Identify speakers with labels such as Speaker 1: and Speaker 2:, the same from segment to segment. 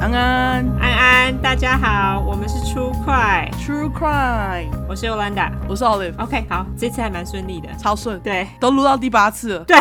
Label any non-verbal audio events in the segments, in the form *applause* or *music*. Speaker 1: 安
Speaker 2: 安安，大家好，我们是出快，
Speaker 1: ，True Crime，
Speaker 2: 我是 Yolanda。
Speaker 1: 我是 Olive，、
Speaker 2: OK，好，这次还蛮顺利的。
Speaker 1: 超顺，
Speaker 2: 对
Speaker 1: 都录到第八次了，
Speaker 2: 对，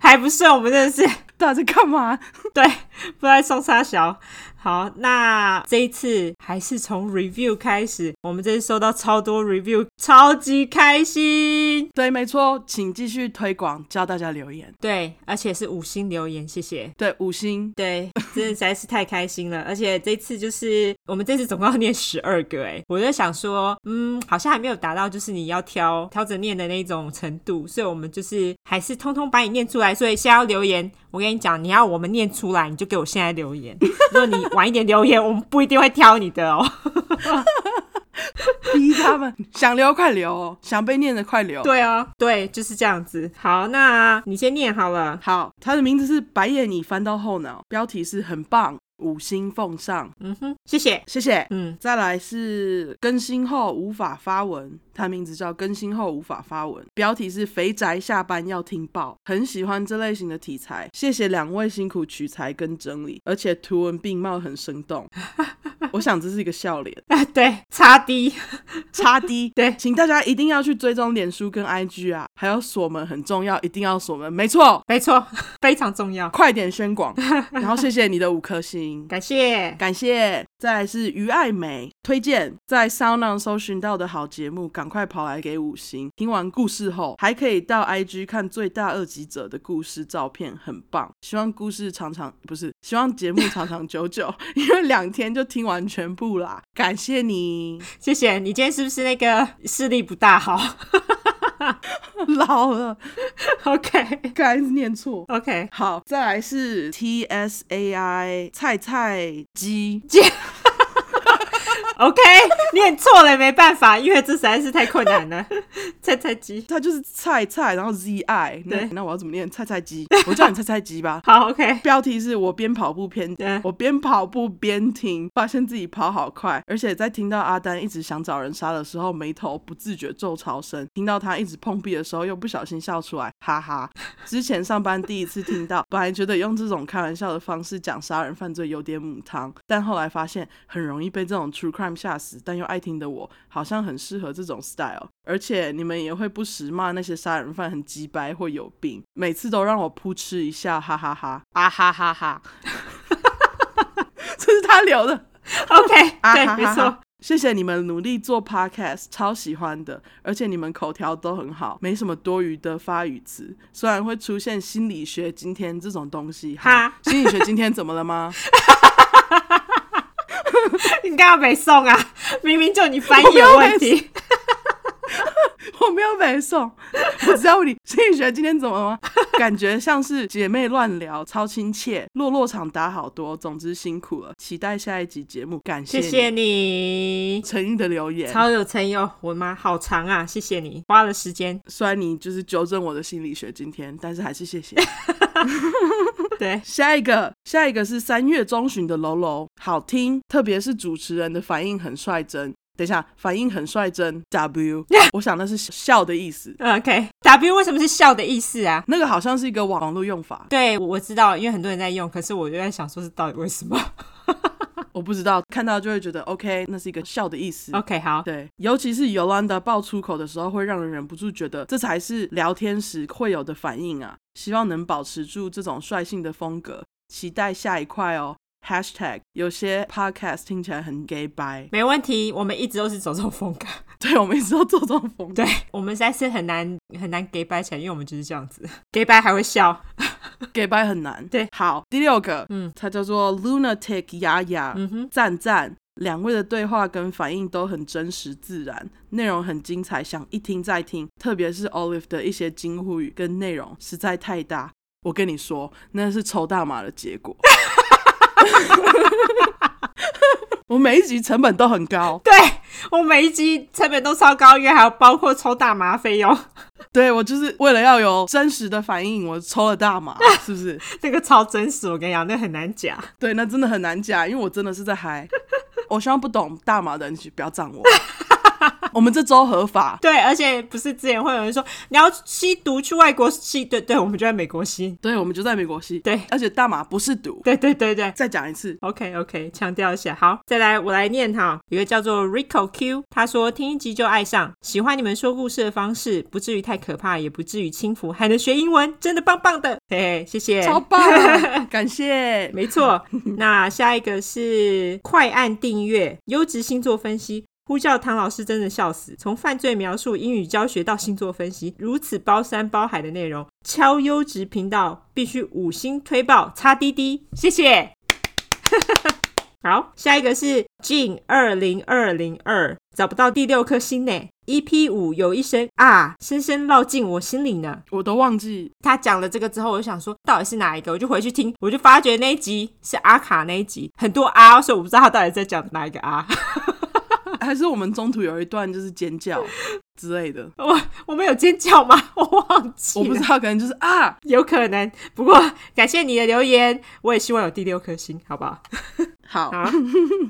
Speaker 2: 还不顺，我们真的是
Speaker 1: 到底在干嘛？
Speaker 2: 对，不知道在送啥小。好，那这一次还是从 review 开始，我们这次收到超多 review，超级开心。
Speaker 1: 对，没错，请继续推广，教大家留言，
Speaker 2: 对，而且是五星留言，谢谢。
Speaker 1: 对，五星，
Speaker 2: 对，真的实在是太开心了。而且这次就是我们这次总共要念十二个，哎，我就想说，嗯，好像还没有达到就是你要挑挑着念的那种程度，所以我们就是还是通通把你念出来。所以现在要留言，我跟你讲，你要我们念出来，你就给我现在留言。如果你晚一点留言，我们不一定会挑你的哦。 *laughs*
Speaker 1: 逼他们 *laughs* 想留快留哦，想被念的快留。，
Speaker 2: 对哦，对，就是这样子。好，那你先念好了。
Speaker 1: 好，他的名字是白夜，你翻到后脑，标题是很棒，五星奉上，
Speaker 2: 嗯哼，谢谢。 *laughs*
Speaker 1: 谢谢。
Speaker 2: 嗯，
Speaker 1: 再来是更新后无法发文，他名字叫更新后无法发文，标题是肥宅下班要听报，很喜欢这类型的题材，谢谢两位辛苦取材跟整理，而且图文并茂，很生动。我想这是一个笑脸，
Speaker 2: 啊，对， *laughs* 差低，
Speaker 1: 差 D。
Speaker 2: 对
Speaker 1: 请大家一定要去追踪脸书跟 IG 啊，还有锁门很重要，一定要锁门，没错，
Speaker 2: 没错， *laughs* 非常重要。
Speaker 1: 快点宣广，然后谢谢你的五颗星。
Speaker 2: 感谢。
Speaker 1: 感谢。再来是于爱美推荐，在 Sound On 搜寻到的好节目，赶快跑来给五星。听完故事后，还可以到 IG 看最大二级者的故事照片，很棒。希望故事长长不是，希望节目长长久久， *laughs* 因为两天就听完全部啦。感谢你， *laughs*
Speaker 2: 谢谢你今天是不是那个视力不大好 *laughs*
Speaker 1: 老了，
Speaker 2: ？OK
Speaker 1: 刚才是念错。
Speaker 2: OK，
Speaker 1: 好，再来是 T S A I 菜菜鸡，
Speaker 2: OK，念错了也没办法，因为这实在是太困难了。 *laughs* 菜菜鸡，
Speaker 1: 它就是菜菜，然后 Z I，那
Speaker 2: 对
Speaker 1: 那我要怎么念？菜菜鸡，我叫你菜菜鸡吧。
Speaker 2: 好 OK，呃
Speaker 1: 标题是我边跑步边
Speaker 2: 对啊
Speaker 1: 我边跑步边听，发现自己跑好快，而且在听到阿丹一直想找人杀的时候，眉头不自觉皱潮声；听到他一直碰壁的时候，又不小心笑出来，哈哈。之前上班第一次听到，本来觉得用这种开玩笑的方式讲杀人犯罪有点母汤，但后来发现很容易被这种 true crime 吓死，但又爱听的我，好像很适合这种 style。而且你们也会不时骂那些杀人犯很鸡掰或有病，每次都让我扑哧一笑，哈哈哈啊哈哈哈。这是他留的，
Speaker 2: OK，
Speaker 1: 啊
Speaker 2: 对
Speaker 1: 哈哈，
Speaker 2: 没错
Speaker 1: 哈，谢谢你们努力做 podcast，超喜欢的，而且你们口条都很好，没什么多余的发语词。虽然会出现心理学今天这种东西，
Speaker 2: 哈，
Speaker 1: 心理学今天怎么了吗？
Speaker 2: 你干嘛没送啊？ *laughs* 明明就你翻
Speaker 1: 我
Speaker 2: 译
Speaker 1: 没有
Speaker 2: 问题。
Speaker 1: *laughs* 我没有北宋， *laughs* 我只要问你心理学今天怎么了吗？ *laughs* 感觉像是姐妹乱聊，超亲切，落落场打好多。总之辛苦了，期待下一集节目，感
Speaker 2: *laughs* 谢
Speaker 1: 你
Speaker 2: 谢你，
Speaker 1: 诚意的留言。
Speaker 2: 超有诚意哦，我妈好长啊，谢谢你花了时间。
Speaker 1: 虽然你就是纠正我的心理学今天，但是还是谢谢。
Speaker 2: 对，
Speaker 1: 下一个，下一个是三月中旬的楼楼，好听，特别是主持人的反应很率真。等一下，反应很率真，W，我想那是笑的意思，
Speaker 2: OK，W 为什么是笑的意思啊？
Speaker 1: 那个好像是一个网络用法，
Speaker 2: 对，我我知道，因为很多人在用，可是我就在想，说是到底为什么 *laughs*
Speaker 1: 我不知道，看到就会觉得 OK，那是一个笑的意思。
Speaker 2: ？OK，好，
Speaker 1: 对，尤其是 Yolanda 爆粗口的时候，会让人忍不住觉得这才是聊天时会有的反应啊！希望能保持住这种率性的风格，期待下一块哦。Hashtag 有些 podcast 听起来很 gay 白，
Speaker 2: 没问题，我们一直都是走这种风格。 *laughs*
Speaker 1: *laughs* 对我们一直都做这种风格
Speaker 2: 对我们实在是很难很难给掰起来，因为我们就是这样子， *laughs* 给掰还会笑。
Speaker 1: *laughs* ，gay 白很难。
Speaker 2: 对
Speaker 1: 好，第六个，
Speaker 2: 嗯
Speaker 1: 嗯，它叫做 Lunatic 雅雅，
Speaker 2: 嗯哼，
Speaker 1: 赞赞。两位的对话跟反应都很真实自然，内容很精彩，想一听再听。特别是 Olive 的一些惊呼语跟内容实在太大，我跟你说，那是抽大麻的结果。 *laughs* 我每一集成本都很高，
Speaker 2: 对哦我每一集成本都超高，因为还有包括抽大麻费用，
Speaker 1: 对我就是为了要有真实的反应，我抽了大麻，是不是？
Speaker 2: *laughs* 那个超真实，我跟你讲，那很难讲。
Speaker 1: 对，那真的很难讲，因为我真的是在嗨。我希望不懂大麻的人就不要赞我。 *laughs* 我们这周合法。
Speaker 2: 对，而且不是之前会有人说你要吸毒去外国吸，对对，我们就在美国吸，
Speaker 1: 对，我们就在美国吸，
Speaker 2: 对
Speaker 1: 而且大麻不是毒。
Speaker 2: 对对对对。
Speaker 1: 再讲一次，
Speaker 2: OK OK，强调一下。好，再来我来念哈，有一个叫做 Rico Q，他说听一集就爱上，喜欢你们说故事的方式，不至于太可怕，也不至于轻浮，还能学英文，真的棒棒的。嘿，谢谢，
Speaker 1: 超棒，啊感谢。
Speaker 2: 没错，那下一个是快按订阅，优质星座分析。呼叫唐老师真的笑死！从犯罪描述、英语教学到星座分析，如此包山包海的内容，超优质频道必须五星推爆，擦滴滴，谢谢。 *laughs* 好，下一个是 Jin 二零二零二，找不到第六颗星呢。EP 五有一声啊，深深烙进我心里呢。
Speaker 1: 我都忘记
Speaker 2: 他讲了这个之后，我就想说到底是哪一个，我就回去听，我就发觉那一集是阿卡那一集，很多啊，所以我不知道他到底在讲哪一个啊。
Speaker 1: 还是我们中途有一段就是尖叫之类的，
Speaker 2: 我 *laughs* 我们有尖叫吗？ *laughs* 我忘记
Speaker 1: 我不
Speaker 2: 了
Speaker 1: 知，道，可能就是啊，
Speaker 2: 有可能。不过 *laughs* 感谢你的留言，我也希望有第六颗星，好不好？
Speaker 1: 好，
Speaker 2: 好，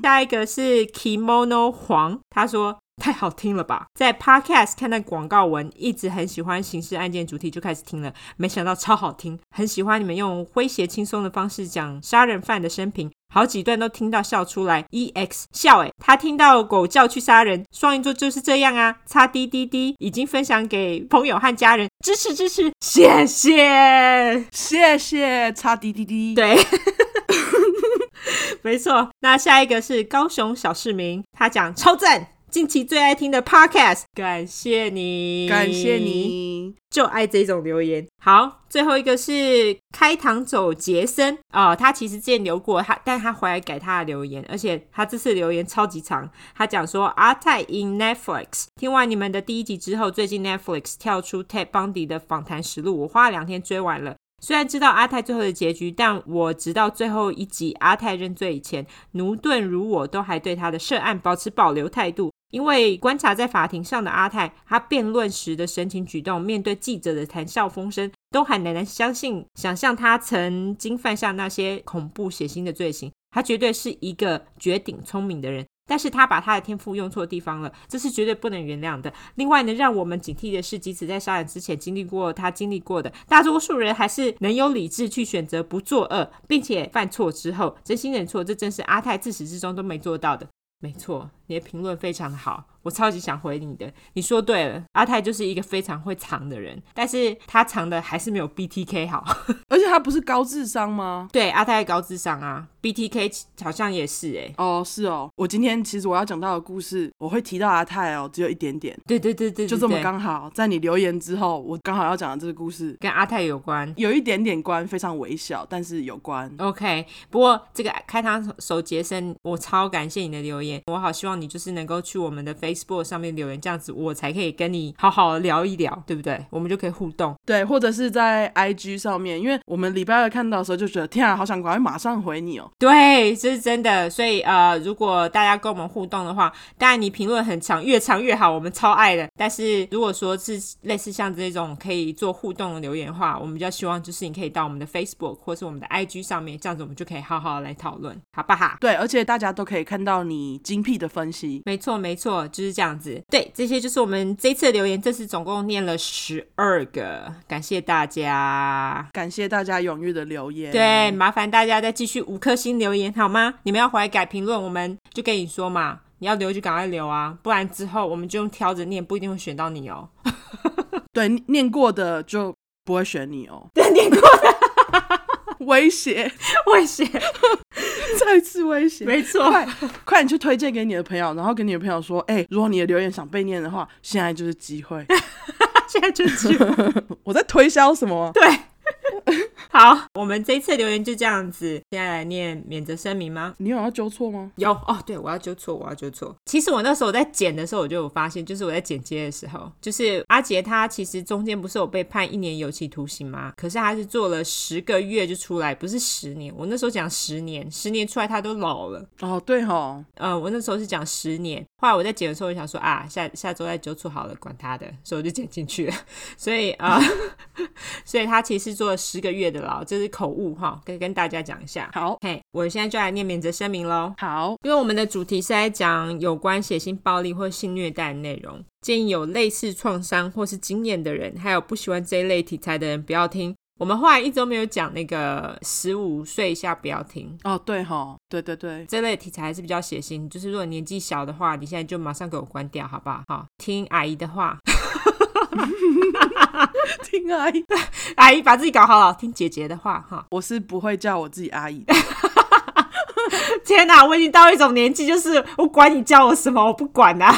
Speaker 2: 下一个是 Kimono 黄，他说。太好听了吧！在 Podcast 看到广告文，一直很喜欢刑事案件主题，就开始听了。没想到超好听，很喜欢你们用诙谐轻松的方式讲杀人犯的生平，好几段都听到笑出来。EX 笑诶、欸他听到狗叫去杀人，双鱼座就是这样啊！擦滴滴滴，已经分享给朋友和家人，支持支持，谢谢。
Speaker 1: 谢谢，擦滴滴滴，
Speaker 2: 对， *laughs* 没错。那下一个是高雄小市民，他讲超赞，近期最爱听的 podcast，感谢你，
Speaker 1: 感谢，你，
Speaker 2: 就爱这种留言。好，最后一个是开膛走杰森啊、呃他其实之前留过他，但他回来改他的留言，而且他这次留言超级长，他讲说阿泰 in Netflix，听完你们的第一集之后，最近 Netflix 跳出 Ted Bundy 的访谈实录，我花了两天追完了。虽然知道阿泰最后的结局，但我直到最后一集阿泰认罪以前，奴顿如我都还对他的涉案保持保留态度。因为观察在法庭上的阿泰，他辩论时的神情举动，面对记者的谈笑风生，都很难相信、想象他曾经犯下那些恐怖血腥的罪行。他绝对是一个绝顶聪明的人，但是他把他的天赋用错地方了，这是绝对不能原谅的。另外呢，让我们警惕的是，即使在杀人之前经历过他经历过的，大多数人还是能有理智去选择不作恶，并且犯错之后真心认错，这正是阿泰自始至终都没做到的。没错，你的评论非常好，我超级想回你的。你说对了，阿泰就是一个非常会藏的人，但是他藏的还是没有 BTK 好。 *laughs*
Speaker 1: 而且他不是高智商吗？
Speaker 2: 对，阿泰高智商啊，BTK 好像也是哎、
Speaker 1: 哦，是哦，我今天其实我要讲到的故事，我会提到阿泰哦，只有一点点，
Speaker 2: 对对对对，对
Speaker 1: 就这么
Speaker 2: 对
Speaker 1: 刚好，在你留言之后，我刚好要讲的这个故事
Speaker 2: 跟阿泰有关。
Speaker 1: 有一点点关，非常微小，但是有关。
Speaker 2: OK，不过这个开膛手杰森，我超感谢你的留言，我好希望你就是能够去我们的 Facebook 上面留言，这样子我才可以跟你好好聊一聊，对不对？我们就可以互动。
Speaker 1: 对，或者是在 IG 上面，因为我们礼拜二看到的时候就觉得，天啊，好想赶快马上回你哦。
Speaker 2: 对，这是真的。所以呃，如果大家跟我们互动的话，当然你评论很长，越长越好，我们超爱的。但是如果说是类似像这种可以做互动的留言的话，我们比较希望就是你可以到我们的 Facebook 或是我们的 IG 上面，这样子我们就可以好好来讨论，好不好？
Speaker 1: 对，而且大家都可以看到你精辟的分析。
Speaker 2: 没错，没错，就是这样子。对，这些就是我们这次的留言，这次总共念了十二个，感谢大家。
Speaker 1: 感谢大家踊跃的留言。
Speaker 2: 对，，麻烦大家再继续五颗星留言好吗？你们要回来改评论，我们就跟你说嘛。你要留就赶快留啊，不然之后我们就用挑着念，不一定会选到你哦。
Speaker 1: 对，念过的就不会选你哦。
Speaker 2: *laughs* 对，念过
Speaker 1: 威胁，
Speaker 2: 威胁，
Speaker 1: 再次威胁。
Speaker 2: 没 *laughs* 错，
Speaker 1: 快快，你去推荐给你的朋友，然后跟你的朋友说，哎、如果你的留言想被念的话，现在就是机会。
Speaker 2: 现在就 *laughs* 去。
Speaker 1: 我在推销什么？
Speaker 2: 对，好，我们这一次留言就这样子。现在来念免责声明吗？
Speaker 1: 你有要纠错吗？
Speaker 2: 有哦，对，我要纠错，我要纠错。其实我那时候在剪的时候，我就有发现，就是我在剪接的时候，就是阿杰他其实中间不是有被判一年有期徒刑吗？可是他是做了十个月就出来，不是十年。我那时候讲十年，十年出来他都老了。
Speaker 1: 哦，对哈，
Speaker 2: 呃，我那时候是讲十年，后来我在剪的时候，我想说啊，下下周再揪出好了，管他的，所以我就剪进去了。 *laughs* 所以啊，呃 *laughs* 所以他其实做了十个月的牢，这是口误哈，跟跟大家讲一下。
Speaker 1: 好
Speaker 2: 嘿，我现在就来念免责声明喽。
Speaker 1: 好，
Speaker 2: 因为我们的主题是在讲有关血腥暴力或性虐待的内容，建议有类似创伤或是经验的人，还有不喜欢这一类题材的人不要听。我们后来一直都没有讲那个十五岁以下不要听
Speaker 1: 哦，对哈，对对对，
Speaker 2: 这类题材还是比较血腥，就是如果年纪小的话，你现在就马上给我关掉，好不好？好，听阿姨的话，
Speaker 1: *laughs*
Speaker 2: *laughs*
Speaker 1: 听阿姨，
Speaker 2: 阿姨把自己搞好了，听姐姐的话，哈。
Speaker 1: 我是不会叫我自己阿姨的，
Speaker 2: 天哪、我已经到一种年纪，就是我管你叫我什么，我不管啊，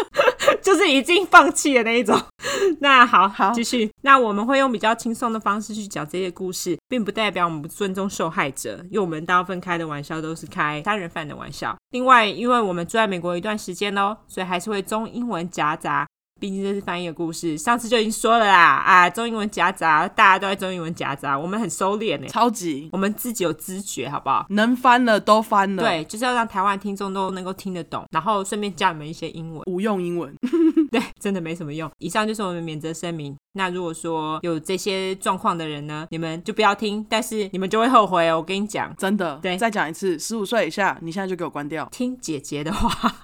Speaker 2: *laughs* 就是已经放弃的那一种。 *laughs* 那好，
Speaker 1: 好
Speaker 2: 继续。那我们会用比较轻松的方式去讲这些故事，并不代表我们不尊重受害者，因为我们大部分开的玩笑都是开杀人犯的玩笑。另外，因为我们住在美国一段时间喽，所以还是会中英文夹杂。毕竟这是翻译的故事，上次就已经说了啦啊，中英文夹杂，大家都在中英文夹杂，我们很收敛呢，欸
Speaker 1: 超级
Speaker 2: 我们自己有知觉，好不好？
Speaker 1: 能翻了都翻了，，
Speaker 2: 对，就是要让台湾听众都能够听得懂，然后顺便教你们一些英文。 *laughs*
Speaker 1: 无用英文， *laughs*
Speaker 2: 对，真的没什么用。以上就是我们免责声明。那如果说有这些状况的人呢，你们就不要听，但是你们就会后悔哦。我跟你讲，
Speaker 1: 真的，
Speaker 2: 对
Speaker 1: 再讲一次，十五岁以下，你现在就给我关掉，
Speaker 2: 听姐姐的话。 *laughs*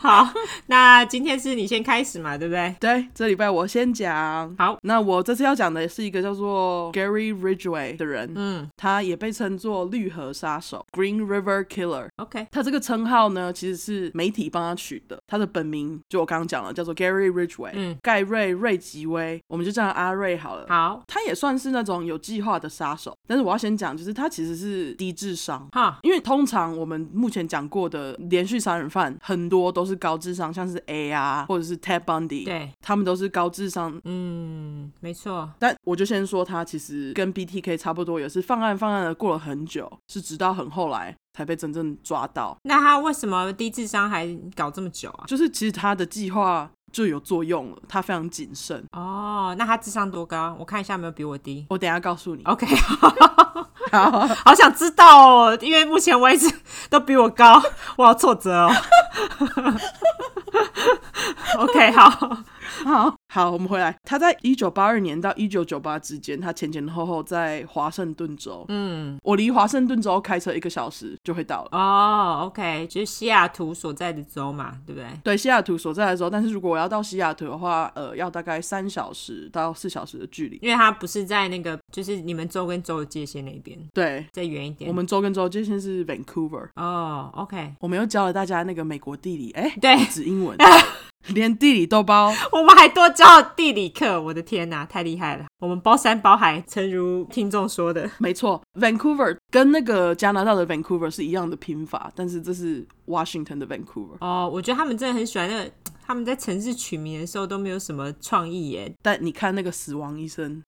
Speaker 2: 好，那今天是你先开始嘛，对不对？
Speaker 1: 对，这礼拜我先讲。
Speaker 2: 好，
Speaker 1: 那我这次要讲的是一个叫做 Gary Ridgway 的人，
Speaker 2: 嗯
Speaker 1: 他也被称作绿河杀手 （Green River Killer）。
Speaker 2: ，OK，
Speaker 1: 他这个称号呢，其实是媒体帮他取的。他的本名就我刚刚讲了，叫做 Gary Ridgway，、
Speaker 2: 嗯
Speaker 1: 盖瑞·瑞吉威，我们就叫他阿瑞好了。
Speaker 2: 好，
Speaker 1: 他也算是那种有计划的杀手，但是我要先讲，就是他其实是低智商，
Speaker 2: 哈，
Speaker 1: 因为通常我们目前讲过的连续杀人犯很多都是高智商，像是 A 啊，或者是 Ted Bundy，
Speaker 2: 对，
Speaker 1: 他们都是高智商。
Speaker 2: 嗯，没错，
Speaker 1: 但我就先说他其实跟 BTK 差不多，也是犯案犯案的过了很久，是直到很后来才被真正抓到。
Speaker 2: 那他为什么低智商还搞这么久啊？
Speaker 1: 就是其实他的计划就有作用了，他非常谨慎。
Speaker 2: 哦，那他智商多高？我看一下有没有比我低。
Speaker 1: 我等一下告诉你。*laughs*
Speaker 2: OK，
Speaker 1: 好，
Speaker 2: 哦好想知道哦，因为目前为止都比我高， *laughs* 我好挫折哦。OK，好，
Speaker 1: 好，好，我们回来。他在一九八二年到一九九八之间，他前前后后在华盛顿州。
Speaker 2: 嗯，
Speaker 1: 我离华盛顿州开车一个小时就会到了。
Speaker 2: 哦，OK，就是西雅图所在的州嘛，对不对？
Speaker 1: 对西雅图所在的州，但是如果我要到西雅图的话，呃，要大概三小时到四小时的距离。
Speaker 2: 因为它不是在那个，就是你们州跟州的界限那边，
Speaker 1: 对，
Speaker 2: 再远一点。
Speaker 1: 我们州跟州界限是 Vancouver。
Speaker 2: 哦，OK，
Speaker 1: 我们又教了大家那个美国地理，哎，
Speaker 2: 对
Speaker 1: 不止
Speaker 2: *laughs*
Speaker 1: 英文，连地理都包。
Speaker 2: 我们还多教了地理课，我的天哪，太厉害了！我们包山包海，诚如听众说的，
Speaker 1: 没错，Vancouver 跟那个加拿大的 Vancouver 是一样的拼法，但是这是 Washington 的 Vancouver。
Speaker 2: 哦，我觉得他们真的很喜欢那个，他们在城市取名的时候都没有什么创意耶。
Speaker 1: 但你看那个死亡医生，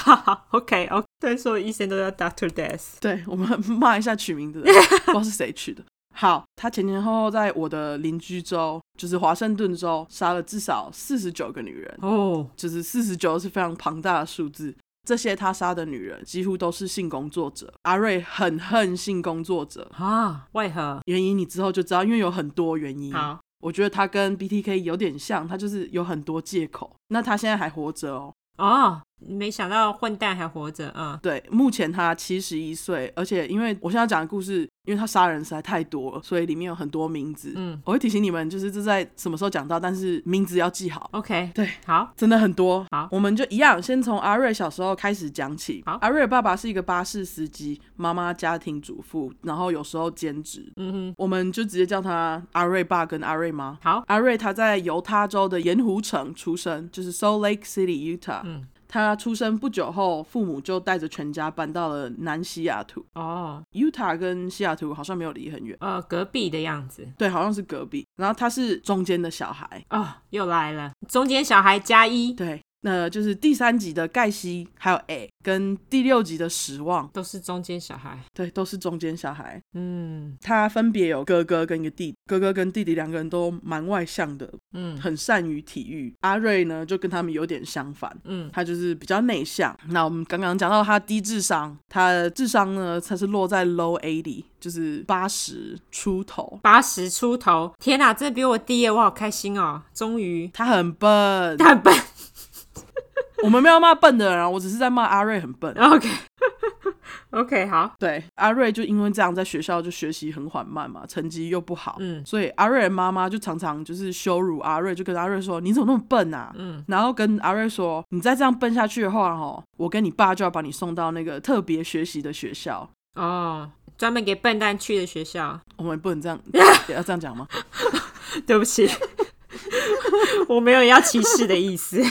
Speaker 2: 哈哈，OK *laughs* OK，但是所有医生都叫 Doctor Death。
Speaker 1: 对我们骂一下取名字的人， *laughs* 不知道是谁取的。好，他前前后后在我的邻居州，就是华盛顿州，杀了至少四十九个女人，
Speaker 2: 哦，
Speaker 1: 就是四十九是非常庞大的数字。这些他杀的女人几乎都是性工作者。阿瑞很恨性工作者，
Speaker 2: 啊，为何？
Speaker 1: 原因你之后就知道，因为有很多原因。
Speaker 2: 好，
Speaker 1: 我觉得他跟 BTK 有点像，他就是有很多借口。那他现在还活着哦，
Speaker 2: 哦，没想到混蛋还活着，嗯，
Speaker 1: 对，目前他七十一岁，而且因为我现在要讲的故事，因为他杀人实在太多了，所以里面有很多名字。
Speaker 2: 嗯，
Speaker 1: 我会提醒你们，就是这在什么时候讲到，但是名字要记好。
Speaker 2: ，OK，
Speaker 1: 对，
Speaker 2: 好，
Speaker 1: 真的很多。
Speaker 2: 好
Speaker 1: 我们就一样，先从阿瑞小时候开始讲起。
Speaker 2: 好
Speaker 1: 阿瑞的爸爸是一个巴士司机，妈妈家庭主妇，然后有时候兼职。
Speaker 2: 嗯
Speaker 1: 我们就直接叫他阿瑞爸跟阿瑞妈。
Speaker 2: 哼，好，
Speaker 1: 阿瑞他在犹他州的盐湖城出生，就是 Salt Lake City, Utah。
Speaker 2: 嗯
Speaker 1: 他出生不久后，父母就带着全家搬到了南西雅图。
Speaker 2: 哦，
Speaker 1: Utah 跟西雅图好像没有离很远，
Speaker 2: 呃，隔壁的样子，
Speaker 1: 对，好像是隔壁。然后他是中间的小孩，
Speaker 2: 哦，又来了，中间小孩加一，
Speaker 1: 对。那就是第三集的盖西，还有 A，跟第六集的史旺，
Speaker 2: 都是中间小孩。
Speaker 1: 对，都是中间小孩。
Speaker 2: 嗯
Speaker 1: 他分别有哥哥跟一个弟，哥哥跟弟弟两个人都蛮外向的，
Speaker 2: 嗯
Speaker 1: 很善于体育。阿瑞呢，就跟他们有点相反，
Speaker 2: 嗯
Speaker 1: 他就是比较内向。那我们刚刚讲到他低智商，他的智商呢，他是落在 low eighty，就是八十出头。
Speaker 2: 八十出头，天哪、真的比我低耶！我好开心哦，终 *laughs* 于，
Speaker 1: 他很笨
Speaker 2: *laughs* 蛋笨。
Speaker 1: 我们没有骂笨的人啊，我只是在骂阿瑞很笨。
Speaker 2: OK *laughs* OK，好，
Speaker 1: 对，阿瑞就因为这样，在学校就学习很缓慢嘛，成绩又不好，
Speaker 2: 嗯
Speaker 1: 所以阿瑞的妈妈就常常就是羞辱阿瑞，就跟阿瑞说：“你怎么那么笨啊？”
Speaker 2: 嗯
Speaker 1: 然后跟阿瑞说：“你再这样笨下去的话，哦，我跟你爸就要把你送到那个特别学习的学校。
Speaker 2: 哦，专门给笨蛋去的学校。
Speaker 1: 我们不能这
Speaker 2: *laughs*
Speaker 1: 样，要这样讲吗？
Speaker 2: 对不起， *laughs* 我没有要歧视的意思。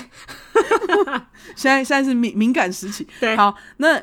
Speaker 1: 现在现在是敏敏感时期。
Speaker 2: 对
Speaker 1: 好，那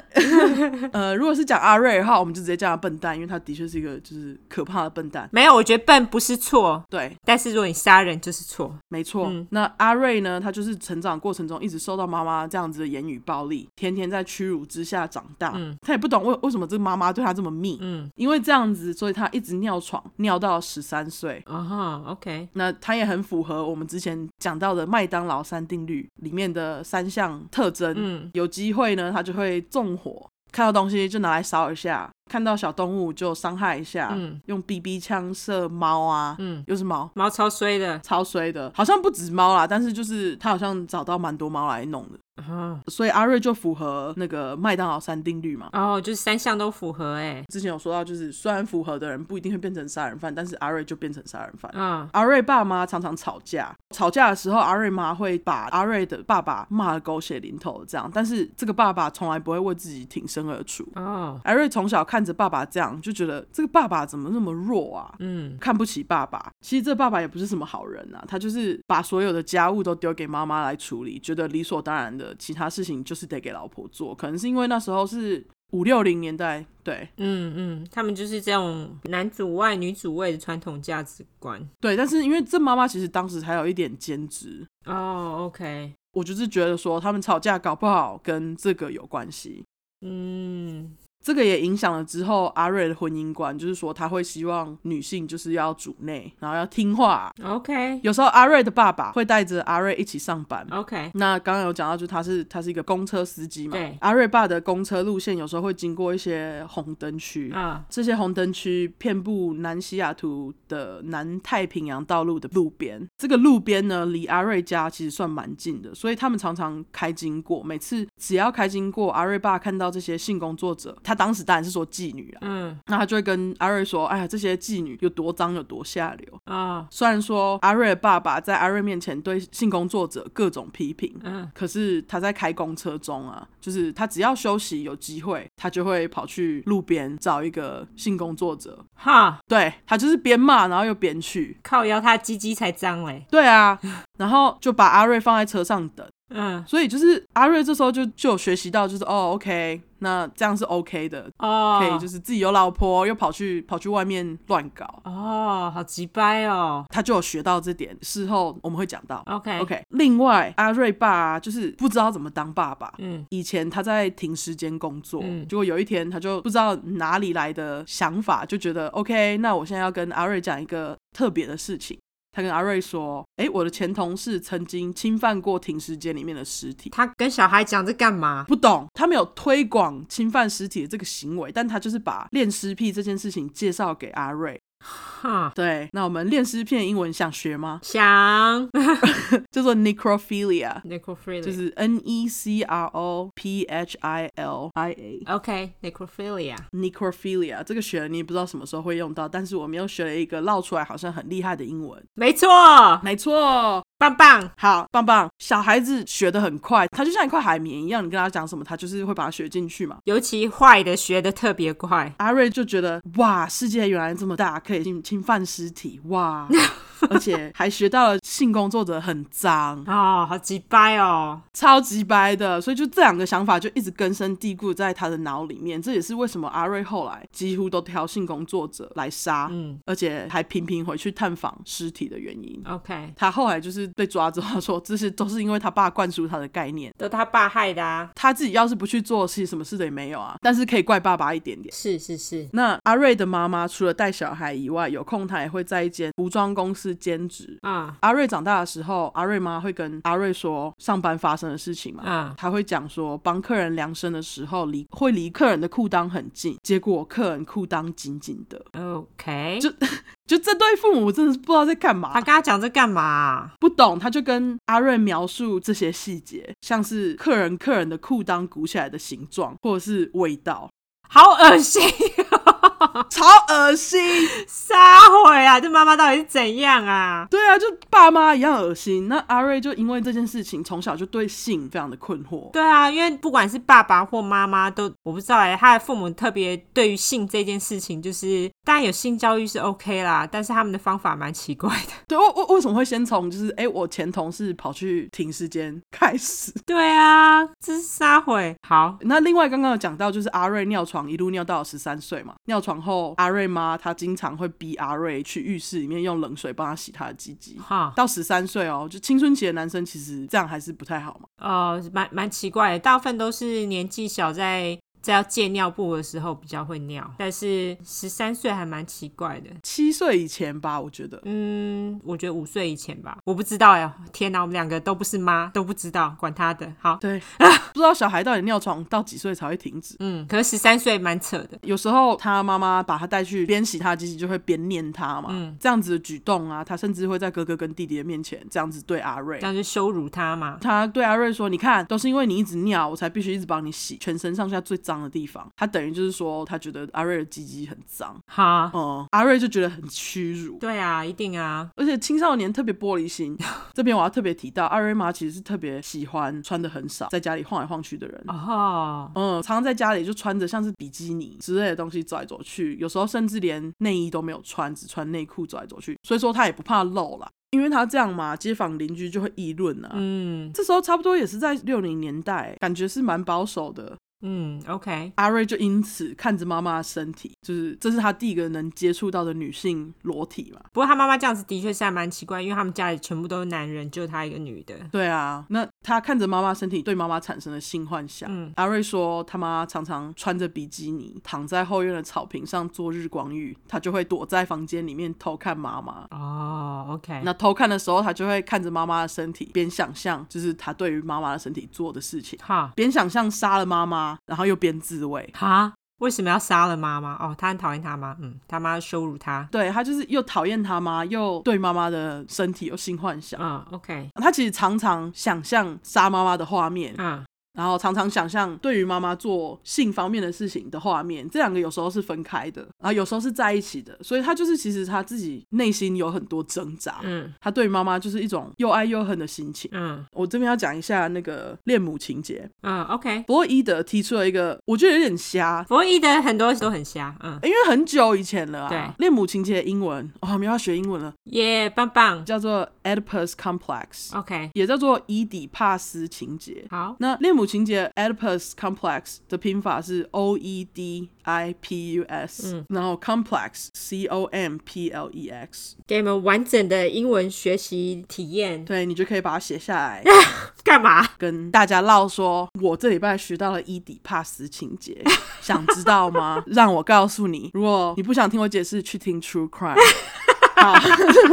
Speaker 1: *laughs* 呃，如果是讲阿瑞的话，我们就直接叫他笨蛋，因为他的确是一个就是可怕的笨蛋。
Speaker 2: 没有，我觉得笨不是错，
Speaker 1: 对，
Speaker 2: 但是如果你杀人就是错。
Speaker 1: 没错，
Speaker 2: 嗯
Speaker 1: 那阿瑞呢？他就是成长过程中一直受到妈妈这样子的言语暴力，天天在屈辱之下长大。
Speaker 2: 嗯
Speaker 1: 他也不懂为为什么这个妈妈对他这么密，
Speaker 2: 嗯，
Speaker 1: 因为这样子，所以他一直尿床，尿到十三岁。
Speaker 2: 哦哈，OK，
Speaker 1: 那他也很符合我们之前讲到的麦当劳三定律里面的三项特征。
Speaker 2: 嗯
Speaker 1: 有机会呢，他就会纵火，看到东西就拿来烧一下，看到小动物就伤害一下，
Speaker 2: 嗯
Speaker 1: 用 BB 枪射猫啊，
Speaker 2: 嗯，
Speaker 1: 又是猫，
Speaker 2: 毛超衰的。
Speaker 1: 超衰的，好像不止猫啦，但是就是他好像找到蛮多猫来弄的，
Speaker 2: 哦
Speaker 1: 所以阿瑞就符合那个麦当劳三定律嘛。
Speaker 2: 哦，就是三项都符合哎。
Speaker 1: 之前有说到，就是虽然符合的人不一定会变成杀人犯，但是阿瑞就变成杀人犯。
Speaker 2: 嗯
Speaker 1: 阿瑞爸妈常常吵架，吵架的时候，阿瑞妈会把阿瑞的爸爸骂得狗血淋头，这样。但是这个爸爸从来不会为自己挺身而出。
Speaker 2: 哦
Speaker 1: 阿瑞从小看着爸爸这样，就觉得这个爸爸怎么那么弱啊？
Speaker 2: 嗯
Speaker 1: 看不起爸爸。其实这爸爸也不是什么好人啊，他就是把所有的家务都丢给妈妈来处理，觉得理所当然的，其他事情就是得给老婆做。可能是因为那时候是五六零年代，对
Speaker 2: 嗯嗯，他们就是这种男主外女主外的传统价值观。
Speaker 1: 对，但是因为这妈妈其实当时还有一点兼职。
Speaker 2: 哦，OK，
Speaker 1: 我就是觉得说，他们吵架搞不好跟这个有关系，
Speaker 2: 嗯
Speaker 1: 这个也影响了之后阿瑞的婚姻观，就是说他会希望女性就是要主内，然后要听话。
Speaker 2: ，OK
Speaker 1: 有时候阿瑞的爸爸会带着阿瑞一起上班，
Speaker 2: OK，
Speaker 1: 那刚刚有讲到，就是他是他是一个公车司机嘛
Speaker 2: 对。
Speaker 1: 阿瑞爸的公车路线有时候会经过一些红灯区，
Speaker 2: 啊
Speaker 1: 这些红灯区遍布南西雅图的南太平洋道路的路边。这个路边呢，离阿瑞家其实算蛮近的，所以他们常常开经过。每次只要开经过，阿瑞爸看到这些性工作者，他当时当然是说妓女啦，
Speaker 2: 嗯
Speaker 1: 那他就会跟阿瑞说：“哎呀，这些妓女有多脏，有多下流。”
Speaker 2: 哦
Speaker 1: 虽然说阿瑞的爸爸在阿瑞面前对性工作者各种批评，
Speaker 2: 嗯
Speaker 1: 可是他在开公车中啊，就是他只要休息有机会，他就会跑去路边找一个性工作者，
Speaker 2: 哈，
Speaker 1: 对他就是边骂然后又边去，
Speaker 2: 靠腰他鸡鸡才脏嘞。
Speaker 1: 对啊，然后就把阿瑞放在车上等，
Speaker 2: 嗯
Speaker 1: 所以就是阿瑞这时候就就有学习到，就是哦，OK，那这样是 OK 的，
Speaker 2: 哦，
Speaker 1: 可以就是自己有老婆又跑去跑去外面乱搞，
Speaker 2: 哦，好鸡掰哦。
Speaker 1: 他就有学到这点，事后我们会讲到。
Speaker 2: OK
Speaker 1: OK，另外阿瑞爸啊就是不知道怎么当爸爸，
Speaker 2: 嗯
Speaker 1: 以前他在停尸间工作，
Speaker 2: 嗯
Speaker 1: 结果有一天他就不知道哪里来的想法，就觉得 OK，那我现在要跟阿瑞讲一个特别的事情。他跟阿瑞说：“诶，我的前同事曾经侵犯过停尸间里面的尸体，
Speaker 2: 他跟小孩讲这干嘛？
Speaker 1: 不懂，他没有推广侵犯尸体的这个行为，但他就是把恋尸癖这件事情介绍给阿瑞。
Speaker 2: 哈，
Speaker 1: 对，那我们恋尸癖的英文想学吗？
Speaker 2: 想 *laughs*
Speaker 1: 叫做 necrophilia，
Speaker 2: n e c r o p h i l i
Speaker 1: 就是 N E C R O P H I L I A。”
Speaker 2: OK necrophilia。
Speaker 1: necrophilia 这个学你也不知道什么时候会用到，但是我们又学了一个绕出来好像很厉害的英文。
Speaker 2: 没错，
Speaker 1: 没错，
Speaker 2: 棒棒。
Speaker 1: 好棒棒！小孩子学得很快，他就像一块海绵一样，你跟他讲什么，他就是会把它学进去嘛。
Speaker 2: 尤其坏的学的特别快，
Speaker 1: 阿瑞就觉得哇，世界原来这么大，可以侵侵犯尸体哇！而且还学到了性工作者很脏，
Speaker 2: 哦，好鸡掰哦，
Speaker 1: 超级白的，所以就这两个想法就一直根深蒂固在他的脑里面。这也是为什么阿瑞后来几乎都挑性工作者来杀，
Speaker 2: 嗯啊
Speaker 1: 而且还频频回去探访尸体的原因。
Speaker 2: ，OK，
Speaker 1: 他后来就是被抓之后，他说这些都是因为他爸灌输他的概念，
Speaker 2: 都他爸害的啊，
Speaker 1: 他自己要是不去做，其实什么事都也没有啊。但是可以怪爸爸一点点。
Speaker 2: 是是是，
Speaker 1: 那阿瑞的妈妈除了带小孩以外，有空她也会在一间服装公司兼职。
Speaker 2: 啊
Speaker 1: 阿瑞长大的时候，阿瑞妈会跟阿瑞说上班发生的事情嘛，
Speaker 2: 啊，
Speaker 1: 他会讲说，帮客人量身的时候离会离客人的裤裆很近，结果客人裤裆紧紧的。
Speaker 2: OK，
Speaker 1: 就就这对父母真的是不知道在干
Speaker 2: 他
Speaker 1: 嘛
Speaker 2: 跟，他讲这干嘛啊、
Speaker 1: 不懂。他就跟阿瑞描述这些细节，像是客人客人的裤裆鼓起来的形状，或者是味道，
Speaker 2: 好恶心， *laughs*
Speaker 1: 超恶心。
Speaker 2: 撒谎啊！这妈妈到底是怎样啊？
Speaker 1: 对啊，就爸妈一样恶心。那阿瑞就因为这件事情，从小就对性非常的困惑。
Speaker 2: 对啊，因为不管是爸爸或妈妈都，我不知道哎、他的父母特别对于性这件事情，就是当然有性教育是 OK 啦，但是他们的方法蛮奇怪的。 *laughs*
Speaker 1: 对，我我为什么会先从就是哎、诶我前同事跑去停尸间开始？
Speaker 2: 对啊，这是撒谎。好，
Speaker 1: 那另外刚刚有讲到，就是阿瑞尿床一路尿到十三岁嘛，尿床后阿瑞妈她经常会逼阿瑞去浴室里面用冷水帮他洗他的鸡鸡。
Speaker 2: 哈，
Speaker 1: 到十三岁哦，就青春期的男生其实这样还是不太好嘛。
Speaker 2: 哦，蛮蛮奇怪的，大部分都是年纪小在。在要戒尿布的时候比较会尿，但是十三岁还蛮奇怪的。
Speaker 1: 七岁以前吧，我觉得。
Speaker 2: 嗯，我觉得五岁以前吧，我不知道哎。天哪，我们两个都不是妈，都不知道，管他的。好，
Speaker 1: 对， *laughs* 不知道小孩到底尿床到几岁才会停止。
Speaker 2: 嗯，可是十三岁蛮扯的。
Speaker 1: 有时候他妈妈把他带去边洗他的鸡鸡，就会边念他嘛，这样子的举动啊，他甚至会在哥哥跟弟弟的面前这样子对阿瑞
Speaker 2: 这。样就羞辱他嘛。
Speaker 1: 他对阿瑞说：“你看，都是因为你一直尿，我才必须一直帮你洗全身上下最脏的地方。”他等于就是说，他觉得阿瑞的鸡鸡很脏，
Speaker 2: *laughs* 哈，
Speaker 1: 嗯，阿瑞就觉得很屈辱。
Speaker 2: 对啊，一定啊，
Speaker 1: 而且青少年特别玻璃心，这边我要特别提到，阿瑞妈其实是特别喜欢穿的很少，在家里晃来晃去的人。
Speaker 2: 哦，
Speaker 1: 嗯，常常在家里就穿着像是比基尼之类的东西走来走去，有时候甚至连内衣都没有穿，只穿内裤走来走去。所以说他也不怕露啦，因为他这样嘛，街坊邻居就会议论啊。
Speaker 2: 嗯
Speaker 1: 这时候差不多也是在六零年代，感觉是蛮保守的。
Speaker 2: 嗯，OK，
Speaker 1: 阿瑞就因此看着妈妈的身体，就是这是他第一个能接触到的女性裸体嘛。
Speaker 2: 不过他妈妈这样子的确是还蛮奇怪，因为他们家里全部都是男人，就他一个女的。
Speaker 1: 对啊，那他看着妈妈身体，对妈妈产生了性幻想。
Speaker 2: 嗯
Speaker 1: 阿瑞说，他妈常常穿着比基尼躺在后院的草坪上做日光浴，他就会躲在房间里面偷看妈妈。
Speaker 2: 哦，OK，
Speaker 1: 那偷看的时候，他就会看着妈妈的身体，边想象就是他对于妈妈的身体做的事情，
Speaker 2: 哈
Speaker 1: 边想象杀了妈妈，然后又边自慰。
Speaker 2: 哈，为什么要杀了妈妈？哦，他很讨厌他妈，嗯，他妈羞辱他。
Speaker 1: 对他就是又讨厌他妈，又对妈妈的身体有性幻想。
Speaker 2: 嗯，OK，
Speaker 1: 他其实常常想象杀妈妈的画面，
Speaker 2: 嗯，
Speaker 1: 然后常常想象对于妈妈做性方面的事情的画面，这两个有时候是分开的，然后有时候是在一起的，所以他就是其实他自己内心有很多挣扎，
Speaker 2: 嗯
Speaker 1: 他对于妈妈就是一种又爱又恨的心情。
Speaker 2: 嗯
Speaker 1: 我这边要讲一下那个恋母情节，
Speaker 2: 嗯，OK。
Speaker 1: 弗洛伊德提出了一个我觉得有点瞎，
Speaker 2: 弗洛伊德很多都很瞎，嗯，
Speaker 1: 因为很久以前了啊
Speaker 2: 对，
Speaker 1: 恋母情节的英文哦，我们要学英文了，
Speaker 2: 耶、棒棒
Speaker 1: 叫做 Oedipus complex，、
Speaker 2: ，OK，
Speaker 1: 也叫做伊底帕斯情节。
Speaker 2: 好，
Speaker 1: 那恋母情节 Oedipus complex 的拼法是 O E D I P U S，、然后 complex C O M P L E X，
Speaker 2: 给你们完整的英文学习体验，
Speaker 1: 对你就可以把它写下来，
Speaker 2: 干嘛？
Speaker 1: 跟大家唠说，我这礼拜学到了伊底帕斯情节，想知道吗？让我告诉你，如果你不想听我解释，去听 True Crime。好， *laughs*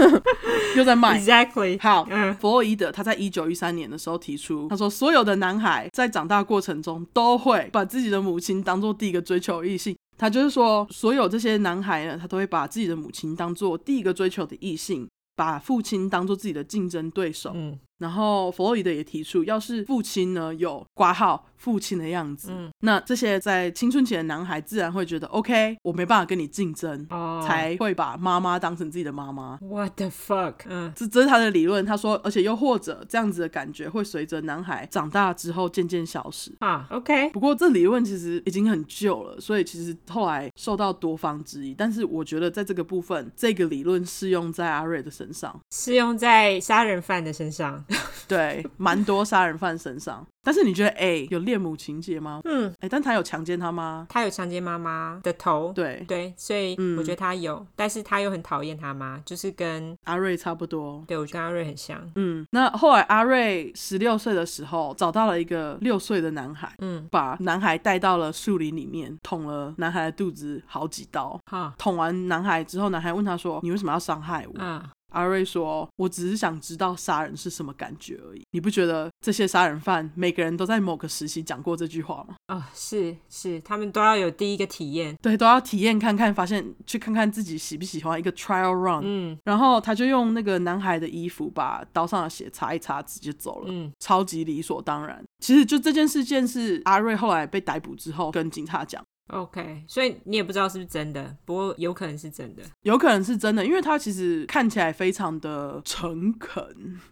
Speaker 1: 又在卖。
Speaker 2: Exactly，
Speaker 1: 好，
Speaker 2: 嗯
Speaker 1: 弗洛伊德他在一九一三年的时候提出，他说所有的男孩在长大过程中都会把自己的母亲当做第一个追求异性。他就是说，所有这些男孩呢，他都会把自己的母亲当做第一个追求的异性，把父亲当做自己的竞争对手。
Speaker 2: 嗯
Speaker 1: 然后弗洛伊德也提出，要是父亲呢有挂号父亲的样子，
Speaker 2: 嗯
Speaker 1: 那这些在青春期的男孩自然会觉得 OK，我没办法跟你竞争，
Speaker 2: 哦，
Speaker 1: 才会把妈妈当成自己的妈妈。
Speaker 2: What the fuck？嗯，
Speaker 1: 这这是他的理论，他说，而且又或者这样子的感觉会随着男孩长大之后渐渐消失。
Speaker 2: 啊，OK，
Speaker 1: 不过这理论其实已经很旧了，所以其实后来受到多方质疑。但是我觉得在这个部分，这个理论适用在阿瑞的身上，
Speaker 2: 适用在杀人犯的身
Speaker 1: *laughs*
Speaker 2: 上。
Speaker 1: 对，蛮多杀人犯身上。但是你觉得 A 有恋母情节吗？
Speaker 2: 嗯，
Speaker 1: 哎，但他有强奸他吗？
Speaker 2: 他有强奸妈妈的头，
Speaker 1: 对，
Speaker 2: 对，所以
Speaker 1: 嗯
Speaker 2: 我觉得他有，但是他又很讨厌他妈，就是跟
Speaker 1: 阿瑞差不多。
Speaker 2: 对我跟阿瑞很像。
Speaker 1: 嗯，那后来阿瑞十六岁的时候找到了一个六岁的男孩，
Speaker 2: 嗯，
Speaker 1: 把男孩带到了树林里面，捅了男孩的肚子好几刀。
Speaker 2: 哈
Speaker 1: 捅完男孩之后，男孩问他说：“你为什么要伤害我？”
Speaker 2: 啊，
Speaker 1: 阿瑞说：“我只是想知道杀人是什么感觉而已。你不觉得这些杀人犯每个人都在某个时期讲过这句话吗？
Speaker 2: 哦，是是，他们都要有第一个体验。
Speaker 1: 对，都要体验看看，发现去看看自己喜不喜欢一个 trial run。
Speaker 2: 嗯
Speaker 1: 然后他就用那个男孩的衣服把刀上的血擦一擦，直接走了。
Speaker 2: 嗯
Speaker 1: 超级理所当然。其实就这件事件是阿瑞后来被逮捕之后跟警察讲，
Speaker 2: ，OK，所以你也不知道是不是真的，不过有可能是真的。
Speaker 1: 有可能是真的，因为他其实看起来非常的诚恳，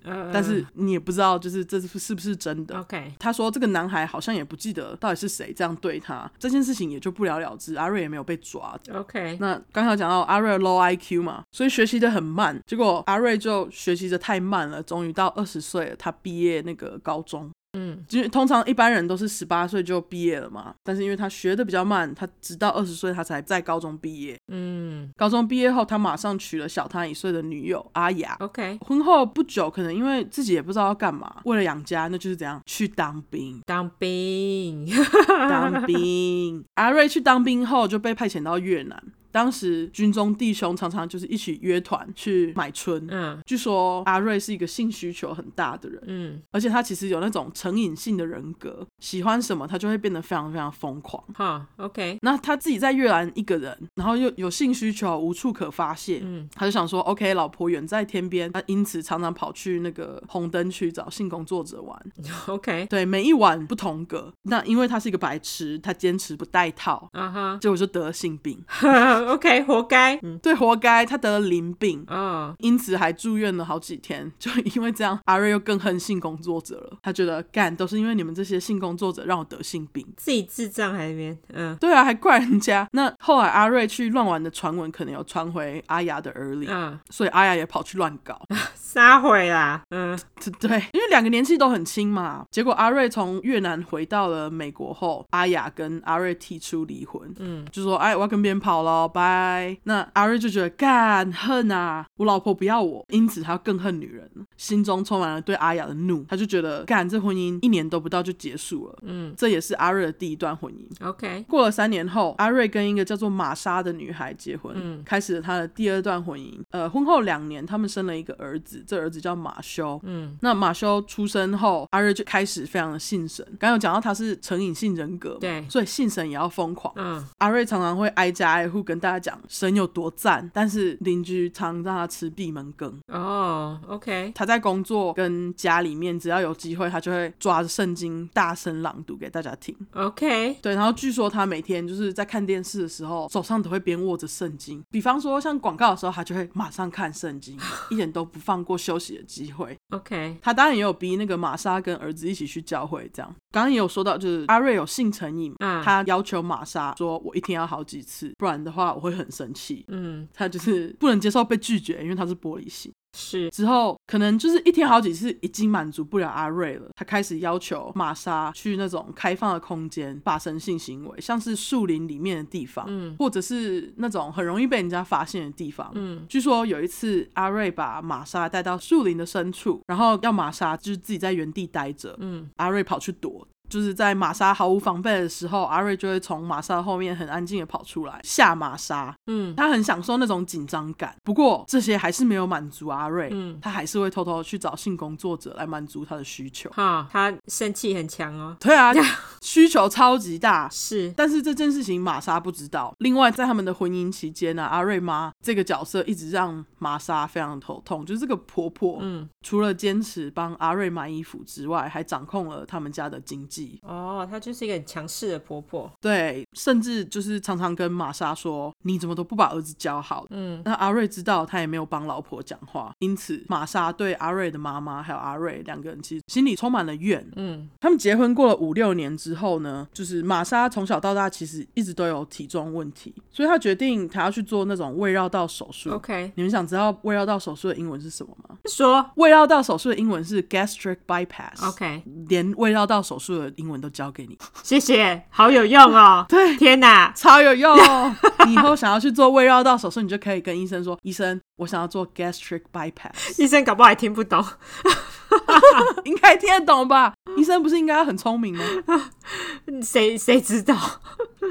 Speaker 2: 呃，
Speaker 1: 但是你也不知道就是这是是不是真的。
Speaker 2: OK，
Speaker 1: 他说这个男孩好像也不记得到底是谁这样对他，这件事情也就不了了之。阿瑞也没有被抓。
Speaker 2: OK，
Speaker 1: 那刚才有讲到阿瑞的 low IQ 嘛，所以学习的很慢。结果阿瑞就学习的太慢了，终于到二十岁了，他毕业那个高中，
Speaker 2: 嗯
Speaker 1: 因为通常一般人都是十八岁就毕业了嘛，但是因为他学的比较慢，他直到二十岁他才在高中毕业。
Speaker 2: 嗯
Speaker 1: 高中毕业后，他马上娶了小他一岁的女友阿雅。
Speaker 2: ，OK，。
Speaker 1: 婚后不久，可能因为自己也不知道要干嘛，为了养家，那就是怎样去当兵
Speaker 2: 当兵，
Speaker 1: 当兵，阿瑞去当兵后就被派遣到越南。当时军中弟兄常常就是一起约团去买春。
Speaker 2: *laughs* 嗯
Speaker 1: 据说阿瑞是一个性需求很大的人，
Speaker 2: 嗯，
Speaker 1: 而且他其实有那种成瘾性的人格，喜欢什么他就会变得非常非常疯狂。
Speaker 2: 好，OK，
Speaker 1: 那他自己在越南一个人，然后又有性需求无处可发泄，
Speaker 2: 嗯
Speaker 1: 他就想说，OK，老婆远在天边，他因此常常跑去那个红灯区找性工作者玩。
Speaker 2: 嗯，OK，
Speaker 1: 对，每一晚不同个。那因为他是一个白痴，他坚持不戴套，
Speaker 2: 啊哈 *laughs*
Speaker 1: 结果就得了性病。
Speaker 2: ，OK，活该，嗯，
Speaker 1: 对，活该，他得了淋病。
Speaker 2: 哦，
Speaker 1: 因此还住院了好几天。 *laughs* 就因为这样，阿瑞又更恨性工作者了。他觉得干都是因为你们这些性工作者让我得性病。
Speaker 2: 自己智障还在那边，嗯
Speaker 1: 对啊，还怪人家。那后来阿瑞去乱玩的传闻，可能有传回阿雅的耳里，
Speaker 2: 嗯，
Speaker 1: 所以阿雅也跑去乱搞。
Speaker 2: 撒谎啦，嗯
Speaker 1: 对，因为两个年纪都很轻嘛。结果阿瑞从越南回到了美国后，阿雅跟阿瑞提出离婚。
Speaker 2: 嗯
Speaker 1: 就说哎，我要跟别人跑了，拜。那阿瑞就觉得干恨啊，我老婆不要我，因此他更恨女人，心中充满了对阿雅的怒。他就觉得干这婚姻一年都不到就结束了，
Speaker 2: 嗯
Speaker 1: 这也是阿瑞的第一段婚姻。
Speaker 2: ，OK，
Speaker 1: 过了三年后，阿瑞跟一个叫做玛莎的女孩结婚，
Speaker 2: 嗯
Speaker 1: 开始了他的第二段婚姻。呃，婚后两年，他们生了一个儿子，这儿子叫马修。
Speaker 2: 嗯
Speaker 1: 那马修出生后，阿瑞就开始非常的信神。刚刚有讲到他是成瘾性人格嘛，
Speaker 2: 对
Speaker 1: 所以信神也要疯狂。
Speaker 2: 嗯
Speaker 1: 阿瑞常常会挨家挨户跟大家讲神有多赞，但是邻居常让他吃闭门羹。
Speaker 2: 哦，OK，
Speaker 1: 他在工作跟家里面，只要有机会，他就会抓着圣经大声朗读给大家听。
Speaker 2: OK，
Speaker 1: 对，然后据说他每天就是在看电视的时候，手上都会边握着圣经。比方说像广告的时候，他就会马上看圣经，一点都不放过休息的机会。
Speaker 2: OK，
Speaker 1: 他当然也有逼那个玛莎跟儿子一起去教会，这样。刚刚也有说到，就是阿瑞有性成瘾嘛，
Speaker 2: 嗯
Speaker 1: 他要求玛莎说：“我一天要好几次，不然的话我会很生气。”
Speaker 2: 嗯，
Speaker 1: 他就是不能接受被拒绝，因为他是玻璃心。
Speaker 2: 是，
Speaker 1: 之后可能就是一天好几次已经满足不了阿瑞了，他开始要求玛莎去那种开放的空间发生性行为，像是树林里面的地方，
Speaker 2: 嗯
Speaker 1: 或者是那种很容易被人家发现的地方，
Speaker 2: 嗯
Speaker 1: 据说有一次，阿瑞把玛莎带到树林的深处，然后要玛莎就是自己在原地待着，
Speaker 2: 嗯
Speaker 1: 阿瑞跑去躲。就是在玛莎毫无防备的时候，阿瑞就会从玛莎的后面很安静的跑出来吓玛莎。
Speaker 2: 嗯
Speaker 1: 他很享受那种紧张感，不过这些还是没有满足阿瑞，
Speaker 2: 嗯
Speaker 1: 他还是会偷偷去找性工作者来满足他的需求。
Speaker 2: 哈，他生气很强哦，
Speaker 1: 对
Speaker 2: *laughs*
Speaker 1: 啊，需求超级大，
Speaker 2: 是
Speaker 1: 但是这件事情玛莎不知道。另外，在他们的婚姻期间呢、阿瑞妈这个角色一直让玛莎非常头痛，就是这个婆婆，
Speaker 2: 嗯，
Speaker 1: 除了坚持帮阿瑞买衣服之外，还掌控了他们家的经济。
Speaker 2: 哦，她就是一个很强势的婆婆，
Speaker 1: 对，甚至就是常常跟玛莎说：“你怎么都不把儿子教好？”
Speaker 2: 嗯
Speaker 1: 那阿瑞知道，他也没有帮老婆讲话，因此玛莎对阿瑞的妈妈还有阿瑞两个人，其实心里充满了怨。
Speaker 2: 嗯
Speaker 1: 他们结婚过了五六年之后呢，就是玛莎从小到大其实一直都有体重问题，所以她决定她要去做那种胃绕道手术。
Speaker 2: ，OK，
Speaker 1: 你们想知道胃绕道手术的英文是什么吗？
Speaker 2: 说
Speaker 1: 胃绕道手术的英文是 gastric bypass。
Speaker 2: OK，
Speaker 1: 连胃绕道手术的英文都教给你，
Speaker 2: 谢谢，好有用哦，
Speaker 1: *laughs* 对
Speaker 2: 天哪，
Speaker 1: 超有用。 *laughs* 你以后想要去做胃绕道手术，你就可以跟医生说：“医生，我想要做 gastric bypass。”
Speaker 2: 医生搞不好还听不懂，
Speaker 1: 应该听得懂吧？医生不是应该很聪明吗？
Speaker 2: 谁谁知道？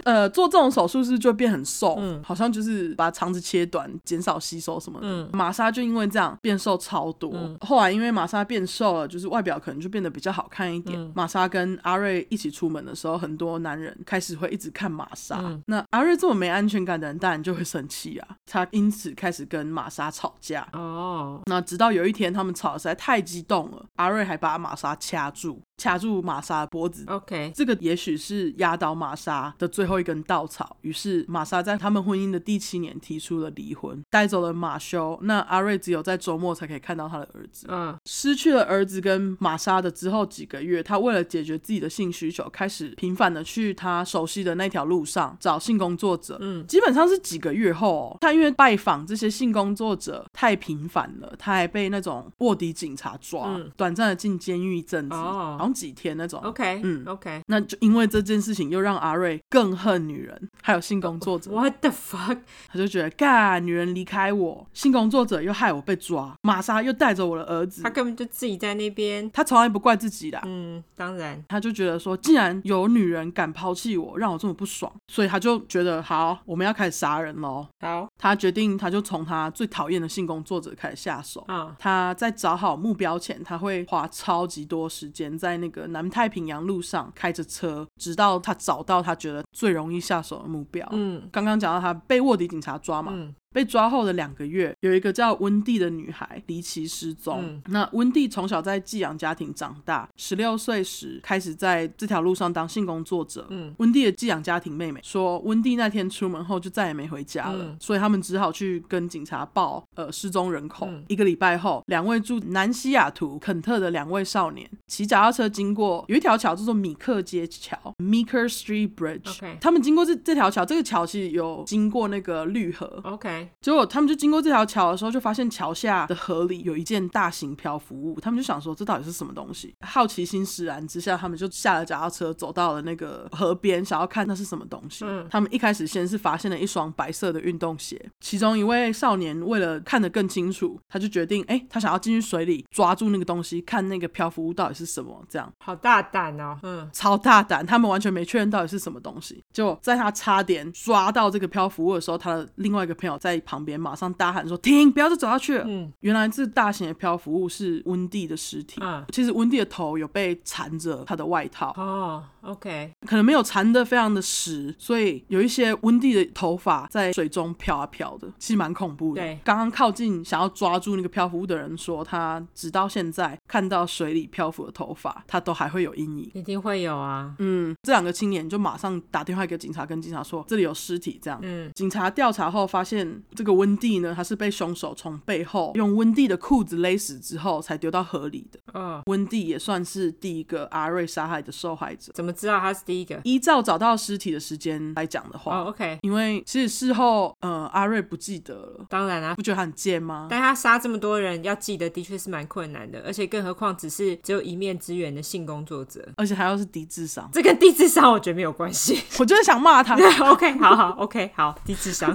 Speaker 1: 呃，做这种手术是不是就变很瘦，
Speaker 2: 嗯
Speaker 1: 好像就是把肠子切短，减少吸收什么的。
Speaker 2: 嗯
Speaker 1: 玛莎就因为这样变瘦超多。
Speaker 2: 嗯
Speaker 1: 后来因为玛莎变瘦了，就是外表可能就变得比较好看一点。
Speaker 2: 嗯
Speaker 1: 玛莎跟阿瑞一起出门的时候，很多男人开始会一直看玛莎。
Speaker 2: 嗯
Speaker 1: 那阿瑞这么没安全感的人，当然就会生气啊。他因此开始跟玛莎吵架。
Speaker 2: 哦，
Speaker 1: 那直到有一天，他们吵得实在太激动了，阿瑞还把玛莎掐住，掐住玛莎的脖子，
Speaker 2: OK，
Speaker 1: 这个也许是压倒玛莎的最后一根稻草。于是玛莎在他们婚姻的第七年提出了离婚，带走了马修。那阿瑞只有在周末才可以看到他的儿子。
Speaker 2: 嗯
Speaker 1: 失去了儿子跟玛莎的之后几个月，他为了解决自己的性需求，开始频繁的去他熟悉的那条路上找性工作者。
Speaker 2: 嗯
Speaker 1: 基本上是几个月后、哦，他因为拜访这些性工作者太频繁了，他还被那种卧底警察抓，
Speaker 2: 嗯
Speaker 1: 短暂的进监狱一阵子，
Speaker 2: 哦
Speaker 1: 好像几天那种。
Speaker 2: ，OK，
Speaker 1: 嗯
Speaker 2: ，OK。
Speaker 1: 那就因为这件事情，又让阿瑞更恨女人，还有性工作者。
Speaker 2: What the fuck？
Speaker 1: 他就觉得，干，女人离开我，性工作者又害我被抓，玛莎又带着我的儿子
Speaker 2: 他，根本就自己在那边。
Speaker 1: 他从来不怪自己啦。
Speaker 2: 嗯，当然，
Speaker 1: 他就觉得说，既然有女人敢抛弃我，让我这么不爽，所以他就觉得好，我们要开始杀人喽。
Speaker 2: 好，
Speaker 1: 他决定，他就从他最讨厌的性工作者开始下手。
Speaker 2: 嗯
Speaker 1: 他在找好目标前，他会花超级多时间在那个南太平洋路上开着车，直到他找到他觉得最容易下手的目标。
Speaker 2: 嗯
Speaker 1: 刚刚讲到他被卧底警察抓嘛，
Speaker 2: 嗯
Speaker 1: 被抓后的两个月，有一个叫温蒂的女孩离奇失踪。
Speaker 2: 嗯
Speaker 1: 那温蒂从小在寄养家庭长大，十六岁时开始在这条路上当性工作者。
Speaker 2: 嗯
Speaker 1: 温蒂的寄养家庭妹妹说，温蒂那天出门后就再也没回家了，
Speaker 2: 嗯
Speaker 1: 所以他们只好去跟警察报呃失踪人口。
Speaker 2: 嗯
Speaker 1: 一个礼拜后，两位住南西雅图肯特的两位少年骑脚踏车经过有一条桥叫做米克街桥 （Meeker Street Bridge）。
Speaker 2: OK
Speaker 1: 他们经过这这条桥，这个桥其实有经过那个绿河。
Speaker 2: ，OK，
Speaker 1: 结果他们就经过这条桥的时候，就发现桥下的河里有一件大型漂浮物，他们就想说这到底是什么东西？好奇心使然之下，他们就下了脚踏车，走到了那个河边，想要看那是什么东西。
Speaker 2: 嗯
Speaker 1: 他们一开始先是发现了一双白色的运动鞋，其中一位少年为了看得更清楚，他就决定，哎，他想要进去水里抓住那个东西，看那个漂浮物到底是什么，这样。
Speaker 2: 好大胆哦。嗯
Speaker 1: 超大胆，他们完全没确认到底是什么东西。结果在他差点抓到这个漂浮物的时候，他的另外一个朋友在旁边马上大喊说：“停，不要再走下去了！”
Speaker 2: 嗯
Speaker 1: 原来这大型的漂浮物是温蒂的尸体。
Speaker 2: 嗯，
Speaker 1: 其实温蒂的头有被缠着他的外套，
Speaker 2: 哦，OK，
Speaker 1: 可能没有缠得非常的实，所以有一些温蒂的头发在水中飘啊飘的，其实蛮恐怖的
Speaker 2: 对。
Speaker 1: 刚刚靠近想要抓住那个漂浮物的人说，他直到现在看到水里漂浮的头发，他都还会有阴影。
Speaker 2: 一定会有啊。
Speaker 1: 嗯，这两个青年就马上打电话给警察，跟警察说这里有尸体。这样，
Speaker 2: 嗯
Speaker 1: 警察调查后发现，这个温蒂呢，他是被凶手从背后用温蒂的裤子勒死之后才丢到河里的。
Speaker 2: 哦，
Speaker 1: 温蒂也算是第一个阿瑞杀害的受害者。
Speaker 2: 怎么知道他是第一个？
Speaker 1: 依照找到尸体的时间来讲的话，
Speaker 2: 哦，OK，
Speaker 1: 因为其实事后，呃，阿瑞不记得了，
Speaker 2: 当然啊。
Speaker 1: 不觉得他很贱吗？
Speaker 2: 但他杀这么多人，要记得的确是蛮困难的，而且更何况只是只有一面之缘的性工作者，
Speaker 1: 而且还要是低智商，
Speaker 2: 嗯这跟低智商我觉得没有关系。 *laughs*
Speaker 1: 我就是想骂他，
Speaker 2: *laughs* OK，好好，OK，好，低智商。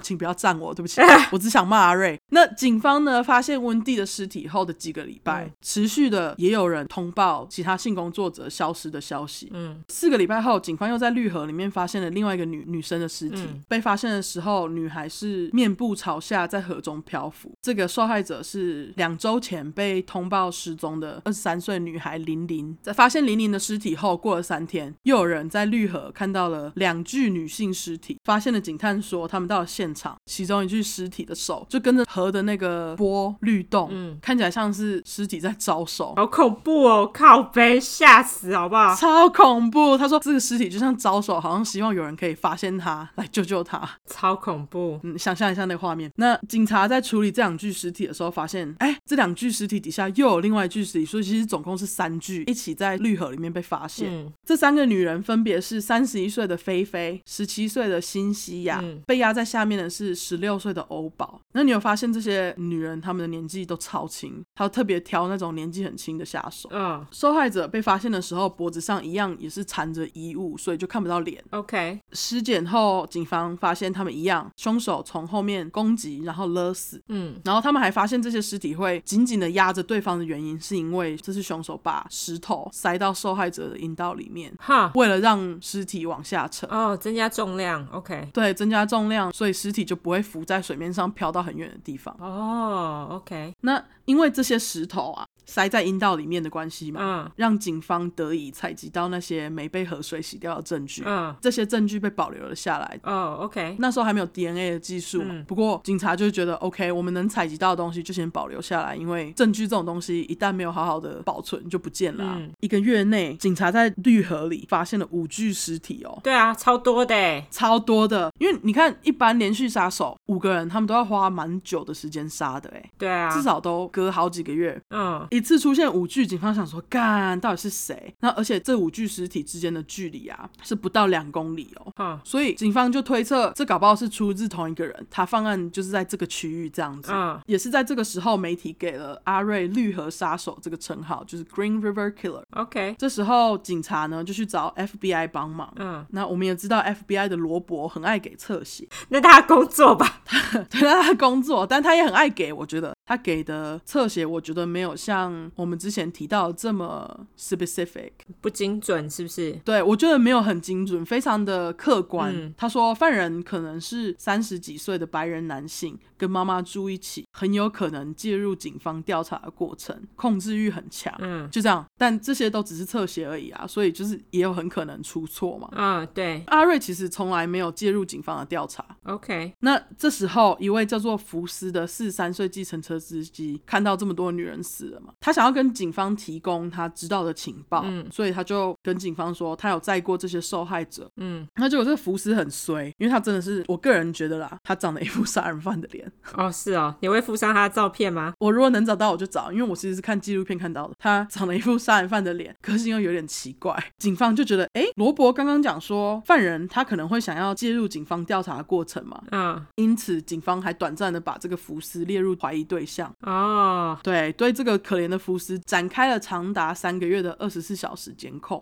Speaker 1: 请不要赞我，对不起，我只想骂阿瑞。那警方呢发现温蒂的尸体后的几个礼拜，
Speaker 2: 嗯
Speaker 1: 持续的也有人通报其他性工作者消失的消息。
Speaker 2: 嗯，
Speaker 1: 四个礼拜后，警方又在绿河里面发现了另外一个女女生的尸体。
Speaker 2: 嗯
Speaker 1: 被发现的时候，女孩是面部朝下在河中漂浮。这个受害者是两周前被通报失踪的二十三岁女孩玲玲。在发现玲玲的尸体后，过了三天，又有人在绿河看到了两具女性尸体。发现的警探说，他们到了现场，其中一具尸体的手就跟着河的那个波律动，
Speaker 2: 嗯
Speaker 1: 看起来像是尸体在招手。
Speaker 2: 好恐怖哦，靠背吓死好不好？
Speaker 1: 超恐怖！他说这个尸体就像招手，好像希望有人可以发现他来救救他。
Speaker 2: 超恐怖，
Speaker 1: 嗯，想象一下那个画面。那警察在处理这两具尸体的时候，发现，哎，这两具尸体底下又有另外一具尸体，所以其实总共是三具一起在绿河里面被发现。
Speaker 2: 嗯
Speaker 1: 这三个女人分别是三十一岁的菲菲、十七岁的辛西亚，
Speaker 2: 嗯
Speaker 1: 被压在下面的是十六岁的欧宝。那你有发现这些女人她们的年纪都超轻，她特别挑那种年纪很轻的下手。
Speaker 2: 嗯
Speaker 1: 受害者被发现的时候，脖子上一样也是缠着衣物，所以就看不到脸。
Speaker 2: ，OK，
Speaker 1: 尸检后，警方发现他们一样，凶手从后面攻击，然后勒死。
Speaker 2: 嗯
Speaker 1: 然后他们还发现这些尸体会紧紧的压着对方的原因，是因为这是凶手把石头塞到受害者的阴道里面，
Speaker 2: 哈，
Speaker 1: 为了让尸体往下沉。
Speaker 2: 哦，增加重量，OK，
Speaker 1: 对，增加重量，所以尸体就不会浮在水面上飘到很远的地方。
Speaker 2: 哦，OK，
Speaker 1: 那因为这些石头啊塞在阴道里面的关系嘛，
Speaker 2: 嗯
Speaker 1: 让警方得以采集到那些没被河水洗掉的证据。
Speaker 2: 嗯，
Speaker 1: 这些证据被保留了下来，
Speaker 2: 哦，OK，
Speaker 1: 那时候还没有 DNA 的技术嘛，
Speaker 2: 嗯
Speaker 1: 不过警察就觉得 OK，我们能采集到的东西就先保留下来，因为证据这种东西一旦没有好好的保存就不见了啊、
Speaker 2: 嗯
Speaker 1: 一个月内，警察在绿河里发现了五具尸体哦。
Speaker 2: 对啊，超多的欸，
Speaker 1: 超多的，因为你看，一般连续杀手五个人，他们都要花蛮久的时间杀的，哎，
Speaker 2: 对啊，
Speaker 1: 至少都隔好几个月。
Speaker 2: 嗯
Speaker 1: 一次出现五具，警方想说，干，到底是谁？那而且这五具尸体之间的距离啊，是不到两公里哦。
Speaker 2: 嗯
Speaker 1: 所以警方就推测，这搞不好是出自同一个人，他犯案就是在这个区域这样子。
Speaker 2: 嗯
Speaker 1: 也是在这个时候，媒体给了阿瑞“绿河杀手”这个称号，就是 Green River Killer。
Speaker 2: ，OK，
Speaker 1: 这时候，警察呢就去找 FBI 帮忙。
Speaker 2: 嗯，
Speaker 1: 那我们也知道 FBI 的罗伯很爱给侧写，
Speaker 2: 那大家工作吧，
Speaker 1: *laughs* 对他的工作，但他也很爱给。我觉得他给的侧写，我觉得没有像我们之前提到的这么 specific。
Speaker 2: 不精准是不是？
Speaker 1: 对，我觉得没有很精准，非常的客观。
Speaker 2: 嗯
Speaker 1: 他说，犯人可能是三十几岁的白人男性，跟妈妈住一起，很有可能介入警方调查的过程，控制欲很强。
Speaker 2: 嗯
Speaker 1: 就这样，但这些都只是侧写而已啊，所以就是也有很可能出错嘛。
Speaker 2: 嗯，对
Speaker 1: 阿瑞其实从来没有介入警方的调查。
Speaker 2: ，OK，
Speaker 1: 那这时候，一位叫做福斯的四十三岁计程车司机看到这么多女人死了嘛，他想要跟警方提供他知道的情报，
Speaker 2: 嗯
Speaker 1: 所以他就跟警方说他有载过这些受害者。
Speaker 2: 嗯，
Speaker 1: 那结果这个福斯很衰，因为他真的是我个人觉得啦，他长得一副杀人犯的脸。 *laughs*
Speaker 2: 哦，是哦，你会附上他的照片吗？
Speaker 1: 我如果能找到我就找，因为我其实是看纪录片看到的，他长了一副杀人犯的脸，个性又有点奇怪。警方就觉得，诶，罗伯刚刚讲说犯人他可能会想要介入警方调查的过程嘛，
Speaker 2: 嗯，
Speaker 1: 因此警方还短暂的把这个福斯列入怀疑对象。
Speaker 2: 哦，
Speaker 1: 对，对这个可怜的福斯展开了长达三个月的二十四小时监控，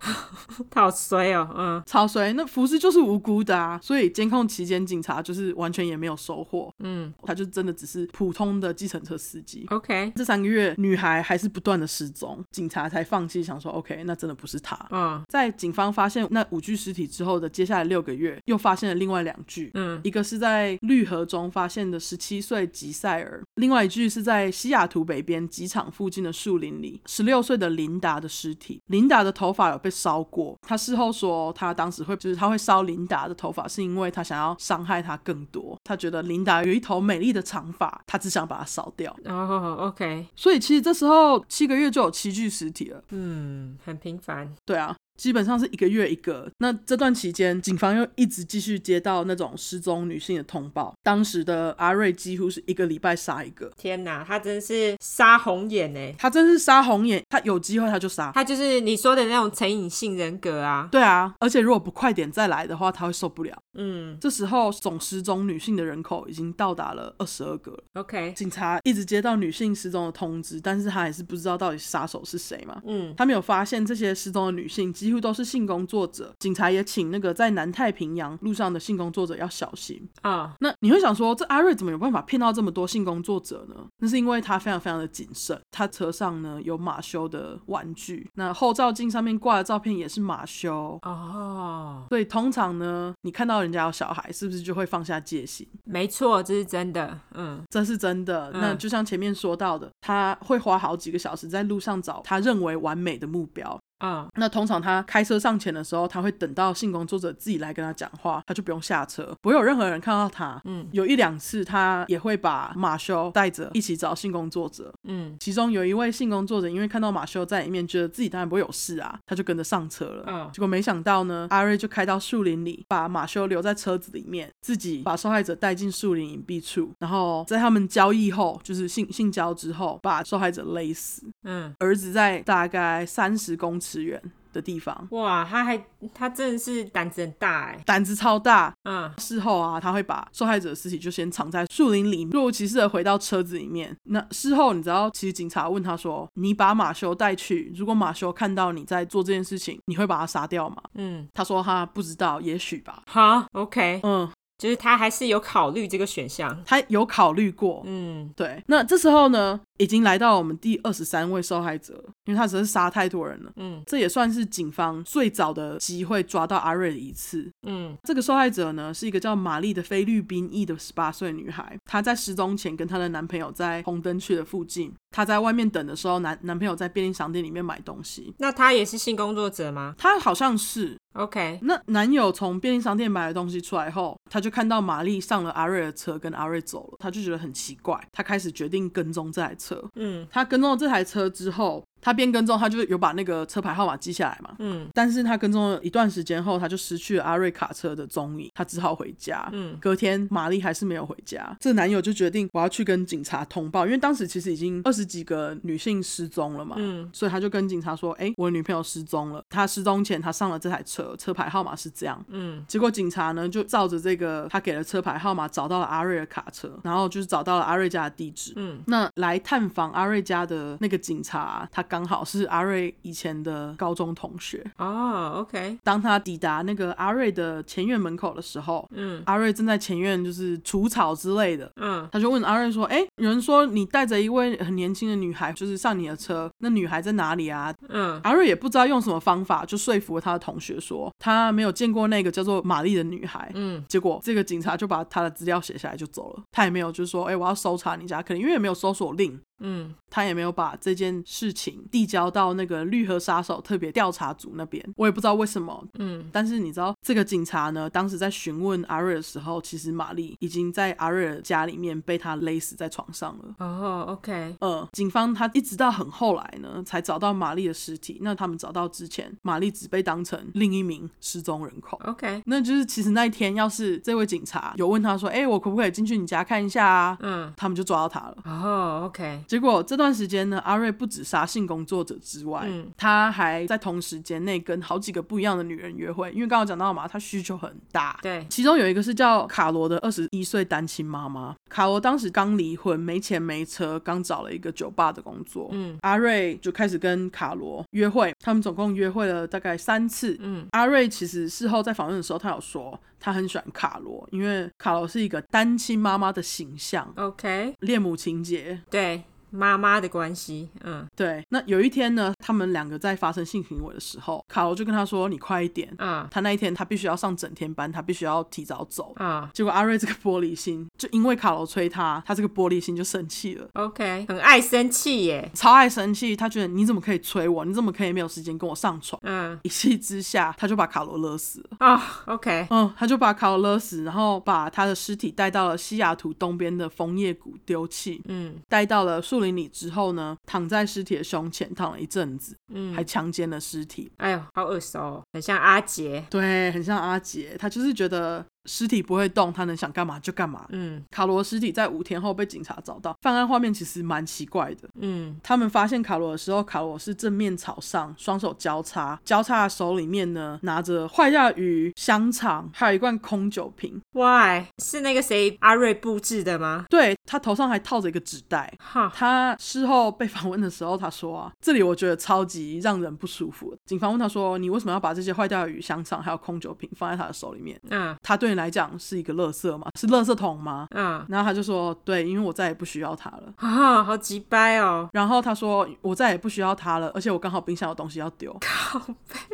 Speaker 2: 他好衰哦，嗯
Speaker 1: 超衰。那福斯就是无辜的啊，所以监控期间警察就是完全也没有收获，
Speaker 2: 嗯
Speaker 1: 他就真的只是普通的计程车司机。
Speaker 2: ，OK，
Speaker 1: 这三个月，女孩还是不断的失踪，警察才放弃，想说 OK，那真的不是她。
Speaker 2: 嗯
Speaker 1: 在警方发现那五具尸体之后的接下来六个月，又发现了另外两具，
Speaker 2: 嗯
Speaker 1: 一个是在绿河中发现的十七岁吉塞尔，另外一具是在西雅图北边机场附近的树林里，十六岁的琳达的尸体。琳达的头发有被烧过，她事后说她当时会就是她会烧琳达的头发，是因为她想要伤害她更多，她觉得琳达有一头美丽的长发，她只想把它烧掉。
Speaker 2: 哦，OK，
Speaker 1: 所以其实这时候七个月就有七具尸体了，
Speaker 2: 嗯，很频繁，
Speaker 1: 对啊，基本上是一个月一个。那这段期间，警方又一直继续接到那种失踪女性的通报，当时的阿瑞几乎是一个礼拜杀一个，
Speaker 2: 天哪，他真是杀红眼哎，
Speaker 1: 他真是杀红眼，他有机会他就杀。
Speaker 2: 他就是你说的那种成瘾性人格啊，
Speaker 1: 对啊，而且如果不快点再来的话，他会受不了。
Speaker 2: 嗯
Speaker 1: 这时候，总失踪女性的人口已经到达了二十二个了。
Speaker 2: ，OK，
Speaker 1: 警察一直接到女性失踪的通知，但是他还是不知道到底杀手是谁嘛。
Speaker 2: 嗯
Speaker 1: 他们有发现这些失踪的女性几几乎都是性工作者，警察也请那个在南太平洋路上的性工作者要小心。
Speaker 2: 啊、
Speaker 1: 那你会想说，这阿瑞怎么有办法骗到这么多性工作者呢？那是因为他非常非常的谨慎，他车上呢有马修的玩具，那后照镜上面挂的照片也是马修。
Speaker 2: 哦，
Speaker 1: 所以通常呢，你看到人家有小孩，是不是就会放下戒心？
Speaker 2: 没错，这是真的。嗯，
Speaker 1: 这是真的。
Speaker 2: 嗯
Speaker 1: 那就像前面说到的，他会花好几个小时在路上找他认为完美的目标。
Speaker 2: 啊、
Speaker 1: 那通常他开车上前的时候，他会等到性工作者自己来跟他讲话，他就不用下车，不会有任何人看到他。
Speaker 2: 嗯
Speaker 1: 有一两次，他也会把马修带着一起找性工作者。
Speaker 2: 嗯
Speaker 1: 其中有一位性工作者，因为看到马修在里面，觉得自己当然不会有事啊，他就跟着上车了。
Speaker 2: 嗯
Speaker 1: 结果没想到呢，阿瑞就开到树林里，把马修留在车子里面，自己把受害者带进树林隐蔽处，然后在他们交易后，就是性性交之后，把受害者勒死。
Speaker 2: 嗯，
Speaker 1: 儿子在大概三十公尺远的地方，
Speaker 2: 哇，他还他真的是胆子很大哎。
Speaker 1: 胆子超大。
Speaker 2: 嗯
Speaker 1: 事后啊，他会把受害者的尸体就先藏在树林里，若无其事的回到车子里面。那事后你知道，其实警察问他说：“你把马修带去，如果马修看到你在做这件事情，你会把他杀掉吗
Speaker 2: 嗯，？”
Speaker 1: 他说他不知道，也许吧。
Speaker 2: 好，OK，
Speaker 1: 嗯，
Speaker 2: 就是他还是有考虑这个选项。
Speaker 1: 他有考虑过。
Speaker 2: 嗯
Speaker 1: 对，那这时候呢，已经来到我们第二十三位受害者，因为他只是杀太多人了。
Speaker 2: 嗯
Speaker 1: 这也算是警方最早的机会抓到阿瑞的一次。
Speaker 2: 嗯
Speaker 1: 这个受害者呢是一个叫玛丽的菲律宾裔的十八岁女孩，她在失踪前跟她的男朋友在红灯区的附近，她在外面等的时候，男男朋友在便利商店里面买东西。
Speaker 2: 那他也是性工作者吗
Speaker 1: 她好像是
Speaker 2: ？OK，
Speaker 1: 那男友从便利商店买了东西出来后，她就看到玛丽上了阿瑞的车，跟阿瑞走了，她就觉得很奇怪，她开始决定跟踪这台车。
Speaker 2: 嗯
Speaker 1: 她跟踪了这台车之后，她边跟踪，她就有把那个车牌号码记下来嘛。
Speaker 2: 嗯
Speaker 1: 但是他跟踪了一段时间后，他就失去了阿瑞卡车的踪影，他只好回家。
Speaker 2: 嗯
Speaker 1: 隔天玛丽还是没有回家，这男友就决定我要去跟警察通报，因为当时其实已经二十几个女性失踪了嘛。
Speaker 2: 嗯
Speaker 1: 所以他就跟警察说：“哎、我的女朋友失踪了。她失踪前，她上了这台车，车牌号码是这样。
Speaker 2: 嗯
Speaker 1: 结果警察呢，就照着这个他给的车牌号码，找到了阿瑞的卡车，然后就是找到了阿瑞家的地址。
Speaker 2: 嗯
Speaker 1: 那来探访阿瑞家的那个警察，他刚好是阿瑞以前的高中同学。
Speaker 2: 哦，OK，
Speaker 1: 当他抵达那个阿瑞的前院门口的时候，
Speaker 2: 嗯
Speaker 1: 阿瑞正在前院就是除草之类的。
Speaker 2: 嗯
Speaker 1: 他就问阿瑞说：“哎、有人说你带着一位很年轻的女孩，就是上你的车，那女孩在哪里啊
Speaker 2: 嗯？”
Speaker 1: 阿瑞也不知道用什么方法，就说服了他的同学说他没有见过那个叫做玛丽的女孩。
Speaker 2: 嗯
Speaker 1: 结果这个警察就把他的资料写下来就走了，他也没有就是说：“哎、我要搜查你家，可能因为也没有搜索令。”
Speaker 2: 嗯
Speaker 1: 他也没有把这件事情递交到那个绿河杀手特别调查组那边，我也不知道为什么，
Speaker 2: 嗯
Speaker 1: 但是你知道，这个警察呢，当时在询问阿瑞的时候，其实玛丽已经在阿瑞的家里面被他勒死在床上了。
Speaker 2: 哦，OK，
Speaker 1: 呃，警方他一直到很后来呢，才找到玛丽的尸体。那他们找到之前，玛丽只被当成另一名失踪人口。
Speaker 2: OK，
Speaker 1: 那就是其实那一天，要是这位警察有问他说：“哎、我可不可以进去你家看一下啊？”
Speaker 2: 嗯，
Speaker 1: 他们就抓到他了。
Speaker 2: 哦，OK，
Speaker 1: 结果这段时间呢，阿瑞不止杀性工作者之外，
Speaker 2: 嗯
Speaker 1: 他还在同时间内跟好几个不一样的女人约会，因为刚刚讲到嘛，他需求很大。
Speaker 2: 对，
Speaker 1: 其中有一个是叫卡罗的二十一岁单亲妈妈，卡罗当时刚离婚，没钱没车，刚找了一个酒吧的工作。
Speaker 2: 嗯
Speaker 1: 阿瑞就开始跟卡罗约会，他们总共约会了大概三次。
Speaker 2: 嗯
Speaker 1: 阿瑞其实事后在访问的时候，他有说他很喜欢卡罗，因为卡罗是一个单亲妈妈的形象，
Speaker 2: ，OK，
Speaker 1: 恋母情节，
Speaker 2: 对，妈妈的关系，嗯
Speaker 1: 对，那有一天呢，他们两个在发生性行为的时候，卡罗就跟他说：“你快一点。
Speaker 2: 啊”
Speaker 1: 他那一天他必须要上整天班，他必须要提早走。
Speaker 2: 啊
Speaker 1: 结果阿瑞这个玻璃心，就因为卡罗催他，他这个玻璃心就生气了，
Speaker 2: ，OK，很爱生气耶，
Speaker 1: 超爱生气。他觉得你怎么可以催我？你怎么可以没有时间跟我上床？ *laughs*
Speaker 2: 嗯
Speaker 1: 一气之下，他就把卡罗勒死了。
Speaker 2: 哦，OK，
Speaker 1: 嗯，他就把卡罗勒死，然后把他的尸体带到了西雅图东边的枫叶谷丢弃。
Speaker 2: 嗯
Speaker 1: 带到了树林里之后呢，躺在尸体的胸前躺了一阵子，
Speaker 2: 嗯
Speaker 1: 还，强奸了尸体。
Speaker 2: 哎呦，好耳熟哦，很像阿杰，
Speaker 1: 对，很像阿杰，他就是觉得尸体不会动，他能想干嘛就干嘛。
Speaker 2: 嗯
Speaker 1: 卡罗尸体在五天后被警察找到，犯案画面其实蛮奇怪的。
Speaker 2: 嗯
Speaker 1: 他们发现卡罗的时候，卡罗是正面朝上，双手交叉，交叉的手里面呢拿着坏掉的鱼、香肠，还有一罐空酒瓶。
Speaker 2: ，Why 是那个谁阿瑞布置的吗？
Speaker 1: 对他头上还套着一个纸袋。
Speaker 2: 哈，
Speaker 1: 他事后被访问的时候，他说啊，这里我觉得超级让人不舒服的。警方问他说，你为什么要把这些坏掉的鱼、香肠还有空酒瓶放在他的手里面？
Speaker 2: 嗯
Speaker 1: 他对你来讲是一个垃圾吗？是垃圾桶吗？
Speaker 2: 嗯，
Speaker 1: 然后他就说，对，因为我再也不需要它了。
Speaker 2: 啊，好急掰哦，
Speaker 1: 然后他说，我再也不需要它了，而且我刚好冰箱有东西要丢，
Speaker 2: 靠，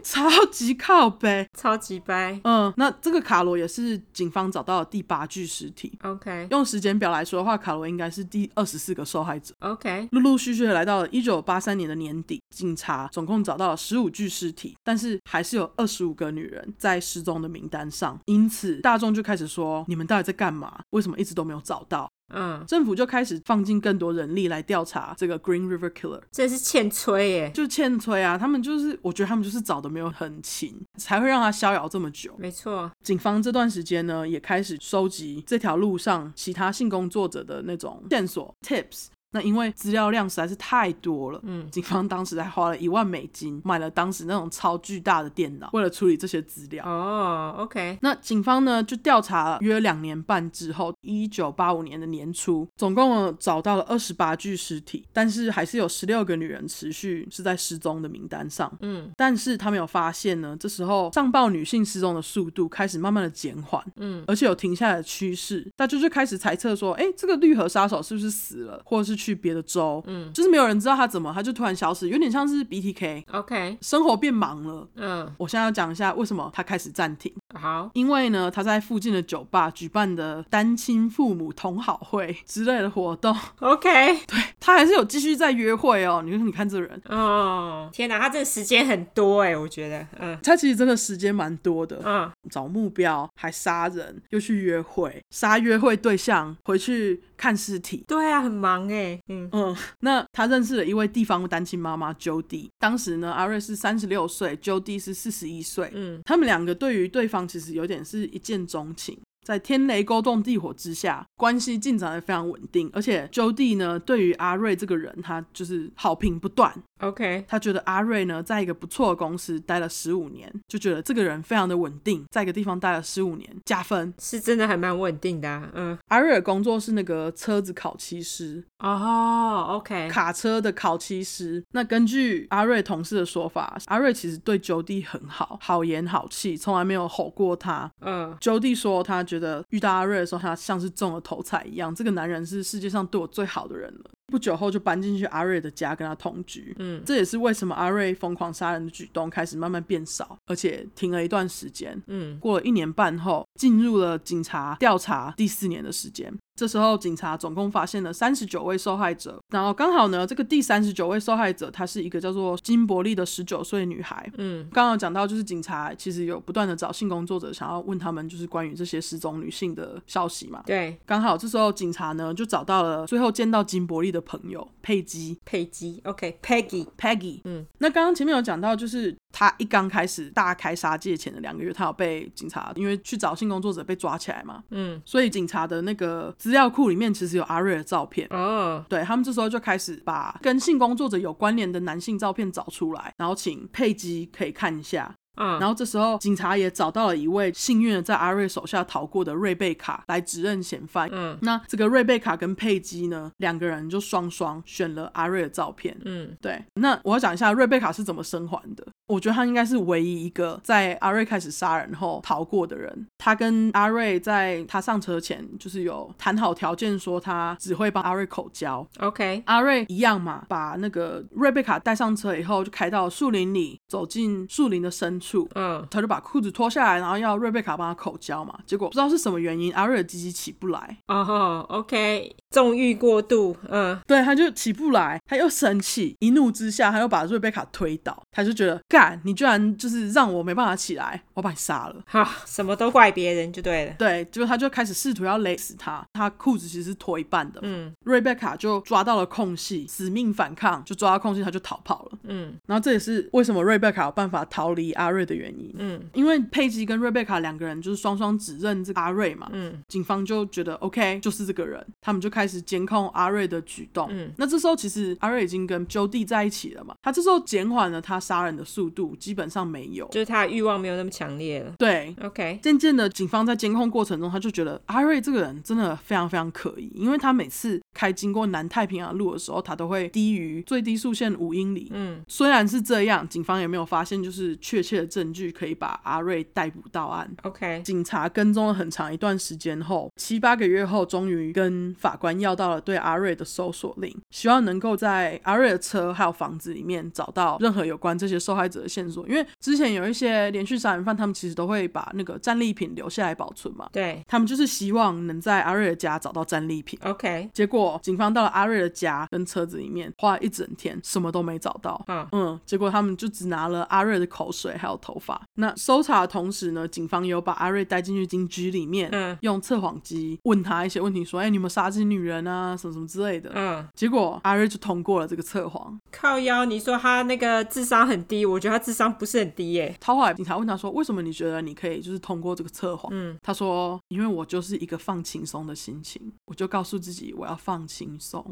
Speaker 1: 超级靠背。
Speaker 2: 超级掰。
Speaker 1: 嗯，那这个卡罗也是警方找到的第八具尸体。
Speaker 2: OK
Speaker 1: 用时间表来说的话，卡罗应该是第二十四个受害者。
Speaker 2: OK，
Speaker 1: 陆陆续续的来到了一九八三年的年底，警察总共找到了十五具尸体，但是还是有二十五个女人在失踪的名单上，因此大众就开始说：你们到底在干嘛？为什么一直都没有找到？
Speaker 2: 嗯，
Speaker 1: 政府就开始放进更多人力来调查这个 Green River Killer。
Speaker 2: 这是欠催耶，
Speaker 1: 就欠催啊，他们就是，我觉得他们就是找的没有很勤，才会让他逍遥这么久。
Speaker 2: 没错，
Speaker 1: 警方这段时间呢，也开始收集这条路上其他性工作者的那种线索 tips。那因为资料量实在是太多了，
Speaker 2: 嗯
Speaker 1: 警方当时还花了一万美金买了当时那种超巨大的电脑，为了处理这些资料。
Speaker 2: 哦，OK，
Speaker 1: 那警方呢就调查了约两年半之后，一九八五年的年初，总共呃找到了二十八具尸体，但是还是有十六个女人持续是在失踪的名单上。
Speaker 2: 嗯
Speaker 1: 但是他们有发现呢，这时候上报女性失踪的速度开始慢慢的减缓，
Speaker 2: 嗯
Speaker 1: 而且有停下来的趋势。大家就开始猜测说，哎，这个绿河杀手是不是死了，或者是去别的州？
Speaker 2: 嗯
Speaker 1: 就是没有人知道他怎么，他就突然消失，有点像是 BTK，
Speaker 2: ，OK，
Speaker 1: 生活变忙了。
Speaker 2: 嗯，
Speaker 1: 我现在要讲一下为什么他开始暂停，
Speaker 2: 好，
Speaker 1: 因为呢，他在附近的酒吧举办的单亲父母同好会之类的活动，
Speaker 2: OK，
Speaker 1: 他还是有继续在约会哦。你你看这人，
Speaker 2: 哦，天哪，他这个时间很多哎，我觉得，嗯
Speaker 1: 他其实真的时间蛮多的，
Speaker 2: 嗯
Speaker 1: 找目标，还杀人，又去约会，杀约会对象，回去看尸体。
Speaker 2: 对啊，很忙哎，嗯
Speaker 1: 嗯，那他认识了一位地方单亲妈妈 Jody，当时呢，阿瑞是三十六岁，Jody 是四十一岁。
Speaker 2: 嗯
Speaker 1: 他们两个对于对方其实有点是一见钟情，在天雷勾动地火之下，关系进展的非常稳定。而且 Jody 呢，对于阿瑞这个人，他就是好评不断，
Speaker 2: ，OK，
Speaker 1: 他觉得阿瑞呢，在一个不错的公司待了十五年，就觉得这个人非常的稳定，在一个地方待了十五年，加分。
Speaker 2: 是真的还蛮稳定的啊，嗯，
Speaker 1: 阿瑞的工作是那个车子烤漆师，
Speaker 2: 哦，OK，
Speaker 1: 卡车的烤漆师。那根据阿瑞同事的说法，阿瑞其实对 Jody 很好，好言好气，从来没有吼过他。
Speaker 2: 嗯
Speaker 1: Jody 说，他觉得遇到阿瑞的时候，他像是中了头彩一样，这个男人是世界上对我最好的人了。不久后就搬进去阿瑞的家，跟他同居。
Speaker 2: 嗯
Speaker 1: 这也是为什么阿瑞疯狂杀人的举动开始慢慢变少，而且停了一段时间。
Speaker 2: 嗯
Speaker 1: 过了一年半后，进入了警察调查第四年的时间。这时候，警察总共发现了三十九位受害者，然后刚好呢，这个第三十九位受害者，她是一个叫做金伯利的十九岁女孩。
Speaker 2: 嗯
Speaker 1: 刚刚有讲到，就是警察其实有不断的找性工作者，想要问他们就是关于这些失踪女性的消息嘛。
Speaker 2: 对，
Speaker 1: 刚好这时候警察呢就找到了最后见到金伯利的朋友佩姬，
Speaker 2: 佩姬，OK，Peggy，
Speaker 1: Peggy，
Speaker 2: 嗯，
Speaker 1: 那刚刚前面有讲到，就是他一刚开始大开杀戒前的两个月，他有被警察因为去找性工作者被抓起来嘛，
Speaker 2: 嗯，
Speaker 1: 所以警察的那个资料库里面其实有阿瑞的照片。
Speaker 2: 哦，
Speaker 1: 对他们这时候就开始把跟性工作者有关联的男性照片找出来，然后请佩姬可以看一下。
Speaker 2: 嗯，
Speaker 1: 然后这时候警察也找到了一位幸运的在阿瑞手下逃过的瑞贝卡来指认嫌犯。
Speaker 2: 嗯
Speaker 1: 那这个瑞贝卡跟佩姬呢，两个人就双双选了阿瑞的照片。
Speaker 2: 嗯
Speaker 1: 对，那我要讲一下瑞贝卡是怎么生还的。我觉得他应该是唯一一个在阿瑞开始杀人后逃过的人。他跟阿瑞在他上车前，就是有谈好条件，说他只会帮阿瑞口交。
Speaker 2: ，OK，
Speaker 1: 阿瑞一样嘛，把那个瑞贝卡带上车以后，就开到树林里，走进树林的深处。
Speaker 2: 嗯
Speaker 1: 他就把裤子脱下来，然后要瑞贝卡帮他口交嘛。结果不知道是什么原因，阿瑞的鸡鸡起不来，
Speaker 2: 哦，OK，纵欲过度，嗯
Speaker 1: 对，他就起不来，他又生气，一怒之下，他又把瑞贝卡推倒，他就觉得，干干，你居然就是让我没办法起来，我把你杀了。
Speaker 2: 啊，什么都怪别人就对了。
Speaker 1: 对，结果他就开始试图要勒死他，他裤子其实是脱一半的。
Speaker 2: 嗯
Speaker 1: 瑞贝卡就抓到了空隙，死命反抗，就抓到空隙，他就逃跑了。
Speaker 2: 嗯
Speaker 1: 然后这也是为什么瑞贝卡有办法逃离阿瑞的原因，
Speaker 2: 嗯
Speaker 1: 因为佩姬跟瑞贝卡两个人就是双双指认这个阿瑞嘛，
Speaker 2: 嗯
Speaker 1: 警方就觉得 OK 就是这个人，他们就开始监控阿瑞的举动。
Speaker 2: 嗯
Speaker 1: 那这时候其实阿瑞已经跟 Jody 在一起了嘛，他这时候减缓了他杀人的速度，基本上没有。
Speaker 2: 就是他的欲望没有那么强烈了。
Speaker 1: 对，
Speaker 2: OK，
Speaker 1: 渐渐的，警方在监控过程中，他就觉得阿瑞这个人真的非常非常可疑，因为他每次开经过南太平洋路的时候，他都会低于最低速限五英里。
Speaker 2: 嗯
Speaker 1: 虽然是这样，警方也没有发现就是确切的证据可以把阿瑞逮捕到案。
Speaker 2: ，OK，
Speaker 1: 警察跟踪了很长一段时间后，七八个月后，终于跟法官要到了对阿瑞的搜索令，希望能够在阿瑞的车还有房子里面找到任何有关这些受害者的线索。因为之前有一些连续杀人犯，他们其实都会把那个战利品留下来保存嘛，
Speaker 2: 对
Speaker 1: 他们就是希望能在阿瑞的家找到战利品。
Speaker 2: ，OK，
Speaker 1: 结果警方到了阿瑞的家跟车子里面，花了一整天，什么都没找到。
Speaker 2: 好，
Speaker 1: 嗯，结果他们就只拿了阿瑞的口水还有头发。那搜查的同时呢，警方有把阿瑞带进去警局里面，
Speaker 2: 嗯
Speaker 1: 用测谎机问他一些问题，说：“哎、你有没有杀这些女人啊？什么什么之类的。
Speaker 2: 嗯，
Speaker 1: 结果阿瑞就通过了这个测谎。
Speaker 2: 靠腰，你说他那个智商很低，我觉得他智商不是很低耶。
Speaker 1: 他后来警察问他说：“为什么你觉得你可以就是通过这个测谎？”
Speaker 2: 嗯
Speaker 1: 他说：“因为我就是一个放轻松的心情，我就告诉自己我要放轻松。”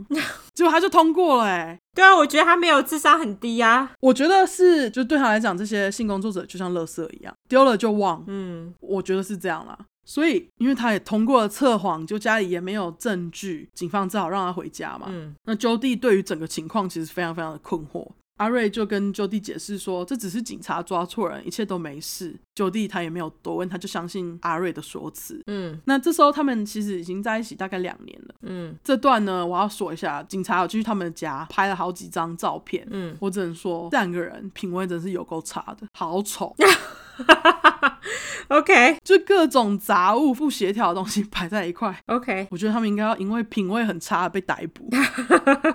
Speaker 1: 结果他就通过了、哎，
Speaker 2: 对啊，我觉得他没有智商很低啊。
Speaker 1: 我觉得是，就对他来讲，这些性工作者就像垃圾一样，丢了就忘。
Speaker 2: 嗯
Speaker 1: 我觉得是这样啦。所以，因为他也通过了测谎，就家里也没有证据，警方只好让他回家嘛。
Speaker 2: 嗯
Speaker 1: 那 Jody 对于整个情况其实非常非常的困惑。阿瑞就跟 Jody 解释说，这只是警察抓错人，一切都没事。Jody 他也没有多问，他就相信阿瑞的说辞。
Speaker 2: 嗯
Speaker 1: 那这时候他们其实已经在一起大概两年了。
Speaker 2: 嗯
Speaker 1: 这段呢，我要说一下，警察有去他们家拍了好几张照片。
Speaker 2: 嗯，
Speaker 1: 我只能说，这两个人品味真是有够差的，好丑。 *laughs*
Speaker 2: ，OK
Speaker 1: 就各种杂物、不协调的东西摆在一块。
Speaker 2: OK，
Speaker 1: 我觉得他们应该要因为品味很差被逮捕。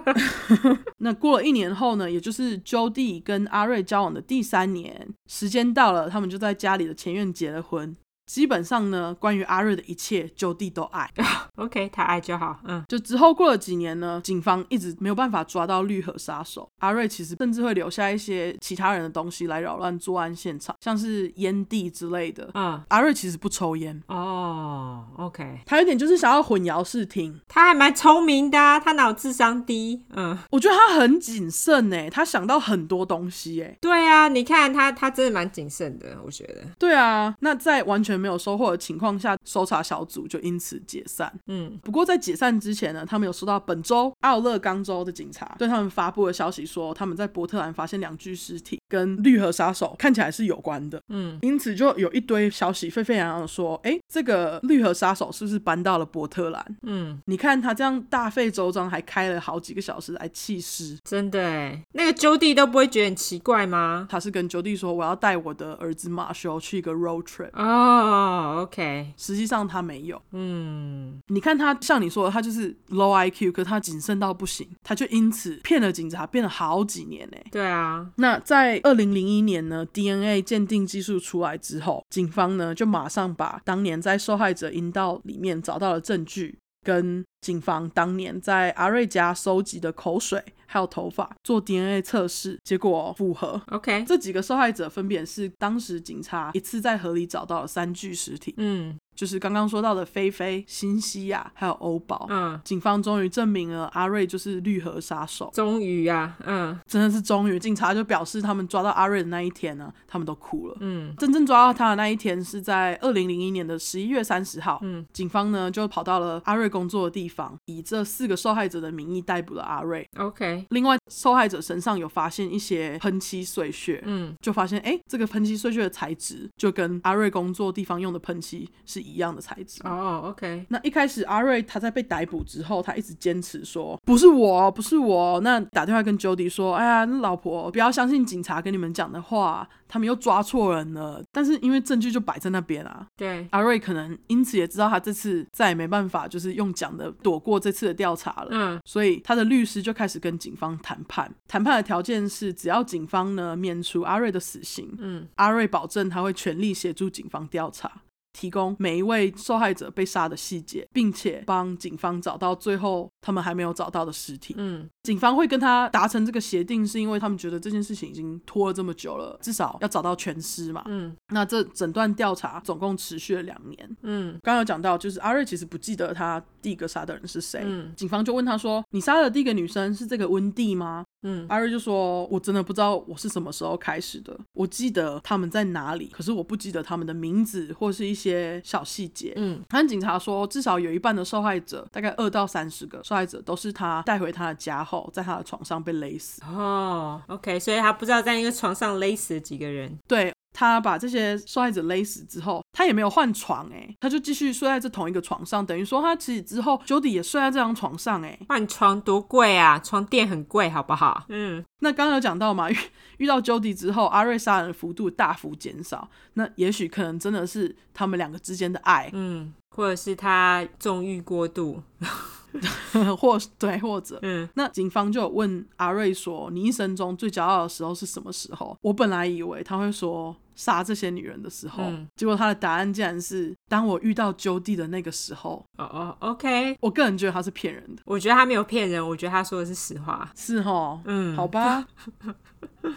Speaker 1: *laughs* 那过了一年后呢，也就是 Jody 跟阿瑞交往的第三年，时间到了，他们就在家里的前院结了婚。基本上呢，关于阿瑞的一切，Jody 都爱。
Speaker 2: OK，他爱就好，嗯
Speaker 1: 就之后过了几年呢，警方一直没有办法抓到绿河杀手阿瑞，其实甚至会留下一些其他人的东西来扰乱作案现场，像是烟蒂之类的。
Speaker 2: 嗯，
Speaker 1: 阿瑞其实不抽烟，
Speaker 2: 哦，OK，
Speaker 1: 他有点就是想要混淆视听。
Speaker 2: 他还蛮聪明的、啊，他脑智商低，嗯，
Speaker 1: 我觉得他很谨慎哎，他想到很多东西哎。
Speaker 2: 对啊，你看他他真的蛮谨慎的，我觉得，
Speaker 1: 对啊，那在完全没有收获的情况下，搜查小组就因此解散。
Speaker 2: 嗯
Speaker 1: 不过在解散之前呢，他们有收到本州奥勒冈州的警察对他们发布的消息说，他们在波特兰发现两具尸体，跟绿河杀手看起来是有关的。
Speaker 2: 嗯
Speaker 1: 因此就有一堆消息沸沸扬扬的说，哎，这个绿河杀手是不是搬到了波特兰？
Speaker 2: 嗯，
Speaker 1: 你看他这样大费周章，还开了好几个小时来弃尸。
Speaker 2: 真的哎，那个 Jody 都不会觉得很奇怪吗？
Speaker 1: 他是跟 Jody 说我要带我的儿子马修去一个 road trip，
Speaker 2: 哦，OK，
Speaker 1: 实际上他没有。
Speaker 2: 嗯
Speaker 1: 你看他像你说的，他就是 low IQ，可他谨慎到不行，他就因此骗了警察，骗了好几年呢。，
Speaker 2: 对啊，
Speaker 1: 那在二零零一年呢，DNA 鉴定技术出来之后，警方呢就马上把当年在受害者阴道里面找到的证据，跟警方当年在阿瑞家收集的口水还有头发做 DNA 测试，结果符合。
Speaker 2: ，OK，
Speaker 1: 这几个受害者分别是当时警察一次在河里找到了三具尸体，
Speaker 2: 嗯
Speaker 1: 就是刚刚说到的菲菲、新西亚还有欧宝。
Speaker 2: 嗯，
Speaker 1: 警方终于证明了阿瑞就是绿河杀手，
Speaker 2: 终于啊，嗯
Speaker 1: 真的是终于，警察就表示他们抓到阿瑞的那一天呢，他们都哭了。
Speaker 2: 嗯
Speaker 1: 真正抓到他的那一天是在二零零一年的十一月三十号，
Speaker 2: 嗯
Speaker 1: 警方呢就跑到了阿瑞工作的地方，以这四个受害者的名义逮捕了阿瑞。
Speaker 2: ，OK，
Speaker 1: 另外，受害者身上有发现一些喷漆碎屑，
Speaker 2: 嗯
Speaker 1: 就发现哎，诶这个喷漆碎屑的材质就跟阿瑞工作地方用的喷漆是一一样的材质。
Speaker 2: 哦，OK，
Speaker 1: 那一开始阿瑞他在被逮捕之后，他一直坚持说不是我，不是我。那打电话跟 Jody 说，哎呀，那老婆不要相信警察跟你们讲的话，他们又抓错人了。但是因为证据就摆在那边啊，
Speaker 2: 对，
Speaker 1: 阿瑞可能因此也知道他这次再也没办法，就是用讲的躲过这次的调查了。
Speaker 2: 嗯，
Speaker 1: 所以他的律师就开始跟警方谈判，谈判的条件是，只要警方呢免除阿瑞的死刑，
Speaker 2: 嗯，
Speaker 1: 阿瑞保证他会全力协助警方调查，提供每一位受害者被杀的细节，并且帮警方找到最后他们还没有找到的尸体。
Speaker 2: 嗯，
Speaker 1: 警方会跟他达成这个协定，是因为他们觉得这件事情已经拖了这么久了，至少要找到全尸嘛。
Speaker 2: 嗯，
Speaker 1: 那这整段调查总共持续了两年。
Speaker 2: 嗯，
Speaker 1: 刚刚有讲到，就是阿瑞其实不记得他第一个杀的人是谁。
Speaker 2: 嗯
Speaker 1: 警方就问他说：“你杀的第一个女生是这个温蒂吗？”
Speaker 2: 嗯，
Speaker 1: 阿瑞就说：“我真的不知道我是什么时候开始的，我记得他们在哪里，可是我不记得他们的名字或是一些小细节。”
Speaker 2: 嗯，
Speaker 1: 他跟警察说，至少有一半的受害者，大概二到三十个受害者，都是他带回他的家后，在他的床上被勒死。
Speaker 2: 哦，OK，所以他不知道在那个床上勒死了几个人。
Speaker 1: 对他把这些受害者勒死之后，他也没有换床、欸，他就继续睡在这同一个床上，等于说他其实之后 Jody 也睡在这张床上、欸，
Speaker 2: 换床多贵啊，床垫很贵，好不好？嗯，
Speaker 1: 那刚刚有讲到嘛，遇 *laughs* 遇到 Jody 之后，阿瑞杀人的幅度大幅减少，那也许可能真的是他们两个之间的爱， *laughs*
Speaker 2: 嗯，或者是他纵欲过度，
Speaker 1: 或对，或者
Speaker 2: 嗯
Speaker 1: 那警方就有问阿瑞说：“你一生中最骄傲的时候是什么时候？”我本来以为他会说杀这些女人的时候，
Speaker 2: 嗯
Speaker 1: 结果他的答案竟然是当我遇到 Jody 的那个时候。
Speaker 2: 哦哦，OK，
Speaker 1: 我个人觉得他是骗人的，
Speaker 2: 我觉得他没有骗人，我觉得他说的是实话。
Speaker 1: 是哦，
Speaker 2: 嗯，
Speaker 1: 好吧。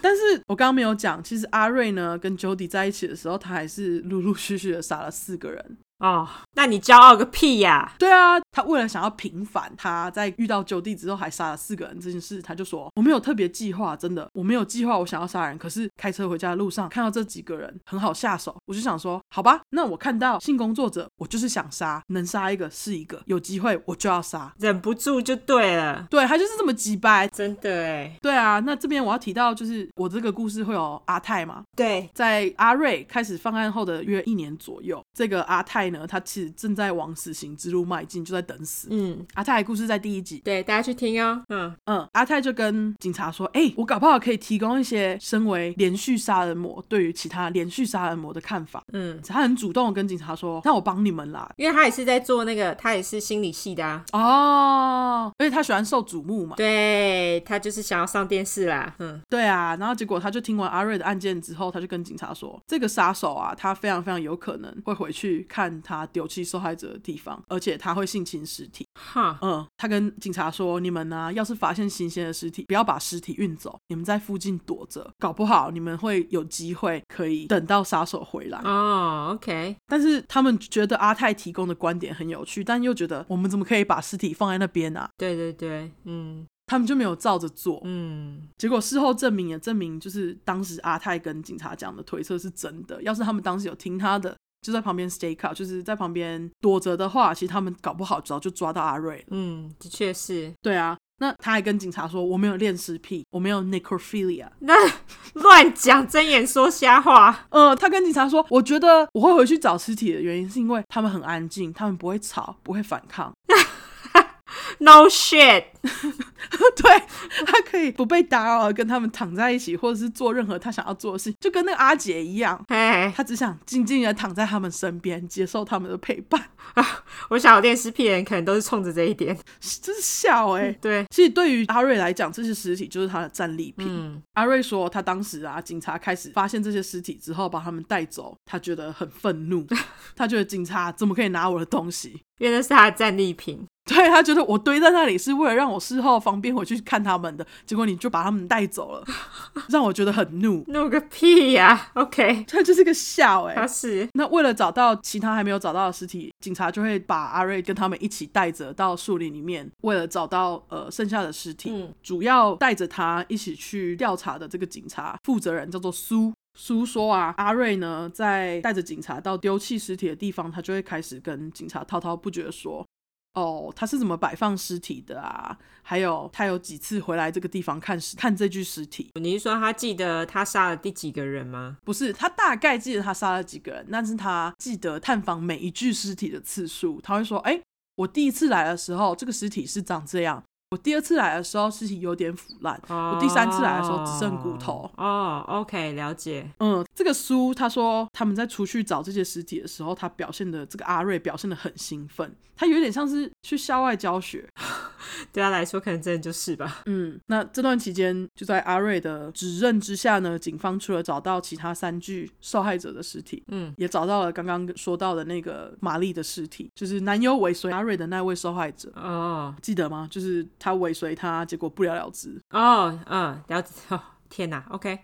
Speaker 1: 但是我刚刚没有讲，其实阿瑞呢跟 Jody 在一起的时候，他还是陆陆续续的杀了四个人。
Speaker 2: 哦，那你骄傲个屁呀、
Speaker 1: 对啊，他为了想要平反他在遇到 Jody 之后还杀了四个人这件事，他就说我没有特别计划，真的我没有计划我想要杀人，可是开车回家的路上看到这几个人很好下手，我就想说好吧，那我看到性工作者，我就是想杀，能杀一个是一个，有机会我就要杀。
Speaker 2: 忍不住就对了，
Speaker 1: 对他就是这么急掰，
Speaker 2: 真的哎，
Speaker 1: 对啊，那这边我要提到，就是我这个故事会有阿泰嘛，
Speaker 2: 对，
Speaker 1: 在阿瑞开始犯案后的约一年左右，这个阿泰呢，他其实正在往死刑之路迈进，就在等死。
Speaker 2: 嗯，
Speaker 1: 阿泰的故事在第一集，
Speaker 2: 对，大家去听哦，嗯，
Speaker 1: 嗯，阿泰就跟警察说：“哎、我搞不好可以提供一些身为连续杀人魔对于其他连续杀人魔的看法。”
Speaker 2: 嗯，
Speaker 1: 他很主动地跟警察说：“那我帮你们啦。
Speaker 2: 因为他也是在做那个，他也是心理系的啊，”
Speaker 1: 哦，因为他喜欢受瞩目嘛。
Speaker 2: 对他就是想要上电视啦，嗯，
Speaker 1: 对啊，然后结果他就听完阿瑞的案件之后，他就跟警察说：“这个杀手啊，他非常非常有可能会回去看他丢弃受害者的地方，而且他会性侵尸体。”
Speaker 2: 哈，
Speaker 1: 嗯，他跟警察说：“你们呢、啊要是发现新鲜的尸体，不要把尸体运走，你们在附近躲着，搞不好你们会有机会可以等到杀手回来。
Speaker 2: 哦，OK，
Speaker 1: 但是他们觉得阿泰提供的观点很有趣，但又觉得我们怎么可以把尸体放在那边啊？
Speaker 2: 对对对，嗯
Speaker 1: 他们就没有照着做。
Speaker 2: 嗯，
Speaker 1: 结果事后证明也证明，就是当时阿泰跟警察讲的推测是真的。要是他们当时有听他的，就在旁边 stay out，就是在旁边躲着的话，其实他们搞不好早就抓到阿瑞了。
Speaker 2: 嗯，的确是。
Speaker 1: 对啊，那他还跟警察说我没有恋尸癖，我没有 necrophilia。
Speaker 2: 那 *laughs* 乱讲睁眼说瞎话，
Speaker 1: 呃，他跟警察说，我觉得我会回去找尸体的原因是因为他们很安静，他们不会吵，不会反抗。 *laughs*
Speaker 2: ，no shit，
Speaker 1: 对他可以不被打扰，跟他们躺在一起，或者是做任何他想要做的事，就跟那个阿姐一样。
Speaker 2: 哎，
Speaker 1: 他只想静静的躺在他们身边，接受他们的陪伴， *laughs*
Speaker 2: 我想有恋尸癖的人可能都是冲着这一点，
Speaker 1: 真是笑哎、
Speaker 2: 对，
Speaker 1: 其实对于阿瑞来讲，这些尸体就是他的战利品。
Speaker 2: 嗯
Speaker 1: 阿瑞说，他当时啊，警察开始发现这些尸体之后，把他们带走，他觉得很愤怒， *laughs* 他觉得警察怎么可以拿我的东西？
Speaker 2: 因为那是他的战利品，
Speaker 1: 对他觉得我堆在那里是为了让我事后方便回去看他们的，结果你就把他们带走了，让我觉得很怒。
Speaker 2: 弄个屁呀、o k
Speaker 1: 他就是个笑哎、
Speaker 2: 他是，
Speaker 1: 那为了找到其他还没有找到的尸体，警察就会把阿瑞跟他们一起带着到树林里面，为了找到呃剩下的尸体。
Speaker 2: 嗯
Speaker 1: 主要带着他一起去调查的这个警察负责人叫做苏。苏说啊，阿瑞呢在带着警察到丢弃尸体的地方，他就会开始跟警察滔滔不绝地说。哦，他是怎么摆放尸体的啊？还有他有几次回来这个地方看尸看这具尸体？
Speaker 2: 你是说他记得他杀了第几个人吗？
Speaker 1: 不是，他大概记得他杀了几个人，但是他记得探访每一具尸体的次数。他会说：“哎、我第一次来的时候，这个尸体是长这样；我第二次来的时候，尸体有点腐烂；
Speaker 2: 哦
Speaker 1: 我第三次来的时候只剩骨头。
Speaker 2: 哦，OK，了解。
Speaker 1: 嗯，这个苏他说他们在出去找这些尸体的时候，他表现的这个阿瑞表现的很兴奋，他有点像是去校外教学。
Speaker 2: 对他来说，可能真的就是吧。
Speaker 1: 嗯，那这段期间就在阿瑞的指认之下呢，警方除了找到其他三具受害者的尸体，
Speaker 2: 嗯，
Speaker 1: 也找到了刚刚说到的那个玛丽的尸体，就是男友尾随阿瑞的那位受害者。
Speaker 2: 哦
Speaker 1: 记得吗？就是他尾随他，结果不了了之。
Speaker 2: 哦，嗯，了解。哦，天哪，OK，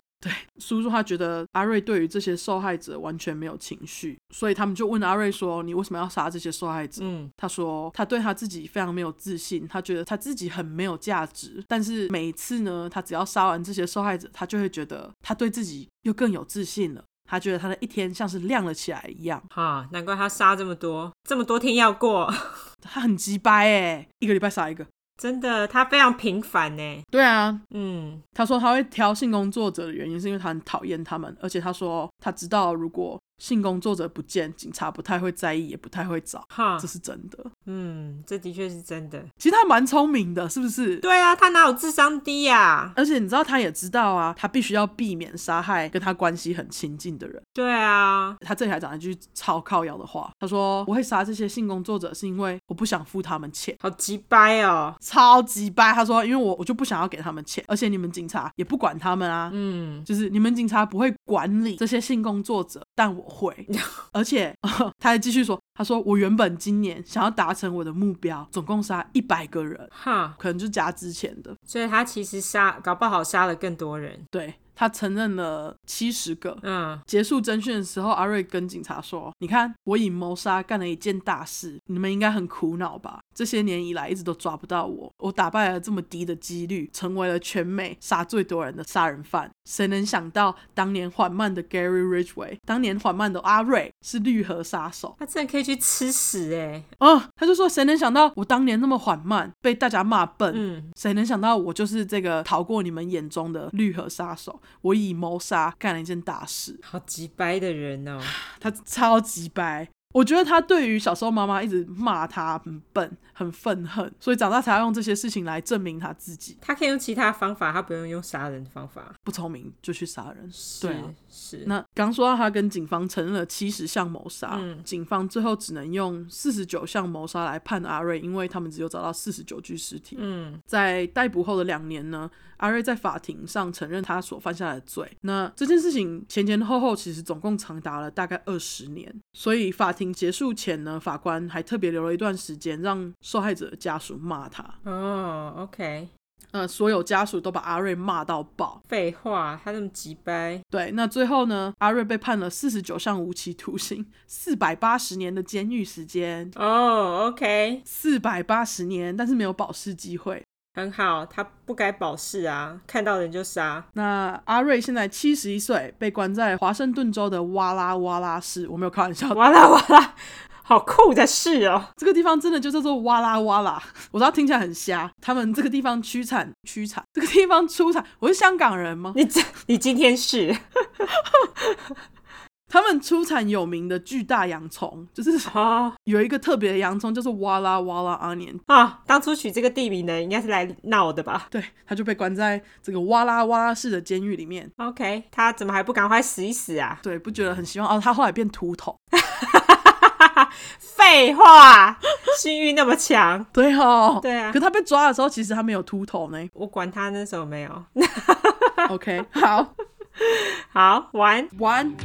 Speaker 1: 叔叔他觉得阿瑞对于这些受害者完全没有情绪，所以他们就问阿瑞说：“你为什么要杀这些受害者？”
Speaker 2: 嗯
Speaker 1: 他说他对他自己非常没有自信，他觉得他自己很没有价值。但是每一次呢，他只要杀完这些受害者，他就会觉得他对自己又更有自信了。他觉得他的一天像是亮了起来一样。
Speaker 2: 哈，难怪他杀这么多，这么多天要过， *laughs*
Speaker 1: 他很鸡掰哎，一个礼拜杀一个。
Speaker 2: 真的，他非常平凡呢。
Speaker 1: 对啊，
Speaker 2: 嗯，
Speaker 1: 他说他会挑性工作者的原因是因为他很讨厌他们，而且他说他知道如果性工作者不见，警察不太会在意，也不太会找。
Speaker 2: 哈
Speaker 1: 这，是真的。
Speaker 2: 嗯，这的确是真的。
Speaker 1: 其实他蛮聪明的，是不是？
Speaker 2: 对啊，他哪有智商低呀、
Speaker 1: 而且你知道，他也知道啊，他必须要避免杀害跟他关系很亲近的人。
Speaker 2: 对啊，
Speaker 1: 他这里还讲了一句超靠腰的话，他说：“我会杀这些性工作者，是因为我不想付他们钱。”
Speaker 2: 好鸡掰哦。
Speaker 1: 超级掰，他说：“因为我我就不想要给他们钱，而且你们警察也不管他们啊，
Speaker 2: 嗯，
Speaker 1: 就是你们警察不会管理这些性工作者，但我会。而且 *laughs* 他还继续说，他说我原本今年想要达成我的目标，总共杀一百个人，
Speaker 2: 哈，
Speaker 1: 可能就加之前的。
Speaker 2: 所以他其实杀，搞不好杀了更多人。
Speaker 1: 对他承认了七十个，
Speaker 2: 嗯，
Speaker 1: 结束侦讯的时候，阿瑞跟警察说：“你看，我以谋杀干了一件大事，你们应该很苦恼吧？这些年以来一直都抓不到我，我打败了这么低的几率，成为了全美杀最多人的杀人犯。谁能想到，当年缓慢的 Gary Ridgway，当年缓慢的阿瑞是绿河杀手
Speaker 2: 他真的可以去吃屎哎。
Speaker 1: 啊、他就说：谁能想到我当年那么缓慢，被大家骂笨？
Speaker 2: 嗯，
Speaker 1: 谁能想到我就是这个逃过你们眼中的绿河杀手？我以谋杀干了一件大事。”
Speaker 2: 好鸡掰的人哦。
Speaker 1: 他超级白。我觉得他对于小时候妈妈一直骂他很笨、很愤恨，所以长大才要用这些事情来证明他自己
Speaker 2: 他可以用其他方法，他不用用杀人的方法。
Speaker 1: 不聪明就去杀人。
Speaker 2: 是
Speaker 1: 对啊
Speaker 2: 是，
Speaker 1: 那刚说到他跟警方承认了七十项谋杀，
Speaker 2: 嗯
Speaker 1: 警方最后只能用四十九项谋杀来判阿瑞，因为他们只有找到四十九具尸体。
Speaker 2: 嗯
Speaker 1: 在逮捕后的两年呢，阿瑞在法庭上承认他所犯下的罪。那这件事情前前后后其实总共长达了大概二十年，所以法庭结束前呢，法官还特别留了一段时间让受害者的家属骂他。
Speaker 2: 哦，OK，
Speaker 1: 呃，所有家属都把阿瑞骂到爆。
Speaker 2: 废话，他那么鸡掰，
Speaker 1: 对，那最后呢，阿瑞被判了四十九项无期徒刑，四百八十年的监狱时间，
Speaker 2: 哦，OK，
Speaker 1: 四百八十年，但是没有保释机会。
Speaker 2: 很好，他不该保释啊，看到人就杀，
Speaker 1: 那阿瑞现在七十一岁，被关在华盛顿州的哇啦哇啦市。我没有开玩笑，
Speaker 2: 哇啦哇啦，好酷的事哦，
Speaker 1: 这个地方真的就叫做哇啦哇啦。 *laughs* 我知道听起来很瞎，他们这个地方屈产屈产，这个地方出产。我是香港人吗？
Speaker 2: 你这你今天是
Speaker 1: 他们出产有名的巨大洋葱，就是
Speaker 2: 哦
Speaker 1: 有一个特别的洋葱，就是哇啦哇啦 onion。
Speaker 2: 啊，当初取这个地名的应该是来闹的吧
Speaker 1: 对，他就被关在这个哇啦哇啦市的监狱里面。
Speaker 2: ？OK，他怎么还不赶快死一死啊？
Speaker 1: 对，不觉得很希望哦？他后来变秃头。
Speaker 2: 废话，性欲那么强，
Speaker 1: 对哦，
Speaker 2: 对啊
Speaker 1: 可他被抓的时候，其实他没有秃头
Speaker 2: *laughs*
Speaker 1: 呢。
Speaker 2: 我管他那时候没有，
Speaker 1: OK，好，
Speaker 2: 好玩。
Speaker 1: 晚安。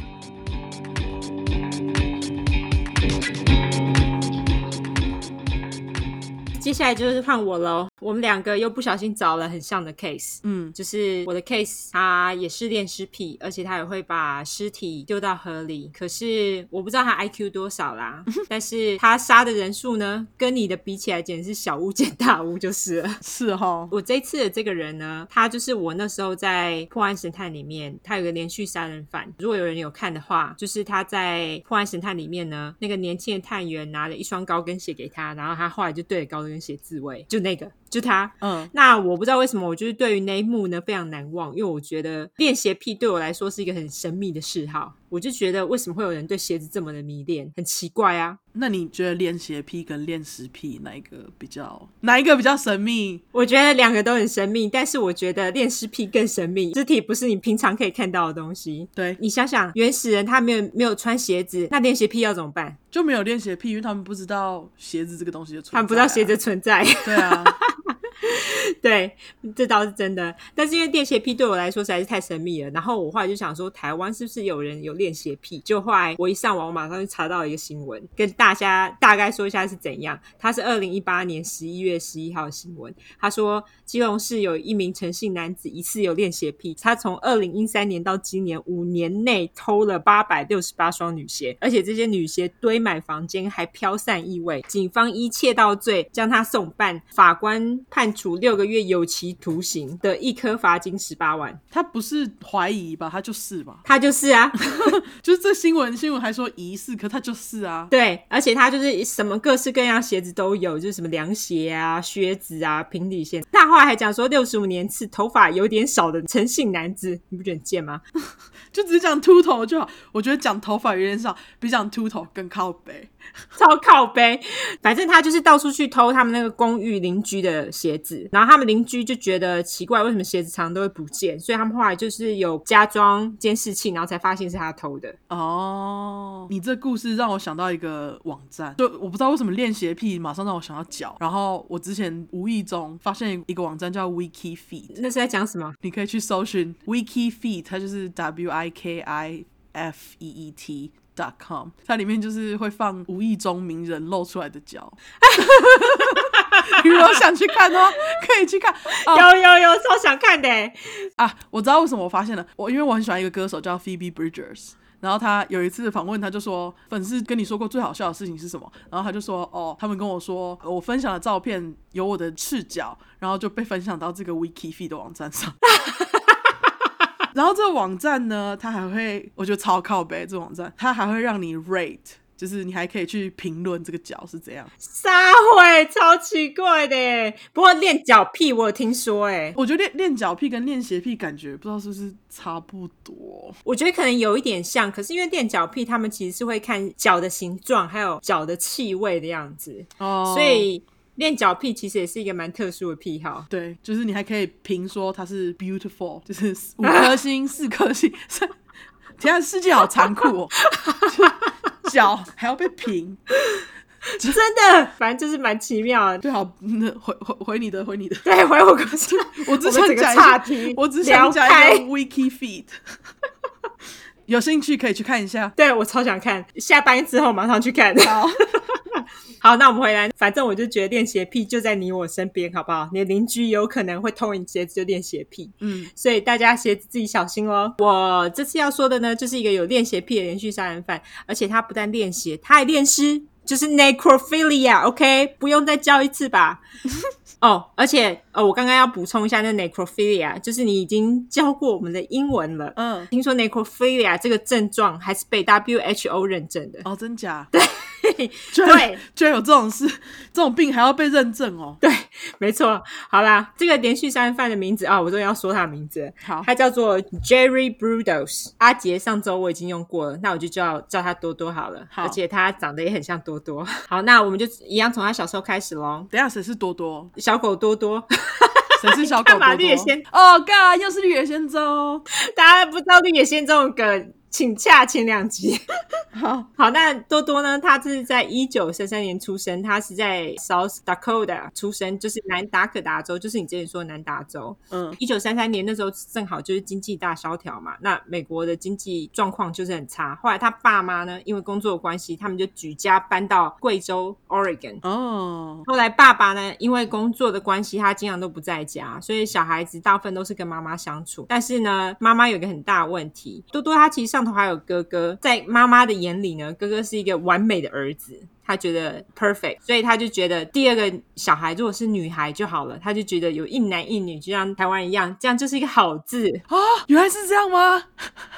Speaker 2: 接下来就是换我喽。我们两个又不小心找了很像的 case，
Speaker 1: 嗯，
Speaker 2: 就是我的 case，他也是恋尸癖，而且他也会把尸体丢到河里。可是我不知道他 IQ 多少啦，但是他杀的人数呢，跟你的比起来，简直是小巫见大巫就是了。 *laughs*
Speaker 1: 是哦，
Speaker 2: 我这次的这个人呢，他就是我那时候在破案神探里面，他有个连续杀人犯。如果有人有看的话，就是他在破案神探里面呢，那个年轻的探员拿了一双高跟鞋给他，然后他后来就对着高跟鞋自卫，就那个，就他。
Speaker 1: 嗯，
Speaker 2: 那我不知道为什么，我就是对于那一幕呢非常难忘，因为我觉得练鞋癖对我来说是一个很神秘的嗜好。我就觉得为什么会有人对鞋子这么的迷恋，很奇怪啊！
Speaker 1: 那你觉得练鞋癖跟练石癖哪一个比较哪一个比较神秘？
Speaker 2: 我觉得两个都很神秘，但是我觉得恋尸癖更神秘。肢体不是你平常可以看到的东西。
Speaker 1: 对，
Speaker 2: 你想想，原始人他没有没有穿鞋子，那恋鞋癖要怎么办？
Speaker 1: 就没有练鞋癖，因为他们不知道鞋子这个东西的存在、啊
Speaker 2: 他们不知道鞋子，存在。
Speaker 1: 对啊，
Speaker 2: *laughs* 对，这倒是真的。但是因为练鞋癖对我来说实在是太神秘了，然后我后来就想说，台湾是不是有人有练鞋癖？就后来我一上网，我马上就查到一个新闻，跟大家大概说一下是怎样。它是二零一八年十一月十一号的新闻，他说基隆市有一名陈姓男子疑似有练鞋癖，他从二零一三年到今年五年内偷了八百六十八双女鞋，而且这些女鞋堆满房间，还飘散异味。警方依窃盗罪将他送办，法官判处六个月有期徒刑的一颗罚金十八万。
Speaker 1: 他不是怀疑吧，他就是吧，
Speaker 2: 他就是啊， *laughs*
Speaker 1: 就是这新闻新闻还说疑似，可他就是啊，
Speaker 2: 对，而且他就是什么各式各样鞋子都有，就是什么凉鞋啊、靴子啊、平底鞋。那后来还讲说，六十五年次头发有点少的诚信男子，你不觉得很贱吗？
Speaker 1: 就只是讲秃头就好。我觉得讲头发有点少，比讲秃头更靠北。
Speaker 2: *laughs* 超靠背。反正他就是到处去偷他们那个公寓邻居的鞋子，然后他们邻居就觉得奇怪，为什么鞋子常常都会不见？所以他们后来就是有加装监视器，然后才发现是他偷的。
Speaker 1: 哦，你这故事让我想到一个网站，就我不知道为什么练鞋癖马上让我想到脚，然后我之前无意中发现一个网站叫 Wiki Feet，
Speaker 2: 那是在讲什么？
Speaker 1: 你可以去搜寻 Wiki Feet，它就是 W I K I F E E T。dot com，它里面就是会放无意中名人露出来的脚。 *laughs* 如果想去看哦，可以去看。哦
Speaker 2: 有有有，超想看的欸。
Speaker 1: 啊，我知道为什么我发现了，我因为我很喜欢一个歌手叫 Phoebe Bridgers。然后他有一次访问，他就说粉丝跟你说过最好笑的事情是什么？然后他就说哦，他们跟我说我分享的照片有我的赤脚，然后就被分享到这个 Wiki Feed 的网站上。然后这个网站呢，它还会，我觉得超靠北，这个网站它还会让你 rate，就是你还可以去评论这个脚是怎样。
Speaker 2: 撒会超奇怪的欸。不过练脚屁我有听说，哎，
Speaker 1: 我觉得练练脚癖跟练鞋癖感觉不知道是不是差不多。
Speaker 2: 我觉得可能有一点像，可是因为练脚屁他们其实是会看脚的形状，还有脚的气味的样子，
Speaker 1: 哦
Speaker 2: 所以练脚癖其实也是一个蛮特殊的癖好。
Speaker 1: 对，就是你还可以评说它是 beautiful，就是
Speaker 2: *laughs*
Speaker 1: 五颗星、四颗星。三天啊，世界好残酷哦！就脚还要被评，
Speaker 2: *laughs* 真的，反正就是蛮奇妙的。
Speaker 1: 对，好，那回回回你的，回你的。
Speaker 2: 对，回我公司，
Speaker 1: *laughs* 我只
Speaker 2: 们整
Speaker 1: 想
Speaker 2: 个
Speaker 1: 讲一
Speaker 2: 岔
Speaker 1: 下，
Speaker 2: 题，
Speaker 1: 我只想讲一个
Speaker 2: 聊开
Speaker 1: wiki feed，有兴趣可以去看一
Speaker 2: *laughs*
Speaker 1: 下。
Speaker 2: 对我超想看，下班之后马上去看。 *laughs*
Speaker 1: 好，
Speaker 2: 好，那我们回来，反正我就觉得练鞋癖就在你我身边，好不好？你的邻居有可能会偷你鞋子，就练鞋癖。
Speaker 1: 嗯，
Speaker 2: 所以大家鞋子自己小心哦。我这次要说的呢，就是一个有练鞋癖的连续杀人犯，而且他不但练鞋，他还练尸，就是 necrophilia，OK，、不用再教一次吧。哦，而且呃，我刚刚要补充一下，那 necrophilia 就是你已经教过我们的英文了。
Speaker 1: 嗯，
Speaker 2: 听说 necrophilia 这个症状还是被 WHO 认证的，
Speaker 1: 哦，真假？
Speaker 2: *laughs*
Speaker 1: 对，居
Speaker 2: 对
Speaker 1: 然居然有这种事，这种病还要被认证哦。
Speaker 2: 没错。好啦，这个连续杀人犯的名字啊、我终于要说他的名字了。
Speaker 1: 好，
Speaker 2: 他叫做 Jerry Brudos。阿杰上周我已经用过了，那我就叫叫他多多好了。
Speaker 1: 好
Speaker 2: 而且他长得也很像多多。 *laughs* 好，那我们就一样从他小时候开始喽。
Speaker 1: 等一下谁是多多？
Speaker 2: 小狗多多， *laughs*
Speaker 1: 谁是小狗多
Speaker 2: 干嘛
Speaker 1: 多？
Speaker 2: 绿野仙
Speaker 1: 哦，干，又是绿野仙踪。
Speaker 2: 大家不知道绿野仙踪的梗，请假前两集。 *laughs*
Speaker 1: 好，
Speaker 2: 好，那多多呢？他是在一九三三年出生，他是在 South Dakota 出生，就是南达科达州，就是你之前说的南达州。
Speaker 1: 嗯，
Speaker 2: 一九三三年那时候正好就是经济大萧条嘛，那美国的经济状况就是很差。后来他爸妈呢，因为工作的关系，他们就举家搬到贵州 Oregon。
Speaker 1: 哦，
Speaker 2: 后来爸爸呢，因为工作的关系，他经常都不在家，所以小孩子大部分都是跟妈妈相处。但是呢，妈妈有一个很大的问题，多多他其实上头还有哥哥，在妈妈的眼里呢，哥哥是一个完美的儿子。他觉得 perfect，所以他就觉得第二个小孩如果是女孩就好了，他就觉得有一男一女，就像台湾一样，这样就是一个好字。
Speaker 1: 啊原来是这样吗？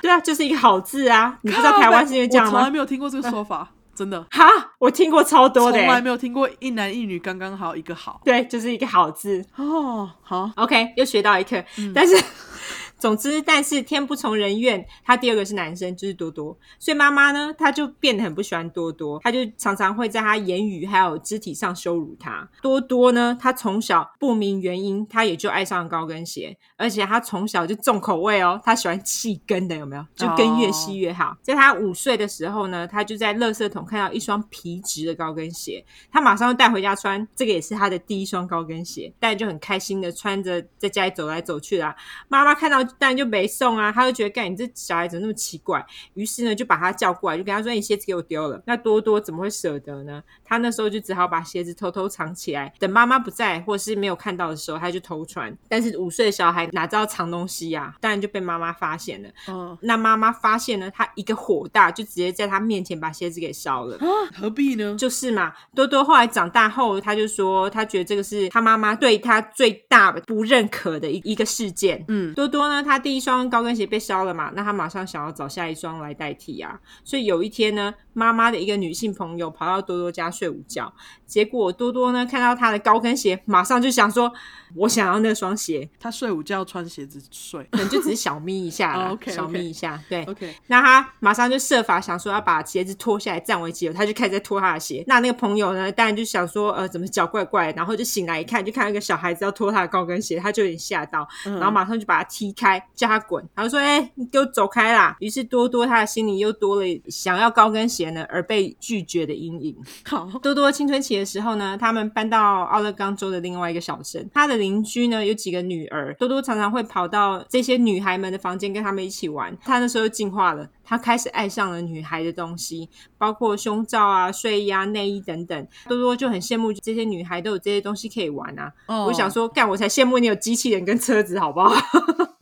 Speaker 2: 对啊，就是一个好字啊！你不知道
Speaker 1: 靠
Speaker 2: 台湾
Speaker 1: 北
Speaker 2: 是因为这样
Speaker 1: 我从来
Speaker 2: 吗？
Speaker 1: 没有听过这个说法，真的，
Speaker 2: 哈，我听过超多
Speaker 1: 从
Speaker 2: 的欸、
Speaker 1: 来没有听过一男一女刚刚好一个好。
Speaker 2: 对，就是一个好字。
Speaker 1: 哦，好，
Speaker 2: OK，又学到一课。但是， *laughs* 总之，但是天不从人愿，他第二个是男生，就是多多。所以妈妈呢，她就变得很不喜欢多多，她就常常会在他言语还有肢体上羞辱他。多多呢，他从小不明原因，他也就爱上高跟鞋，而且他从小就重口味哦，他喜欢细跟的，有没有？就跟越细越好。在他五岁的时候呢，他就在垃圾桶看到一双皮质的高跟鞋，他马上就带回家穿，这个也是他的第一双高跟鞋，但就很开心的穿着在家里走来走去啦、妈妈看到当然就没送啊，她就觉得干你这小孩怎么那么奇怪，于是呢就把他叫过来，就跟他说你鞋子给我丢了。那多多怎么会舍得呢？他那时候就只好把鞋子偷偷藏起来，等妈妈不在或是没有看到的时候，他就偷穿。但是五岁的小孩哪知道藏东西呀、当然就被妈妈发现了。
Speaker 1: 嗯
Speaker 2: 那妈妈发现呢，他一个火大，就直接在他面前把鞋子给烧了。
Speaker 1: 啊，何必呢？
Speaker 2: 就是嘛，多多后来长大后，他就说他觉得这个是他妈妈对他最大不认可的一一个事件。
Speaker 1: 嗯，
Speaker 2: 多多呢，他第一双高跟鞋被烧了嘛，那他马上想要找下一双来代替啊。所以有一天呢，妈妈的一个女性朋友跑到多多家睡午觉，结果多多呢看到他的高跟鞋，马上就想说，我想要那双鞋，
Speaker 1: 他睡午觉穿鞋子
Speaker 2: *laughs*
Speaker 1: 睡。
Speaker 2: 可能就只是小眯一下啦
Speaker 1: *laughs* 哦，OK，OK
Speaker 2: 小眯一下，对。
Speaker 1: OK，
Speaker 2: 那他马上就设法想说要把鞋子脱下来占为己有，他就开始在脱他的鞋。那那个朋友呢，当然就想说，呃，怎么脚怪怪的，然后就醒来一看，就看到一个小孩子要脱他的高跟鞋，他就有点吓到，
Speaker 1: 嗯
Speaker 2: 然后马上就把他踢开，叫他滚，然后说：“哎、你给我走开啦！”于是多多他的心里又多了想要高跟鞋呢而被拒绝的阴影。
Speaker 1: 好，
Speaker 2: 多多青春期的时候呢，他们搬到奥勒冈州的另外一个小镇。他的邻居呢有几个女儿，多多常常会跑到这些女孩们的房间跟她们一起玩。他那时候进化了，他开始爱上了女孩的东西，包括胸罩啊、睡衣啊、内衣等等。多多就很羡慕这些女孩都有这些东西可以玩啊。
Speaker 1: 哦
Speaker 2: 我想，说，干，我才羡慕你有机器人跟车子，好不好？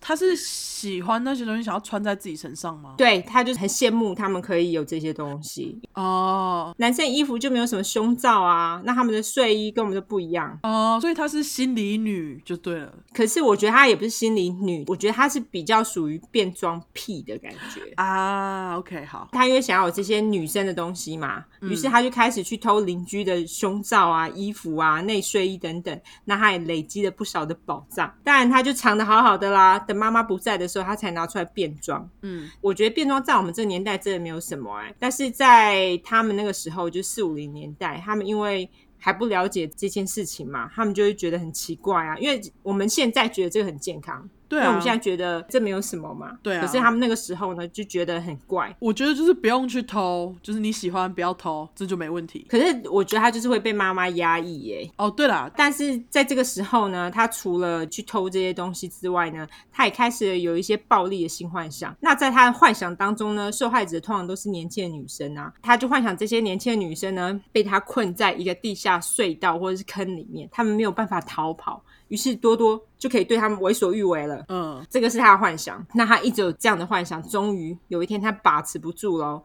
Speaker 1: 他是喜欢那些东西，想要穿在自己身上吗？
Speaker 2: 对他就是很羡慕他们可以有这些东西。
Speaker 1: 哦
Speaker 2: 男生衣服就没有什么胸罩啊，那他们的睡衣跟我们都不一样。
Speaker 1: 哦，所以他是心理女就对了
Speaker 2: 可是我觉得她也不是心理女，我觉得她是比较属于变装癖的感觉。
Speaker 1: 啊。OK，好，
Speaker 2: 她因为想要有这些女生的东西嘛，于是她就开始去偷邻居的胸罩啊、衣服啊、内睡衣等等。那她也累积了不少的宝藏，当然她就藏的好好的啦。等妈妈不在的时候，她才拿出来变装。
Speaker 1: 嗯
Speaker 2: 我觉得变装在我们这个年代真的没有什么哎、但是在他们那个时候，就四五零年代，他们因为还不了解这件事情嘛，他们就会觉得很奇怪啊。因为我们现在觉得这个很健康，
Speaker 1: 对
Speaker 2: 因为
Speaker 1: 啊
Speaker 2: 我们，现在觉得这没有什么嘛。
Speaker 1: 对啊
Speaker 2: 可是他们那个时候呢，就觉得很怪。
Speaker 1: 我觉得就是不用去偷，就是你喜欢不要偷，这就没问题。
Speaker 2: 可是我觉得他就是会被妈妈压抑耶、
Speaker 1: 哦，对啦，
Speaker 2: 但是在这个时候呢，他除了去偷这些东西之外呢，他也开始有一些暴力的性幻想。那在他的幻想当中呢，受害者通常都是年轻的女生啊，他就幻想这些年轻的女生呢，被他困在一个地下隧道或者是坑里面，他们没有办法逃跑，于是多多就可以对他们为所欲为了。
Speaker 1: 嗯，
Speaker 2: 这个是他的幻想。那他一直有这样的幻想，终于有一天他把持不住喽。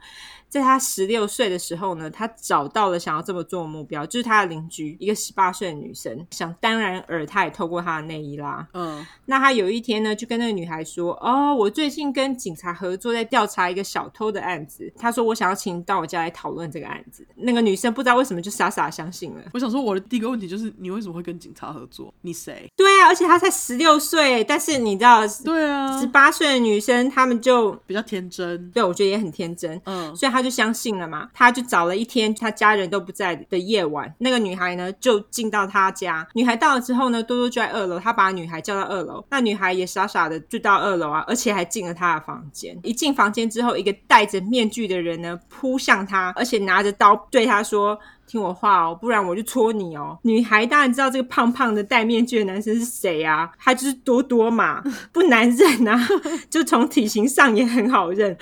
Speaker 2: 在他十六岁的时候呢，他找到了想要这么做的目标，就是他的邻居，一个十八岁的女生。想当然尔，他也透过她的内衣啦。
Speaker 1: 嗯，
Speaker 2: 那他有一天呢，就跟那个女孩说：“哦，我最近跟警察合作，在调查一个小偷的案子。”他说：“我想要请你到我家来讨论这个案子。”那个女生不知道为什么就傻傻地相信了。
Speaker 1: 我想说我的第一个问题就是你为什么会跟警察合作？你谁谁。
Speaker 2: 对啊，而且她才十六岁，但是你知道，十
Speaker 1: 对啊，
Speaker 2: 八岁的女生她们就
Speaker 1: 比较天真。
Speaker 2: 对我觉得也很天真，
Speaker 1: 嗯，
Speaker 2: 所以他就相信了嘛，他就找了一天他家人都不在的夜晚，那个女孩呢就进到他家。女孩到了之后呢，多多就在二楼，他把女孩叫到二楼，那女孩也傻傻的就到二楼啊，而且还进了他的房间。一进房间之后，一个戴着面具的人呢扑向他，而且拿着刀对他说。听我话哦，不然我就戳你哦！女孩当然知道这个胖胖的戴面具的男生是谁啊，他就是多多嘛，不难认啊， *laughs* 就从体型上也很好认。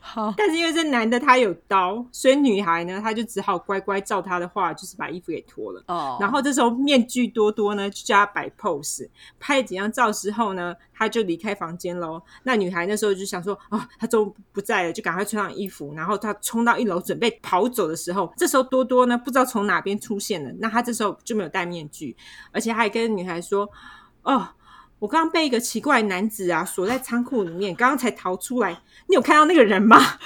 Speaker 1: 好，
Speaker 2: 但是因为这男的他有刀，所以女孩呢，她就只好乖乖照他的话，就是把衣服给脱了。
Speaker 1: 哦，
Speaker 2: 然后这时候面具多多呢，就叫他摆 pose，拍了几张照之后呢，他就离开房间喽。那女孩那时候就想说，哦，他终于不在了，就赶快穿上衣服，然后她冲到一楼准备跑走的时候，这时候多多呢不知道从哪边出现了，那他这时候就没有戴面具，而且还跟女孩说，哦。我刚刚被一个奇怪的男子啊锁在仓库里面，刚刚才逃出来。你有看到那个人吗？ *laughs*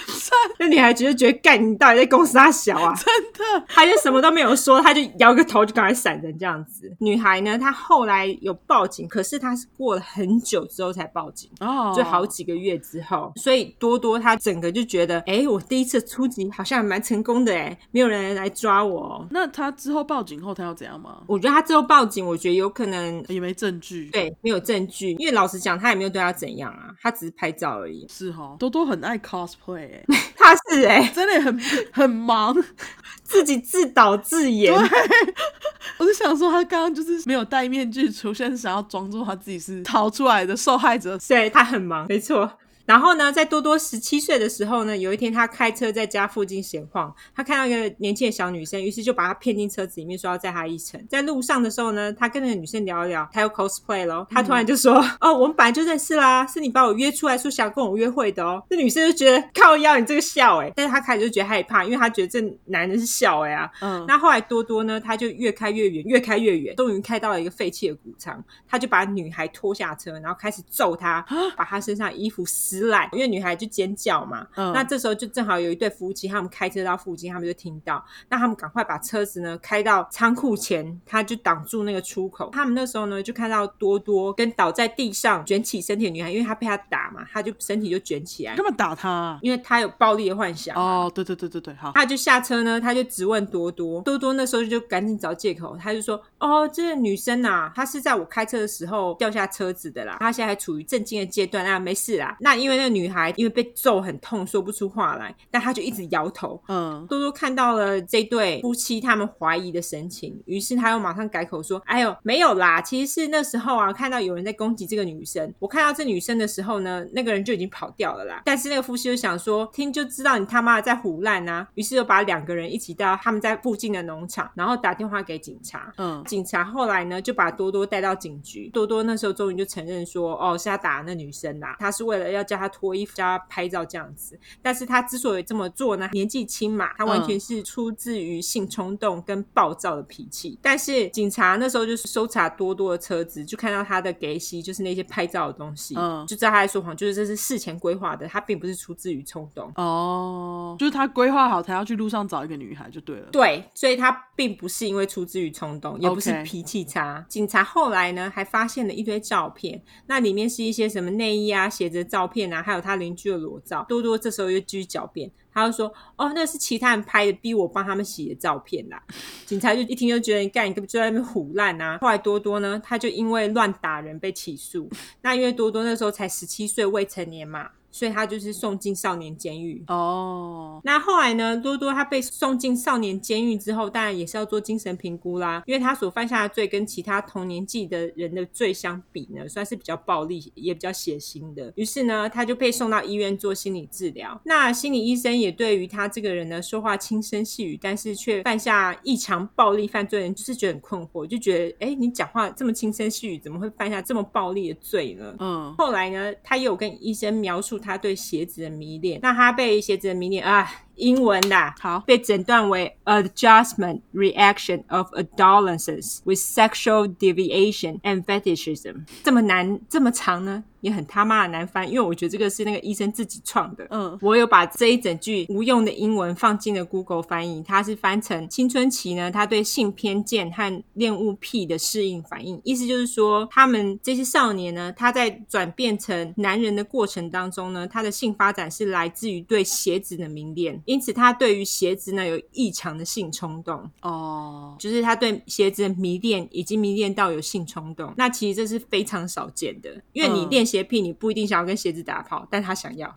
Speaker 2: 那女孩觉得觉得干，你到底在公司大小啊？
Speaker 1: 真的
Speaker 2: 他就什么都没有说，他就摇个头就赶快闪人这样子。女孩呢，她后来有报警，可是她是过了很久之后才报警。
Speaker 1: 哦，
Speaker 2: 就好几个月之后，所以多多她整个就觉得，哎、我第一次出击好像还蛮成功的、诶哎，没有人来抓我哦。
Speaker 1: 那他之后报警后，他要怎样吗？
Speaker 2: 我觉得他之后报警，我觉得有可能
Speaker 1: 也没证据。，
Speaker 2: 对没有证据，因为老实讲，他也没有对他怎样啊，他只是拍照而已。
Speaker 1: 是哦，多多很爱 cosplay，、欸、
Speaker 2: 他是哎、诶
Speaker 1: 真的很很 *laughs* 忙。
Speaker 2: 自己自导自演，
Speaker 1: 我就想说，他刚刚就是没有戴面具出现，想要装作他自己是逃出来的受害者。
Speaker 2: 所以他很忙，没错。然后呢，在多多十七岁的时候呢，有一天他开车在家附近闲晃，他看到一个年轻的小女生，于是就把她骗进车子里面，说要载她一程。在路上的时候呢，他跟那个女生聊一聊，他又 cosplay 咯，他突然就说：“ *laughs* 哦，我们本来就认识啦，是你把我约出来说想要跟我约会的哦。”那女生就觉得靠腰，你这个笑哎、但是他开始就觉得害怕，因为他觉得这男的是笑哎、啊，
Speaker 1: 嗯，
Speaker 2: 那后来多多呢，他就越开越远，越开越远，终于开到了一个废弃的谷仓，他就把女孩拖下车，然后开始揍她，把她身上衣服撕烂，因为女孩就尖叫嘛。
Speaker 1: 嗯
Speaker 2: 那这时候就正好有一对夫妻，他们开车到附近，他们就听到，那他们赶快把车子呢开到仓库前，他就挡住那个出口。他们那时候呢就看到多多跟倒在地上卷起身体的女孩，因为她被他打嘛，她就身体就卷起来
Speaker 1: 干，嘛打他、啊？
Speaker 2: 因为她有暴力的幻想。啊
Speaker 1: 哦，对对对对对，好，
Speaker 2: 他就下车呢，他就质问多多，多多那时候就赶紧找借口，他就说：“哦，这个女生啊，她是在我开车的时候掉下车子的啦，她现在还处于震惊的阶段啊，没事啦。”那因为那个女孩因为被揍很痛，说不出话来，但她就一直摇头。
Speaker 1: 嗯，
Speaker 2: 多多看到了这对夫妻他们怀疑的神情，于是他又马上改口说：“哎呦，没有啦，其实是那时候啊，看到有人在攻击这个女生。我看到这女生的时候呢，那个人就已经跑掉了啦。但是那个夫妻就想说，听就知道你他妈的在胡乱啊，于是就把两个人一起带到他们在附近的农场，然后打电话给警察。
Speaker 1: 嗯，
Speaker 2: 警察后来呢，就把多多带到警局。多多那时候终于就承认说，哦，是他打那女生啦、他是为了要叫她脱衣服，叫她拍照这样子。但是他之所以这么做呢，年纪轻嘛，他完全是出自于性冲动跟暴躁的脾气。但是警察那时候就是搜查多多的车子，就看到他的给息，就是那些拍照的东西，
Speaker 1: 嗯
Speaker 2: 就知道他在说谎，就是这是事前规划的，他并不是出自于冲动。
Speaker 1: 哦，就是他规划好，他要去路上找一个女孩就对了。
Speaker 2: 对，所以他并不是因为出自于冲动，也不是
Speaker 1: OK
Speaker 2: 脾气差。警察后来呢，还发现了一堆照片，那里面是一些什么内衣啊、鞋子的照片啊，还有他邻居的裸照。多多这时候又继续狡辩，他就说：“哦，那是其他人拍的，逼我帮他们洗的照片
Speaker 1: *laughs*
Speaker 2: 啦。”警察就一听就觉得你干，你根本就在那边胡乱啊。后来多多呢，他就因为乱打人被起诉。那因为多多那时候才十七岁，未成年嘛，所以他就是送进少年监狱。
Speaker 1: 哦，
Speaker 2: 那后来呢？多多他被送进少年监狱之后，当然也是要做精神评估啦，因为他所犯下的罪跟其他同年纪的人的罪相比呢，算是比较暴力，也比较血腥的。于是呢，他就被送到医院做心理治疗。那心理医生也对于他这个人呢，说话轻声细语，但是却犯下异常暴力犯罪的人，就是觉得很困惑，就觉得，哎，你讲话这么轻声细语，怎么会犯下这么暴力的罪呢？
Speaker 1: 嗯，
Speaker 2: 后来呢，他也有跟医生描述他对鞋子的迷恋。那他被鞋子的迷恋啊，英文啦，
Speaker 1: 好
Speaker 2: 被诊断为 adjustment reaction of adolescents with sexual deviation and fetishism。这么难，这么长呢，也很他妈的难翻，因为我觉得这个是那个医生自己创的。
Speaker 1: 嗯，
Speaker 2: 我有把这一整句无用的英文放进了 Google 翻译，它是翻成青春期呢，他对性偏见和恋物癖的适应反应，意思就是说，他们这些少年呢，他在转变成男人的过程当中呢，他的性发展是来自于对鞋子的迷恋，因此他对于鞋子呢有异常的性冲动。
Speaker 1: 哦，
Speaker 2: 就是他对鞋子的迷恋，已经迷恋到有性冲动。那其实这是非常少见的，因为你
Speaker 1: 嗯
Speaker 2: 练鞋癖，你不一定想要跟鞋子打炮，但他想要。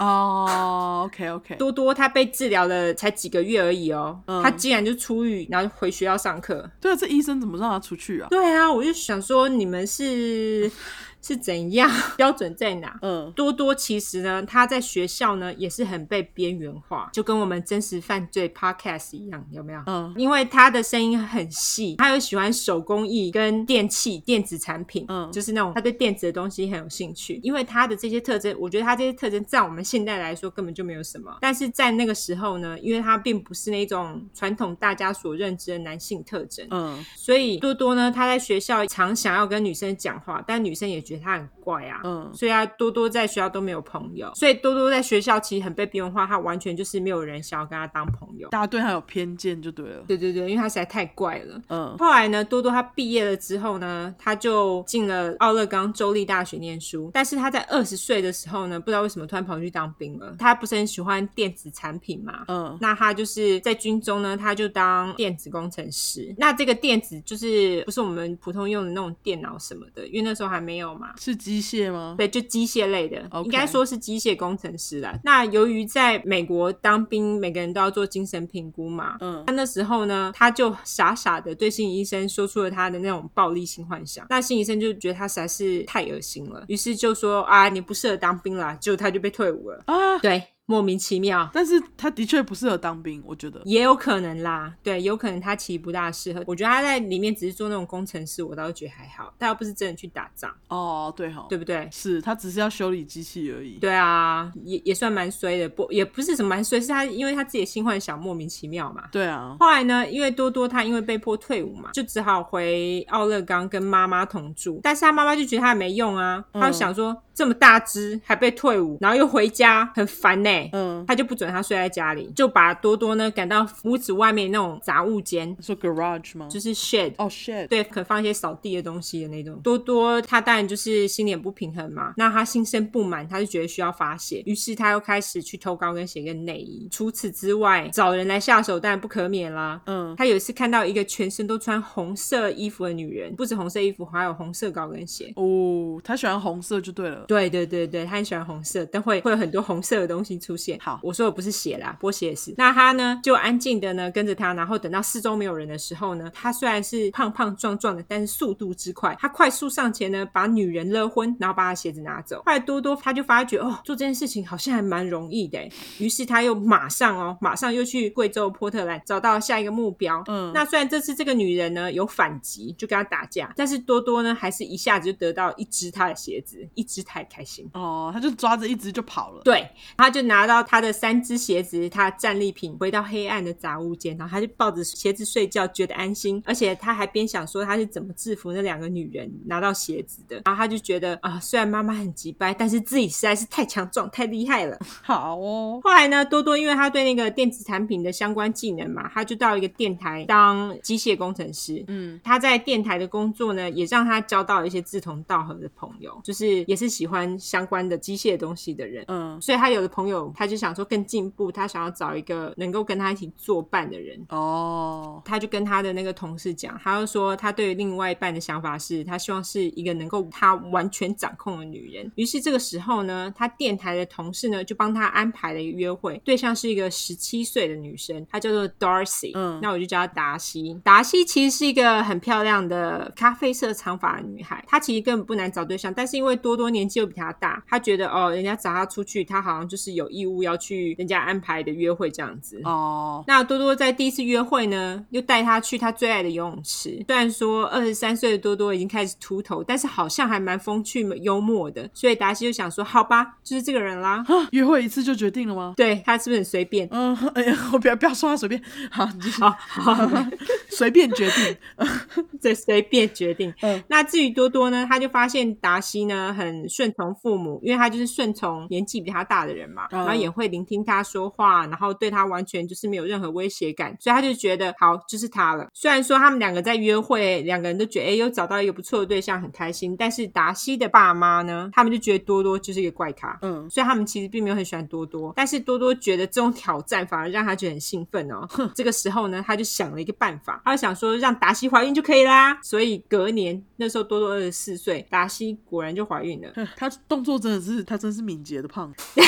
Speaker 1: 哦，OK OK，
Speaker 2: 多多他被治疗了才几个月而已哦，
Speaker 1: 嗯
Speaker 2: 他竟然就出狱，然后回学校上课。
Speaker 1: 对啊，这医生怎么让他出去啊？
Speaker 2: 对啊，我就想说你们是 *laughs* 是怎样标准在哪？
Speaker 1: 嗯，
Speaker 2: 多多其实呢，他在学校呢也是很被边缘化，就跟我们真实犯罪 podcast 一样，有没有？
Speaker 1: 嗯
Speaker 2: 因为他的声音很细，他又喜欢手工艺跟电器、电子产品，
Speaker 1: 嗯
Speaker 2: 就是那种他对电子的东西很有兴趣。因为他的这些特征，我觉得他这些特征在我们现代来说根本就没有什么，但是在那个时候呢，因为他并不是那种传统大家所认知的男性特征，
Speaker 1: 嗯
Speaker 2: 所以多多呢，他在学校常想要跟女生讲话，但女生也觉得他很怪啊。
Speaker 1: 嗯
Speaker 2: 所以啊，多多在学校都没有朋友，所以多多在学校其实很被边缘化，他完全就是没有人想要跟他当朋友。
Speaker 1: 大家对他有偏见就对了。
Speaker 2: 对对对，因为他实在太怪了。
Speaker 1: 嗯
Speaker 2: 后来呢，多多他毕业了之后呢，他就进了奥勒冈州立大学念书。但是他在二十岁的时候呢，不知道为什么突然跑去当兵了。他不是很喜欢电子产品嘛？
Speaker 1: 嗯
Speaker 2: 那他就是在军中呢，他就当电子工程师。那这个电子就是不是我们普通用的那种电脑什么的，因为那时候还没有嘛。
Speaker 1: 是机械吗？
Speaker 2: 对，就机械类的
Speaker 1: OK
Speaker 2: 应该说是机械工程师啦。那由于在美国当兵，每个人都要做精神评估嘛，
Speaker 1: 嗯
Speaker 2: 他那时候呢，他就傻傻的对心理医生说出了他的那种暴力性幻想。那心理医生就觉得他实在是太恶心了，于是就说啊，你不适合当兵啦，结果他就被退伍了。
Speaker 1: 啊，
Speaker 2: 对，莫名其妙。
Speaker 1: 但是他的确不适合当兵，我觉得。
Speaker 2: 也有可能啦，对，有可能他其实不大适合。我觉得他在里面只是做那种工程师，我倒是觉得还好，但又不是真的去打仗，
Speaker 1: 哦，对哈，
Speaker 2: 对不对？
Speaker 1: 是他只是要修理机器而已。
Speaker 2: 对啊，也也算蛮衰的，不也不是什么蛮衰，是他因为他自己的性幻想莫名其妙嘛。
Speaker 1: 对啊，
Speaker 2: 后来呢，因为多多他因为被迫退伍嘛，就只好回奥勒冈跟妈妈同住。但是他妈妈就觉得他也没用啊，
Speaker 1: 嗯
Speaker 2: 他就想说这么大只还被退伍，然后又回家，很烦呢、
Speaker 1: 嗯，
Speaker 2: 他就不准他睡在家里，就把多多呢赶到屋子外面那种杂物间，
Speaker 1: 你说 garage 吗？
Speaker 2: 就是 shed。
Speaker 1: 哦 shit，
Speaker 2: 对，可放一些扫地的东西的那种。多多他当然就是心里很不平衡嘛，那他心生不满，他就觉得需要发泄，于是他又开始去偷高跟鞋跟内衣。除此之外，找人来下手当然不可免啦。
Speaker 1: 嗯
Speaker 2: 他有一次看到一个全身都穿红色衣服的女人，不止红色衣服，还有红色高跟鞋。
Speaker 1: 哦，他喜欢红色就对了。
Speaker 2: 对对对对，他很喜欢红色，但会会有很多红色的东西出现。
Speaker 1: 好
Speaker 2: 我说的不是血啦，波鞋也是。那他呢，就安静的呢跟着他，然后等到四周没有人的时候呢，他虽然是胖胖壮壮的，但是速度之快，他快速上前呢，把女人勒昏，然后把她鞋子拿走。后来多多他就发觉哦，做这件事情好像还蛮容易的欸，于是他又马上哦，马上又去贵州波特兰找到下一个目标。
Speaker 1: 嗯
Speaker 2: 那虽然这次这个女人呢有反击，就跟他打架，但是多多呢还是一下子就得到一只她的鞋子，一只太开心。
Speaker 1: 哦，他就抓着一只就跑了。
Speaker 2: 对，他就拿到他的三只鞋子，他的战利品，回到黑暗的杂物间，然后他就抱着鞋子睡觉，觉得安心，而且他还边想说他是怎么制服那两个女人拿到鞋子的，然后他就觉得啊、虽然妈妈很急掰，但是自己实在是太强壮、太厉害了。
Speaker 1: 好哦，
Speaker 2: 后来呢，多多因为他对那个电子产品的相关技能嘛，他就到一个电台当机械工程师。
Speaker 1: 嗯，
Speaker 2: 他在电台的工作呢，也让他交到一些志同道合的朋友，就是也是喜欢相关的机械东西的人。
Speaker 1: 嗯，
Speaker 2: 所以他有的朋友，他就想说更进步，他想要找一个能够跟他一起作伴的人。
Speaker 1: 哦，
Speaker 2: 他就跟他的那个同事讲，他就说他对于另外一半的想法是，他希望是一个能够他完全掌控的女人。于是这个时候呢，他电台的同事呢就帮他安排了一个约会，对象是一个十七岁的女生，她叫做 Darcy，
Speaker 1: 嗯
Speaker 2: 那我就叫她达西。达西其实是一个很漂亮的咖啡色长发的女孩，她其实根本不难找对象，但是因为多多年纪又比她大，她觉得哦，人家找她出去，她好像就是有义务要去人家安排的约会这样子。
Speaker 1: 哦，
Speaker 2: 那多多在第一次约会呢，又带他去他最爱的游泳池。虽然说二十三岁的多多已经开始秃头，但是好像还蛮风趣幽默的，所以达西就想说，好吧，就是这个人啦。
Speaker 1: 啊约会一次就决定了吗？
Speaker 2: 对他是不是很随便？
Speaker 1: 嗯，哎呀，我不要不要说话随便，好，你继续
Speaker 2: 好好，
Speaker 1: *laughs* 随便决定。 *laughs*
Speaker 2: 这随便决定。
Speaker 1: 嗯
Speaker 2: 那至于多多呢，他就发现达西呢很顺从父母，因为他就是顺从年纪比他大的人嘛，
Speaker 1: 嗯
Speaker 2: 然后也会聆听他说话，然后对他完全就是没有任何威胁感，所以他就觉得好就是他了。虽然说他们两个在约会，两个人都觉得哎又找到一个不错的对象，很开心，但是达西的爸妈呢，他们就觉得多多就是一个怪咖。
Speaker 1: 嗯，
Speaker 2: 所以他们其实并没有很喜欢多多，但是多多觉得这种挑战反而让他觉得很兴奋哦。这个时候呢，他就想了一个办法，他就想说让达西怀孕就可以啦。所以隔年那时候多多二十四岁，达西果然就怀孕了。
Speaker 1: 他动作真的是，他真是敏捷的胖子，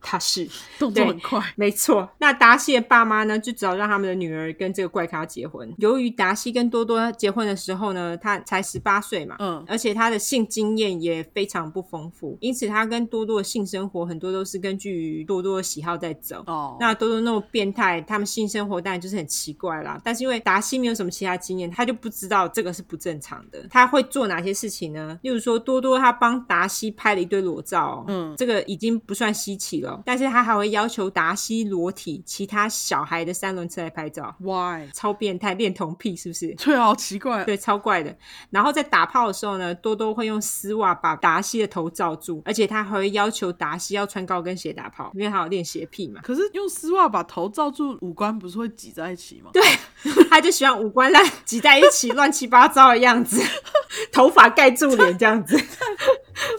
Speaker 2: 他是
Speaker 1: 动作很快。
Speaker 2: 没错，那达西的爸妈呢，就只好让他们的女儿跟这个怪咖结婚。由于达西跟多多结婚的时候呢，他才十八岁嘛，
Speaker 1: 嗯
Speaker 2: 而且他的性经验也非常不丰富，因此他跟多多的性生活很多都是根据多多的喜好在走。
Speaker 1: 哦，
Speaker 2: 那多多那种变态，他们性生活当然就是很奇怪啦。但是因为达西没有什么其他经验，他就不知道这个是不正常的。他会做哪些事情呢？例如说，多多他帮达西拍了一堆裸照、哦，
Speaker 1: 嗯
Speaker 2: 这个已经不算稀奇了。但是他还会要求达西裸体其他小孩的三轮车来拍照，
Speaker 1: why？
Speaker 2: 超变态，恋童癖是不 *laughs* 是？
Speaker 1: 对啊，好奇怪。
Speaker 2: 对，超怪的。然后在打炮的时候呢，多多会用丝袜把达西的头罩住，而且他还会要求达西要穿高跟鞋打炮，因为他有练鞋癖嘛。
Speaker 1: 可是用丝袜把头罩住，五官不是会挤在一起吗？
Speaker 2: 对，他就喜欢五官乱挤在一起、乱七八糟的样子，头发盖住脸这样子。 *laughs*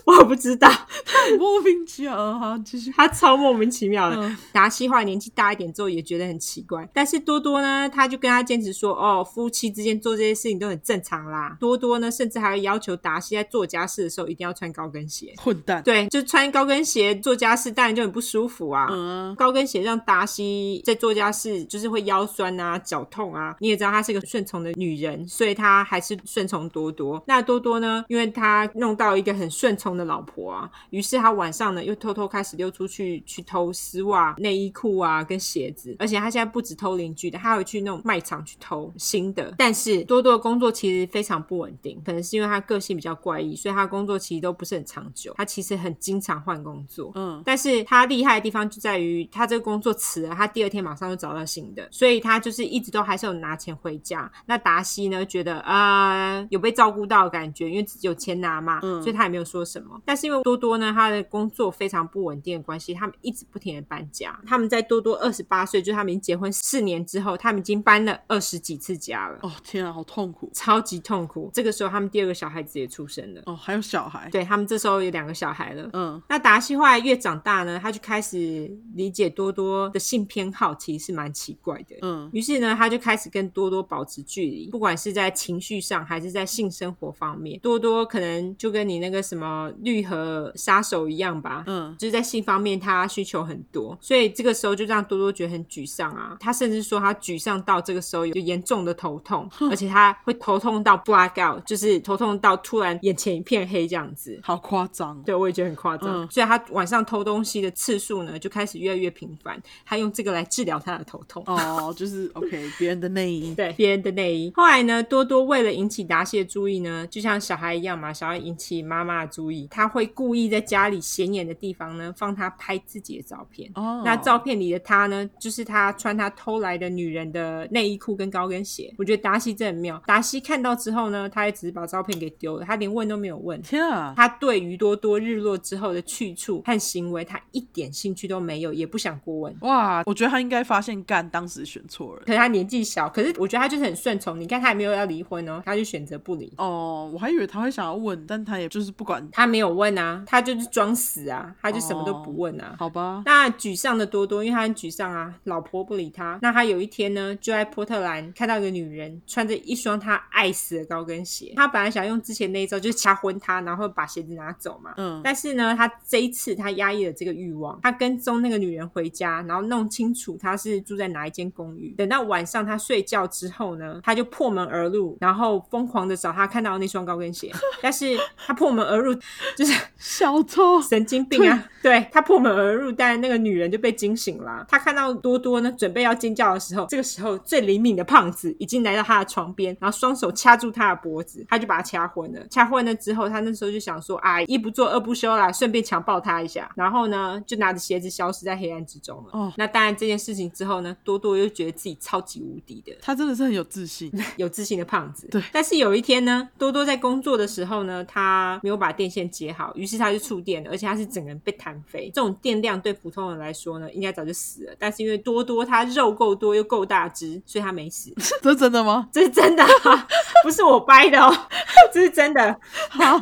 Speaker 2: 我不知道，
Speaker 1: *laughs* 莫名其妙。嗯好，继续。
Speaker 2: 他超莫名其妙的。
Speaker 1: 嗯
Speaker 2: 达西后来年纪大一点之后也觉得很奇怪，但是多多呢，他就跟他坚持说，哦，夫妻之间做这些事情都很正常啦。多多呢，甚至还会要求达西在做家事的时候一定要穿高跟鞋。
Speaker 1: 混蛋。
Speaker 2: 对，就穿高跟鞋做家事，当然就很不舒服啊。
Speaker 1: 嗯啊，
Speaker 2: 高跟鞋让达西在做家事就是会腰酸啊、脚痛啊。你也知道她是个顺从的女人，所以她还是顺从多多。那多多呢，因为她弄到一个很顺从的老婆啊，于是她晚上呢又偷偷开始溜出去去偷丝袜、内衣裤啊跟鞋子，而且她现在不止偷邻居的，她还会去那种卖场去偷新的。但是多多的工作其实非常不稳定，可能是因为她个性比较怪异，所以她工作其实都不是很长久，她其实很经常换工作。
Speaker 1: 嗯，
Speaker 2: 但是他厉害的地方就在于他这个工作辞了，他第二天马上就找到新的，所以他就是一直都还是有拿钱回家。那达西呢，觉得呃有被照顾到的感觉，因为自己有钱拿嘛，
Speaker 1: 嗯
Speaker 2: 所以他也没有说什么。但是因为多多呢，他的工作非常不稳定的关系，他们一直不停的搬家。他们在多多二十八岁，就是他们已经结婚四年之后，他们已经搬了二十几次家了，
Speaker 1: 哦天啊，好痛苦。
Speaker 2: 超级痛苦。这个时候，他们第二个小孩子也出生了，
Speaker 1: 哦，还有小孩。
Speaker 2: 对他们这时候有两个小孩了。
Speaker 1: 嗯，
Speaker 2: 那达西后来越长大呢，他就开始理解多多的性偏好其实是蛮奇怪的。
Speaker 1: 嗯
Speaker 2: 于是呢，他就开始跟多多保持距离，不管是在情绪上还是在性生活方面，多多可能就跟你那个什么绿河杀手一样吧，
Speaker 1: 嗯，
Speaker 2: 就是在性方面他需求很多，所以这个时候就让多多觉得很沮丧啊。他甚至说他沮丧到这个时候有严重的头痛，而且他会头痛到 black out，就是头痛到突然眼前一片黑这样子。
Speaker 1: 好夸张哦。
Speaker 2: 对，我也觉得很夸张。
Speaker 1: 嗯
Speaker 2: 所以他晚上偷东西的次数呢，就开始越来越频繁。他用这个来治疗他的头痛。
Speaker 1: 哦，就是 *laughs* OK，别人的内衣。
Speaker 2: 对别人的内衣。后来呢，多多为了引起达西的注意呢，就像小孩一样嘛，想要引起妈妈的注意，他会故意在家里显眼的地方呢，放他拍自己的照片。
Speaker 1: 哦，
Speaker 2: 那照片里的他呢，就是他穿他偷来的女人的内衣裤跟高跟鞋。我觉得达西真的很妙。达西看到之后呢，他也只是把照片给丢了，他连问都没有问。
Speaker 1: 天啊，
Speaker 2: 他对于多多日落之后的去处和行为，他一点兴趣都没有，也不想过问。
Speaker 1: 哇，我觉得他应该发现干当时选错人。
Speaker 2: 可是他年纪小，可是我觉得他就是很顺从。你看他也没有要离婚哦，他就选择不离。
Speaker 1: 哦，我还以为他会想要问，但他也就是不管。
Speaker 2: 他没有问啊，他就是装死啊，他就什么都不问啊。
Speaker 1: 好吧，
Speaker 2: 那沮丧的多多，因为他很沮丧啊，老婆不理他。那他有一天呢，就在波特兰看到一个女人穿着一双他爱死的高跟鞋。他本来想用之前那一招，就是掐昏他，然后把鞋子拿走嘛。
Speaker 1: 嗯，
Speaker 2: 但是呢，他这一次他压抑了这个欲望，他跟踪那个女人回家，然后弄清楚她是住在哪一间公寓。等到晚上他睡觉之后呢，他就破门而入，然后疯狂的找他看到的那双高跟鞋。但是他破门而入，就是
Speaker 1: 小偷
Speaker 2: 神经病啊！对他破门而入，但那个女人就被惊醒了啊。他看到多多呢，准备要尖叫的时候，这个时候最灵敏的胖子已经来到他的床边，然后双手掐住他的脖子，他就把他掐昏了。掐昏了之后，他那时候就想说啊，一不做二不休啦，顺便强暴他一下。然后呢，就拿着鞋子消失在黑暗之中了。
Speaker 1: 哦
Speaker 2: 那当然这件事情之后呢，多多又觉得自己超级无敌的，
Speaker 1: 他真的是很有自 *laughs* 信。
Speaker 2: 有自信的胖子。
Speaker 1: 对
Speaker 2: 但是有一天呢，多多在工作的时候呢，他没有把电线接好，于是他就触电了，而且他是整个人被弹飞。这种电量对普通人来说呢，应该早就死了，但是因为多多他肉够多又够大只，所以他没死。
Speaker 1: 这是真的吗？
Speaker 2: 这是真的、啊， *laughs* 不是我掰的哦，这是真的。
Speaker 1: 好，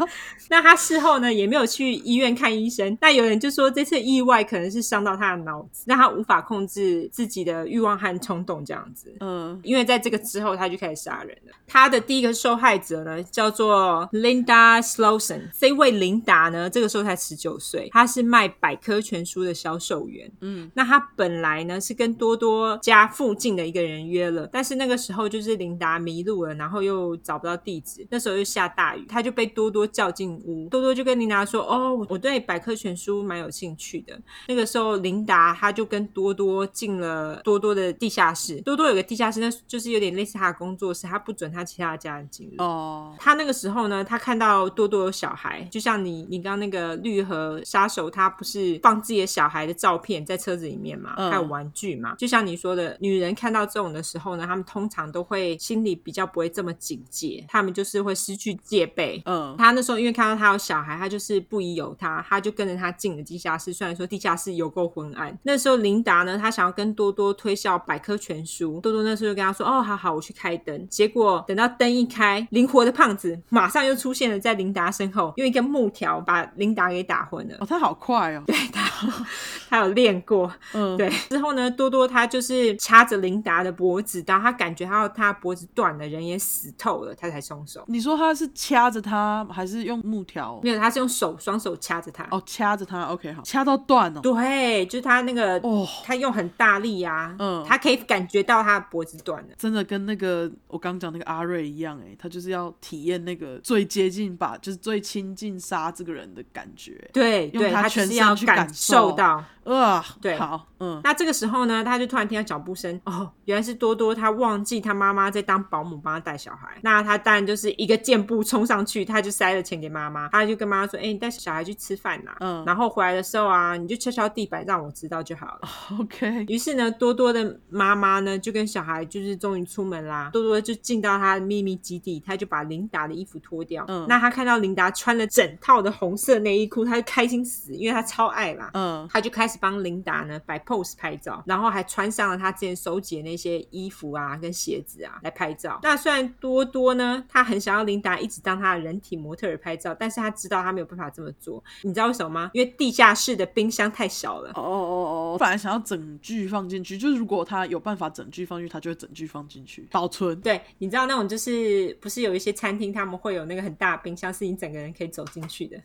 Speaker 2: 那他事后呢也没有去医院看医生。那有人就说这次意外可能是伤到他的脑子，让他无法控制自己的欲望和冲动这样子。
Speaker 1: *laughs* 嗯、
Speaker 2: 因为在这个之后，他就开始杀人了。他的第一个受害者呢，叫做 Linda Slowson。这位琳达呢，这个时候才十九岁，她是卖百科全书的销售员。
Speaker 1: 嗯，
Speaker 2: 那她本来呢是跟多多家附近的一个人约了，但是那个时候就是琳达迷路了，然后又找不到地址，那时候又下大雨，她就被多多叫进屋。多多就跟琳达说：“哦，我我对百科全书蛮有兴趣的，那个时候，琳达她就跟多多进了多多的地下室。多多有个地下室，那就是有点类似他的工作室，他不准他其他的家人进入。
Speaker 1: 哦，
Speaker 2: 他那个时候呢，他看到多多有小孩，就像你你刚刚那个绿河杀手，他不是放自己的小孩的照片在车子里面嘛，
Speaker 1: 嗯
Speaker 2: 还有玩具嘛，就像你说的，女人看到这种的时候呢，她们通常都会心里比较不会这么警戒，她们就是会失去戒备，
Speaker 1: 嗯、
Speaker 2: 他那时候因为看到他有小孩，他就是不疑有他，他就跟着他进了地下室。虽然说地下室有够昏暗，那时候琳达呢，她想要跟多多推销百科全书，多多那时候就跟他说：“哦，好好，我去开灯。”结果等到灯一开，灵活的胖子马上又出现了在琳达身后，用一根木条把琳达给打昏了 *laughs*
Speaker 1: 哦，。他好快 *laughs* 哦，
Speaker 2: 他有练过，
Speaker 1: 嗯，
Speaker 2: 对，之后呢，多多他就是掐着琳达的脖子，当他感觉到他脖子断了，人也死透了，他才松手。
Speaker 1: 你说他是掐着他，还是用木条？
Speaker 2: 没有，他是用手双手掐着他。
Speaker 1: 哦，掐着他，OK，好，掐到断哦，
Speaker 2: 对，就是他那个，
Speaker 1: 哦，
Speaker 2: 他用很大力啊，
Speaker 1: 嗯
Speaker 2: 他可以感觉到他的脖子断了。
Speaker 1: 真的跟那个我刚讲那个阿瑞一样，哎，他就是要体验那个最接近吧，就是最亲近杀这个人的感觉，
Speaker 2: 对
Speaker 1: 用
Speaker 2: 对，
Speaker 1: 他
Speaker 2: 他
Speaker 1: 全
Speaker 2: 就是
Speaker 1: 身
Speaker 2: 要
Speaker 1: 去感
Speaker 2: 感
Speaker 1: 受
Speaker 2: 到。
Speaker 1: 啊、
Speaker 2: 对
Speaker 1: 好，嗯，
Speaker 2: 那这个时候呢，他就突然听到脚步声，哦，原来是多多，他忘记他妈妈在当保姆帮他带小孩。那他当然就是一个箭步冲上去，他就塞了钱给妈妈，他就跟妈妈说：“哎、你带小孩去吃饭啦、
Speaker 1: 嗯
Speaker 2: 然后回来的时候啊，你就敲敲地板，让我知道就好了。
Speaker 1: OK，
Speaker 2: 于是呢，多多的妈妈呢就跟小孩就是终于出门啦，多多就进到他的秘密基地，他就把琳达的衣服脱掉。
Speaker 1: 嗯
Speaker 2: 那他看到琳达穿了整套的红色内衣裤，他就开心死，因为他超爱啦。
Speaker 1: 嗯，
Speaker 2: 他就开始帮琳达呢摆 pose 拍照，然后还穿上了他之前收集的那些衣服啊、跟鞋子啊来拍照。那虽然多多呢，他很想要琳达一直当他的人体模特儿拍照，但是他知道他没有办法这么做。你知道为什么吗？因为地下室的冰箱太小了。
Speaker 1: 哦哦哦，我本来想要整句放进去，就是如果他有办法整句放进去，他就会整句放进去保存。
Speaker 2: 对，你知道那种就是不是有一些餐厅他们会有那个很大的冰箱，是你整个人可以走进去的。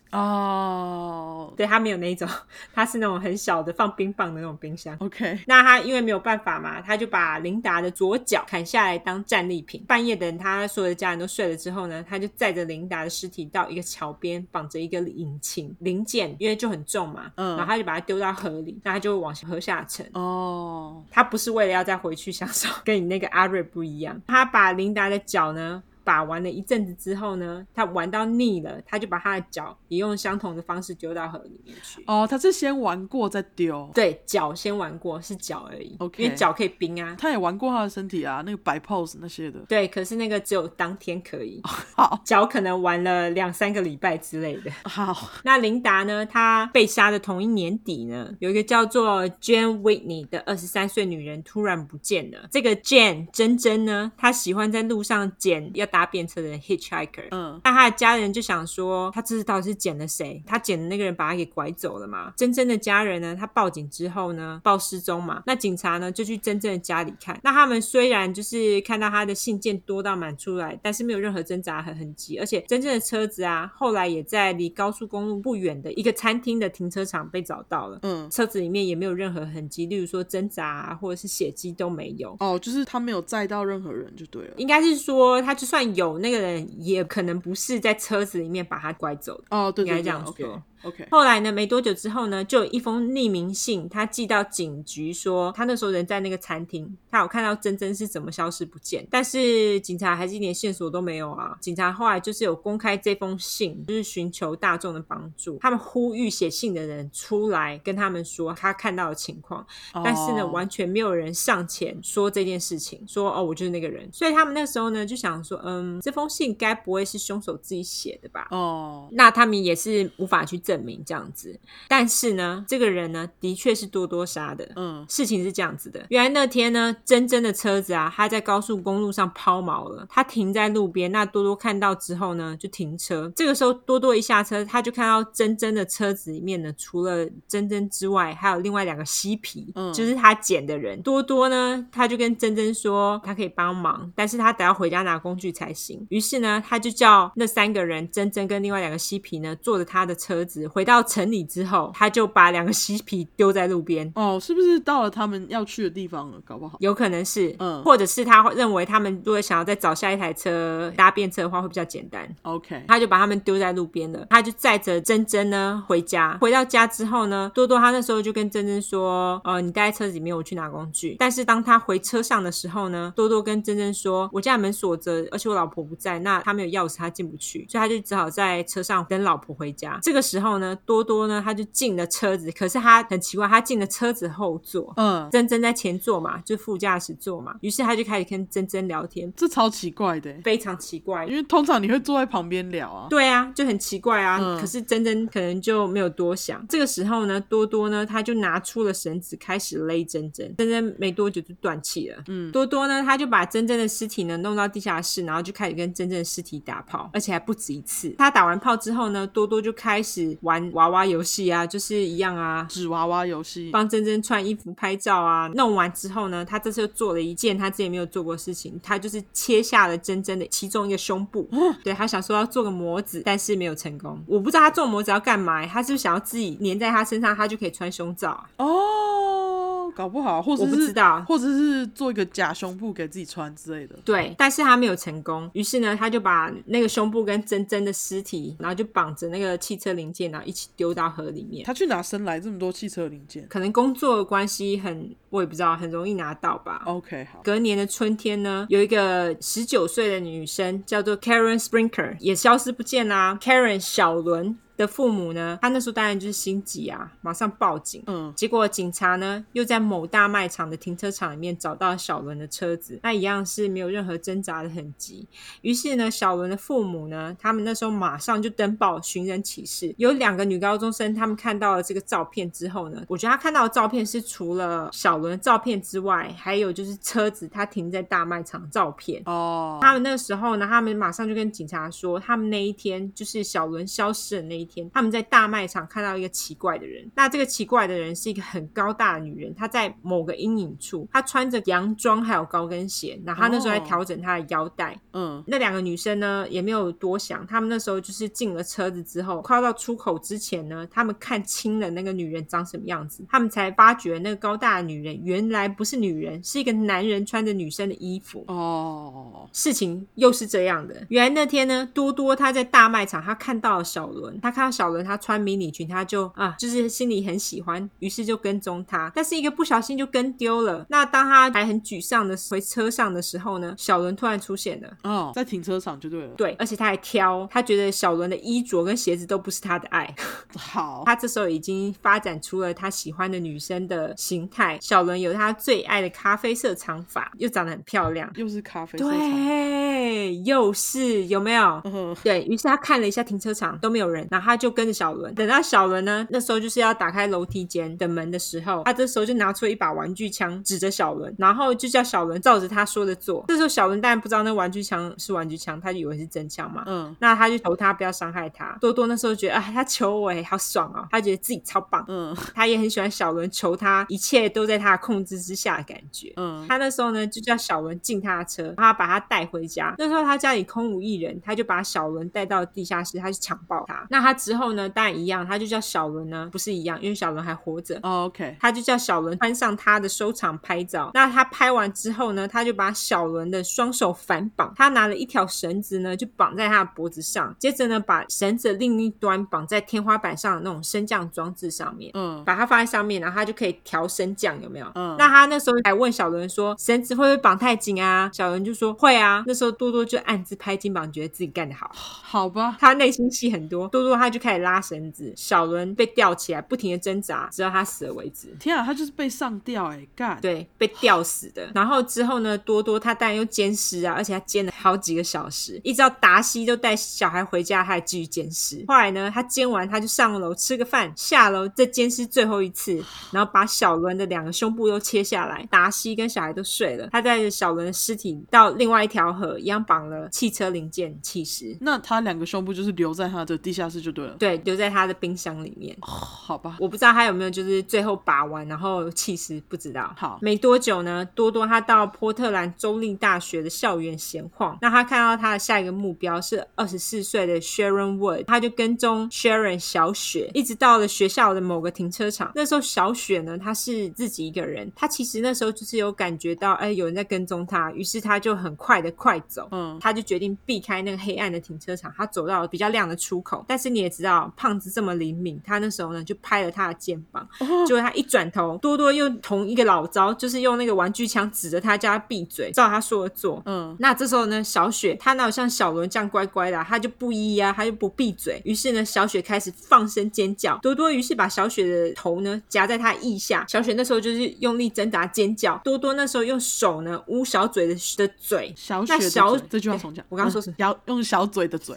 Speaker 1: 哦
Speaker 2: 对，他没有那一种， *laughs* 他是那种很小的放冰棒的那种冰箱。
Speaker 1: ，OK，
Speaker 2: 那他因为没有办法嘛，他就把琳达的左脚砍下来当战利品。半夜等他所有的家人都睡了之后呢，他就载着琳达的尸体到一个桥边，绑着一个引擎零件，因为就很重嘛，
Speaker 1: 嗯
Speaker 2: 然后他就把它丢到河里，那他就往河下沉。
Speaker 1: 哦，
Speaker 2: 他不是为了要再回去享受，跟你那个阿瑞不一样。他把琳达的脚呢把玩了一阵子之后呢，他玩到腻了，他就把他的脚也用相同的方式丢到河里面去。
Speaker 1: 哦，他是先玩过再丢，
Speaker 2: 对，脚先玩过是脚而已
Speaker 1: OK
Speaker 2: 因为脚可以冰啊。
Speaker 1: 他也玩过他的身体啊，那个摆 pose 那些
Speaker 2: *laughs*
Speaker 1: 的。
Speaker 2: 对，可是那个只有当天可
Speaker 1: 哦
Speaker 2: 以，
Speaker 1: 好，
Speaker 2: 脚可能玩了两三个礼拜之类的。 *laughs*
Speaker 1: 好，
Speaker 2: 那琳达呢？她被杀的同一年底呢，有一个叫做 Jane Whitney 的二十三岁女人突然不见了。这个 Jane 珍珍呢，她喜欢在路上捡要搭便车的 hitchhiker。
Speaker 1: 嗯，
Speaker 2: 那她的家人就想说，她这次到底是捡了谁？她捡的那个人把她给拐走了嘛？珍珍的家人呢，她报警之后呢，报失踪嘛。那警察呢，就去珍珍的家里看。那他们虽然就是看到她的信件多到满出来，但是没有任何挣扎和痕迹，而且珍珍的车子啊，后来也在离高速公路不远的一个餐厅的停车场被找到了。
Speaker 1: 嗯，
Speaker 2: 车子里面也没有任何痕迹，例如说挣扎啊，或者是血迹都没有。
Speaker 1: 哦，就是他没有载到任何人就对了。
Speaker 2: 应该是说，他就算算有，那个人也可能不是在车子里面把他拐走的。
Speaker 1: 哦，对
Speaker 2: 应该
Speaker 1: 对对
Speaker 2: 这样
Speaker 1: ，OK
Speaker 2: 说
Speaker 1: OK，
Speaker 2: 后来呢，没多久之后呢，就有一封匿名信，他寄到警局说，他那时候人在那个餐厅，他有看到珍珍是怎么消失不见，但是警察还是一点线索都没有啊。警察后来就是有公开这封信，就是寻求大众的帮助，他们呼吁写信的人出来跟他们说他看到的情况， *laughs* 但是呢，
Speaker 1: 哦
Speaker 2: 完全没有人上前说这件事情，说哦我就是那个人，所以他们那时候呢就想说，嗯，这封信该不会是凶手自己写的吧？
Speaker 1: 哦
Speaker 2: 那他们也是无法去证明这样子。但是呢，这个人呢，的确是多多杀的。
Speaker 1: 嗯
Speaker 2: 事情是这样子的，原来那天呢，珍珍的车子啊，她在高速公路上抛锚了，她停在路边。那多多看到之后呢，就停车。这个时候，多多一下车，他就看到珍珍的车子里面呢，除了珍珍之外，还有另外两个嬉皮，
Speaker 1: 嗯
Speaker 2: 就是他捡的人。多多呢，他就跟珍珍说，他可以帮忙，但是他得要回家拿工具才行。于是呢，他就叫那三个人，珍珍跟另外两个嬉皮呢，坐着他的车子回到城里之后，他就把两个嬉皮丢在路边。
Speaker 1: 哦，是不是到了他们要去的地方了？搞不
Speaker 2: *laughs*
Speaker 1: 好
Speaker 2: 有可能是，
Speaker 1: 嗯
Speaker 2: 或者是他会认为他们如果想要再找下一台车搭便车的话，会比较简单。
Speaker 1: OK
Speaker 2: 他就把他们丢在路边了，他就载着珍珍呢回家。回到家之后呢，多多他那时候就跟珍珍说：“呃，你待在车子里面，我去拿工具。”但是当他回车上的时候呢，多多跟珍珍说：“我家门锁着，而且我老婆不在，那他没有钥匙，他进不去，所以他就只好在车上等老婆回家。”这个时候呢，多多呢他就进了车子，可是他很奇怪，他进了车子后座，
Speaker 1: 嗯，
Speaker 2: 珍珍在前座嘛，就副驾驶座嘛，于是他就开始跟珍珍聊天，
Speaker 1: 这超奇怪的欸，
Speaker 2: 非常奇怪
Speaker 1: 因。为通常你会坐在旁边聊啊。
Speaker 2: 对啊，就很奇怪啊。
Speaker 1: 嗯
Speaker 2: 可是珍珍可能就没有多想。这个时候呢，多多呢，他就拿出了绳子开始勒珍珍。珍珍没多久就断气了。嗯，多多呢，他就把珍珍的尸体呢弄到地下室，然后就开始跟珍珍的尸体打炮，而且还不止一次。他打完炮之后呢，多多就开始玩娃娃游戏啊，就是一样啊，
Speaker 1: 纸娃娃游戏，
Speaker 2: 帮珍珍穿衣服、拍照啊。弄完之后呢，他这次又做了一件他之前没有做过的事情，他就是切下了珍珍的其中一个胸部。对他想说要做个模子，但是没有成功。我不知道他做模子要干嘛、他是不是想要自己粘在他身上，他就可以穿胸罩啊？
Speaker 1: 哦，搞不好，或者
Speaker 2: 我
Speaker 1: 是
Speaker 2: 不知道
Speaker 1: 或者是做一个假胸部给自己穿之类的。
Speaker 2: 对，但是他没有成功，于是呢，他就把那个胸部跟珍珍的尸体，然后就绑着那个汽车零件，然后一起丢到河里面。
Speaker 1: 他去哪生来这么多汽车零件
Speaker 2: 可能工作的关系很，我也不知道，很容易拿到吧。
Speaker 1: ？OK，好，
Speaker 2: 隔年的春天呢，有一个十九岁的女生叫做 Karen Sprinker，也消失不见啦、Karen 小伦的父母呢，他那时候当然就是心急啊，马上报警。
Speaker 1: 嗯，
Speaker 2: 结果警察呢又在某大卖场的停车场里面找到小伦的车子，那一样是没有任何挣扎的痕迹。于是呢，小伦的父母呢，他们那时候马上就登报寻人启事。有两个女高中生，她们看到了这个照片之后呢，我觉得她看到的照片是除了小伦的照片之外，还有就是车子他停在大卖场的照片。
Speaker 1: 哦，
Speaker 2: 他们那时候呢，他们马上就跟警察说，他们那一天就是小伦消失的那一天，他们在大卖场看到一个奇怪的人。那这个奇怪的人是一个很高大的女人，她在某个阴影处，她穿着洋装还有高跟鞋，然后她那时候还
Speaker 1: 哦
Speaker 2: 调整她的腰带。
Speaker 1: 嗯，
Speaker 2: 那两个女生呢也没有多想，她们那时候就是进了车子之后，快要到出口之前呢，她们看清了那个女人长什么样子，她们才发觉那个高大的女人原来不是女人，是一个男人穿着女生的衣服。
Speaker 1: 哦，
Speaker 2: 事情又是这样的。原来那天呢，多多他在大卖场，他看到了小伦，他看到小伦他穿迷你裙，他就啊，就是心里很喜欢，于是就跟踪他，但是一个不小心就跟丢了。那当他还很沮丧的回车上的时候呢，小伦突然出现了。
Speaker 1: 哦，在停车场就对了。
Speaker 2: 对，而且他还挑，他觉得小伦的衣着跟鞋子都不是他的爱。
Speaker 1: 好，
Speaker 2: 他这时候已经发展出了他喜欢的女生的形态。小伦有他最爱的咖啡色长发，又长得很漂亮。
Speaker 1: 又是咖啡色彩。
Speaker 2: 对，又是有没有？
Speaker 1: 嗯，
Speaker 2: 对于是，他看了一下停车场都没有人，然后他就跟着小伦。等到小伦呢，那时候就是要打开楼梯间的门的时候，他这时候就拿出一把玩具枪指着小伦，然后就叫小伦照着他说的做。这时候小伦当然不知道那玩具枪是玩具枪，他就以为是真枪嘛。
Speaker 1: 嗯
Speaker 2: 那他就求他不要伤害他。多多那时候觉得啊，他求我哎，好爽哦，他觉得自己超棒，
Speaker 1: 嗯
Speaker 2: 他也很喜欢小伦求他，一切都在他的控制之下的感觉。
Speaker 1: 嗯，
Speaker 2: 他那时候呢就叫小伦进他的车，然后他把他带回家。那时候他家里空无一人，他就把小伦带到地下室，他去强暴他。那他他之后呢，当然一样，他就叫小伦呢，不是一样，因为小伦还活着。
Speaker 1: 哦 OK，
Speaker 2: 他就叫小伦穿上他的收藏拍照。那他拍完之后呢，他就把小伦的双手反绑，他拿了一条绳子呢，就绑在他的脖子上，接着呢，把绳子的另一端绑在天花板上的那种升降装置上面。
Speaker 1: 嗯，
Speaker 2: 把它放在上面，然后他就可以调升降，有没有？
Speaker 1: 嗯
Speaker 2: 那他那时候还问小伦说，绳子会不会绑太紧啊？小伦就说会啊。那时候多多就暗自拍肩膀，觉得自己干得好。
Speaker 1: 好吧，
Speaker 2: 他内心戏很多，多多他就开始拉绳子，小伦被吊起来，不停的挣扎，直到他死了为止。
Speaker 1: 天啊，他就是被上吊哎、干，
Speaker 2: 对，被吊死的。然后之后呢，多多他当然又监视啊，而且他监了好几个小时，一直到达西都带小孩回家，他还继续监视。后来呢，他监完他就上楼吃个饭，下楼再监视最后一次，然后把小伦的两个胸部都切下来。达西跟小孩都睡了，他带着小伦的尸体到另外一条河，一样绑了汽车零件弃尸，
Speaker 1: 那他两个胸部就是留在他的地下室就对了。
Speaker 2: 对，留在他的冰箱里面。
Speaker 1: 好吧，
Speaker 2: 我不知道他有没有就是最后把完，然后弃尸，不知道。
Speaker 1: 好
Speaker 2: 没多久呢，多多他到波特兰州立大学的校园闲晃，那他看到他的下一个目标是二十四岁的 Sharon Wood，他就跟踪 Sharon 小雪，一直到了学校的某个停车场。那时候小雪呢，她是自己一个人，她其实那时候就是有感觉到，哎，有人在跟踪她，于是她就很快的快走，
Speaker 1: 嗯，
Speaker 2: 他就决定避开那个黑暗的停车场，他走到比较亮的出口。但是你也知道，胖子这么灵敏，他那时候呢就拍了他的肩膀，结果他一转头，多多又同一个老招，就是用那个玩具枪指着他，叫他闭嘴，照他说的做。
Speaker 1: 嗯，
Speaker 2: 那这时候呢，小雪她哪有像小伦这样乖乖的、啊，她就不依啊，她就不闭嘴。于是呢，小雪开始放声尖叫，多多于是把小雪的头呢夹在她腋下，小雪那时候就是用力挣扎尖叫，多多那时候用手呢捂小嘴的的嘴，
Speaker 1: 小雪
Speaker 2: 那
Speaker 1: 的
Speaker 2: 小
Speaker 1: 嘴这句话重讲。
Speaker 2: 我刚刚说什么
Speaker 1: 嗯小用小嘴的嘴，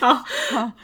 Speaker 2: 好，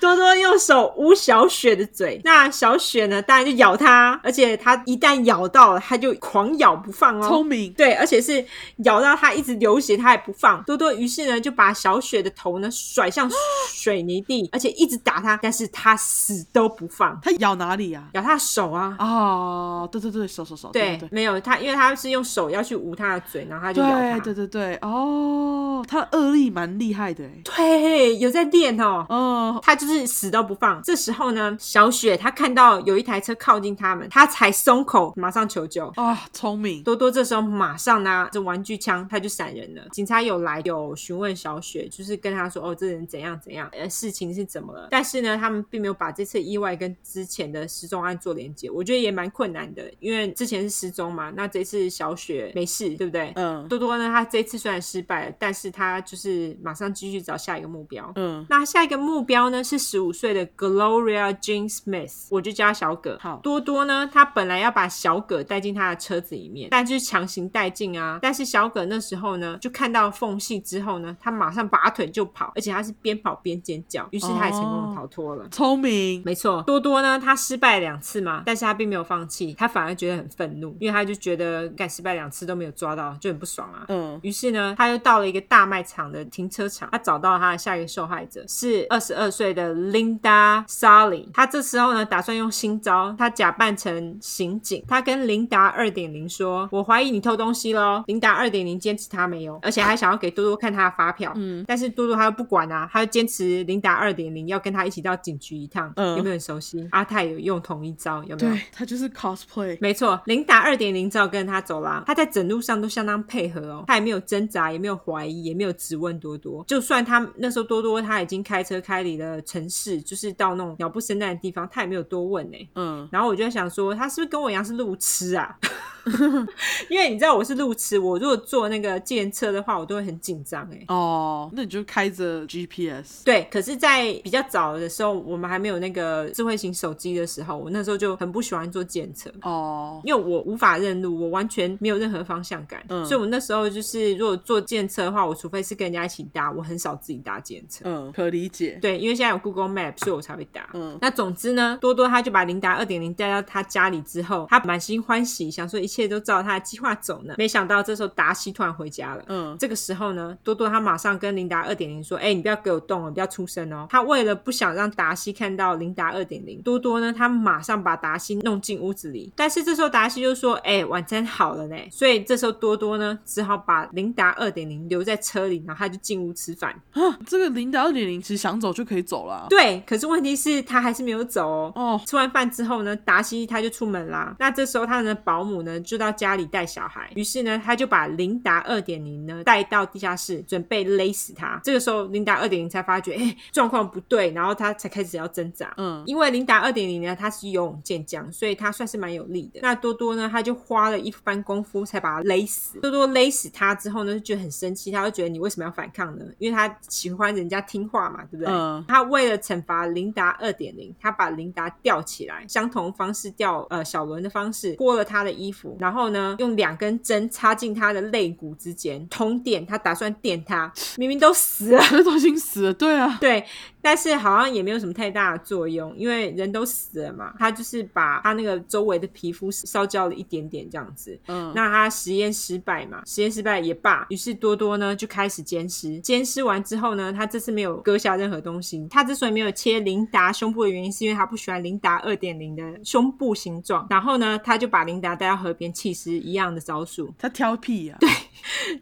Speaker 2: 多多用手捂小雪的嘴，那小雪呢，当然就咬它，而且它一旦咬到了，它就狂咬不放哦。
Speaker 1: 聪明。
Speaker 2: 对，而且是咬到它一直流血，它也不放。多多于是呢，就把小雪的头呢甩向水泥地，而且一直打它，但是它死都不放，
Speaker 1: 他咬哪里呀、
Speaker 2: 咬它手啊。
Speaker 1: 哦，对对对，手手手，
Speaker 2: 对，
Speaker 1: 对
Speaker 2: 没有它，因为它是用手要去捂它的嘴，然后它就咬它。
Speaker 1: 对对对对，哦，他的恶力蛮厉害的欸，
Speaker 2: 对，有在练哦。
Speaker 1: 哦，
Speaker 2: 他就是死都不放。这时候呢，小雪她看到有一台车靠近他们，她才松口，马上求救。
Speaker 1: 啊，聪明，
Speaker 2: 多多这时候马上拿着玩具枪，他就闪人了。警察有来有询问小雪，就是跟他说：“哦，这人怎样怎样，呃，事情是怎么了？”但是呢，他们并没有把这次意外跟之前的失踪案做连接，我觉得也蛮困难的，因为之前是失踪嘛，那这次小雪没事，对不对？
Speaker 1: 嗯
Speaker 2: 多多呢，他这次虽然失败了，但是他就是马上继续找下一个目标。
Speaker 1: 嗯，
Speaker 2: 那下一个目标呢是十五岁的 Gloria Jean Smith，我就叫她小葛。
Speaker 1: 好
Speaker 2: 多多呢，他本来要把小葛带进他的车子里面，但就是强行带进啊。但是小葛那时候呢，就看到缝隙之后呢，他马上拔腿就跑，而且他是边跑边尖叫，于是他也成功
Speaker 1: 哦
Speaker 2: 地逃脱了。
Speaker 1: 聪明，
Speaker 2: 没错，多多呢，他失败两次嘛，但是他并没有放弃，他反而觉得很愤怒，因为他就觉得干失败两次都没有抓到，就很不爽啊。
Speaker 1: 嗯，
Speaker 2: 于是呢，他又到了一个大卖场的停车场，他找到了他的下一个受害者是二十二岁的 Linda Sally。他这时候呢，打算用新招，他假扮成刑警，他跟琳达二点零说：“我怀疑你偷东西喽。”琳达二点零坚持他没有，而且还想要给多多看他的发票。嗯，但是多多他又不管啊，他就坚持琳达二点零要跟他一起到警局一趟。
Speaker 1: 嗯
Speaker 2: 有没有很熟悉？阿泰有用同一招，有没有？
Speaker 1: 对他就是 cosplay，
Speaker 2: 没错，琳达二点零照跟他走廊，他在整路上都相当配合哦，他也没有挣扎，也没有怀疑，也没有质问多多。就算他那时候多多他已经开车开离了城市，就是到那种鸟不生蛋的地方，他也没有多问呢、
Speaker 1: 嗯，
Speaker 2: 然后我就在想说，他是不是跟我一样是路痴啊？ *laughs* 因为你知道我是路痴，我如果坐那个计程车的话，我都会很紧张哎、
Speaker 1: 哦，那你就开着 GPS，
Speaker 2: 对，可是，在比较早的时候，我们还没有那个智慧型手机的时候，我那时候就很不喜欢坐检测。
Speaker 1: 哦，
Speaker 2: 因为我无法认路，我完全没有任何方向感，
Speaker 1: 嗯
Speaker 2: 所以我那时候就是如果坐电车的话，我除非是跟人家一起搭，我很少自己搭电车。
Speaker 1: 嗯，可理解，
Speaker 2: 对，因为现在有 Google Map，所以我才会搭。
Speaker 1: 嗯
Speaker 2: 那总之呢，多多他就把琳达二点零带到他家里之后，他满心欢喜，想说一切都照他的计划走呢。没想到这时候达西突然回家了。
Speaker 1: 嗯，
Speaker 2: 这个时候呢，多多他马上跟琳达二点零说：“哎、你不要给我动了，不要出声哦。”他为了不想让达西看到琳达二点零，多多呢，他马上把达西弄进屋子里。但是这时候达西就说：“哎、晚餐好了呢。”所以这时候多多呢，只好把琳达二点零留在车里，然后他就进屋吃饭。
Speaker 1: 啊，这个零点二点零其实想走就可以走啦。
Speaker 2: 对，可是问题是他还是没有走哦。
Speaker 1: 哦，
Speaker 2: 吃完饭之后呢，达西他就出门啦。那这时候他的保姆呢就到家里带小孩，于是呢他就把琳达二点零呢带到地下室，准备勒死他。这个时候琳达二点零才发觉，哎、状况不对，然后他才开始要挣扎。
Speaker 1: 嗯，
Speaker 2: 因为琳达二点零呢，她是游泳健将，所以她算是蛮有力的。那多多呢，他就花了一番功夫才把他勒死。多多勒死他之后呢，就觉得很生气，他就觉得你为什么要反抗呢？因为他喜欢人家听话嘛，对不对？
Speaker 1: 嗯
Speaker 2: 他为了惩罚琳达二点零，他把琳达吊起来，相同方式吊呃小伦的方式，脱了她的衣服，然后呢用两根针插进她的肋骨之间，通电，他打算电她，明明都死了。 *laughs*
Speaker 1: 可是都已经死了，对啊，
Speaker 2: 对，但是好像也没有什么太大的作用，因为人都死了嘛。他就是把他那个周围的皮肤烧焦了一点点这样子。
Speaker 1: 嗯，
Speaker 2: 那他实验失败嘛，实验失败也罢，于是多多呢就开始奸尸。奸尸完之后呢，他这次没有割下任何东西。他之所以没有切琳达胸部的原因，是因为他不喜欢琳达二点零的胸部形状。然后呢，他就把琳达带到河边弃尸，一样的招数，
Speaker 1: 他挑啊剔呀、对，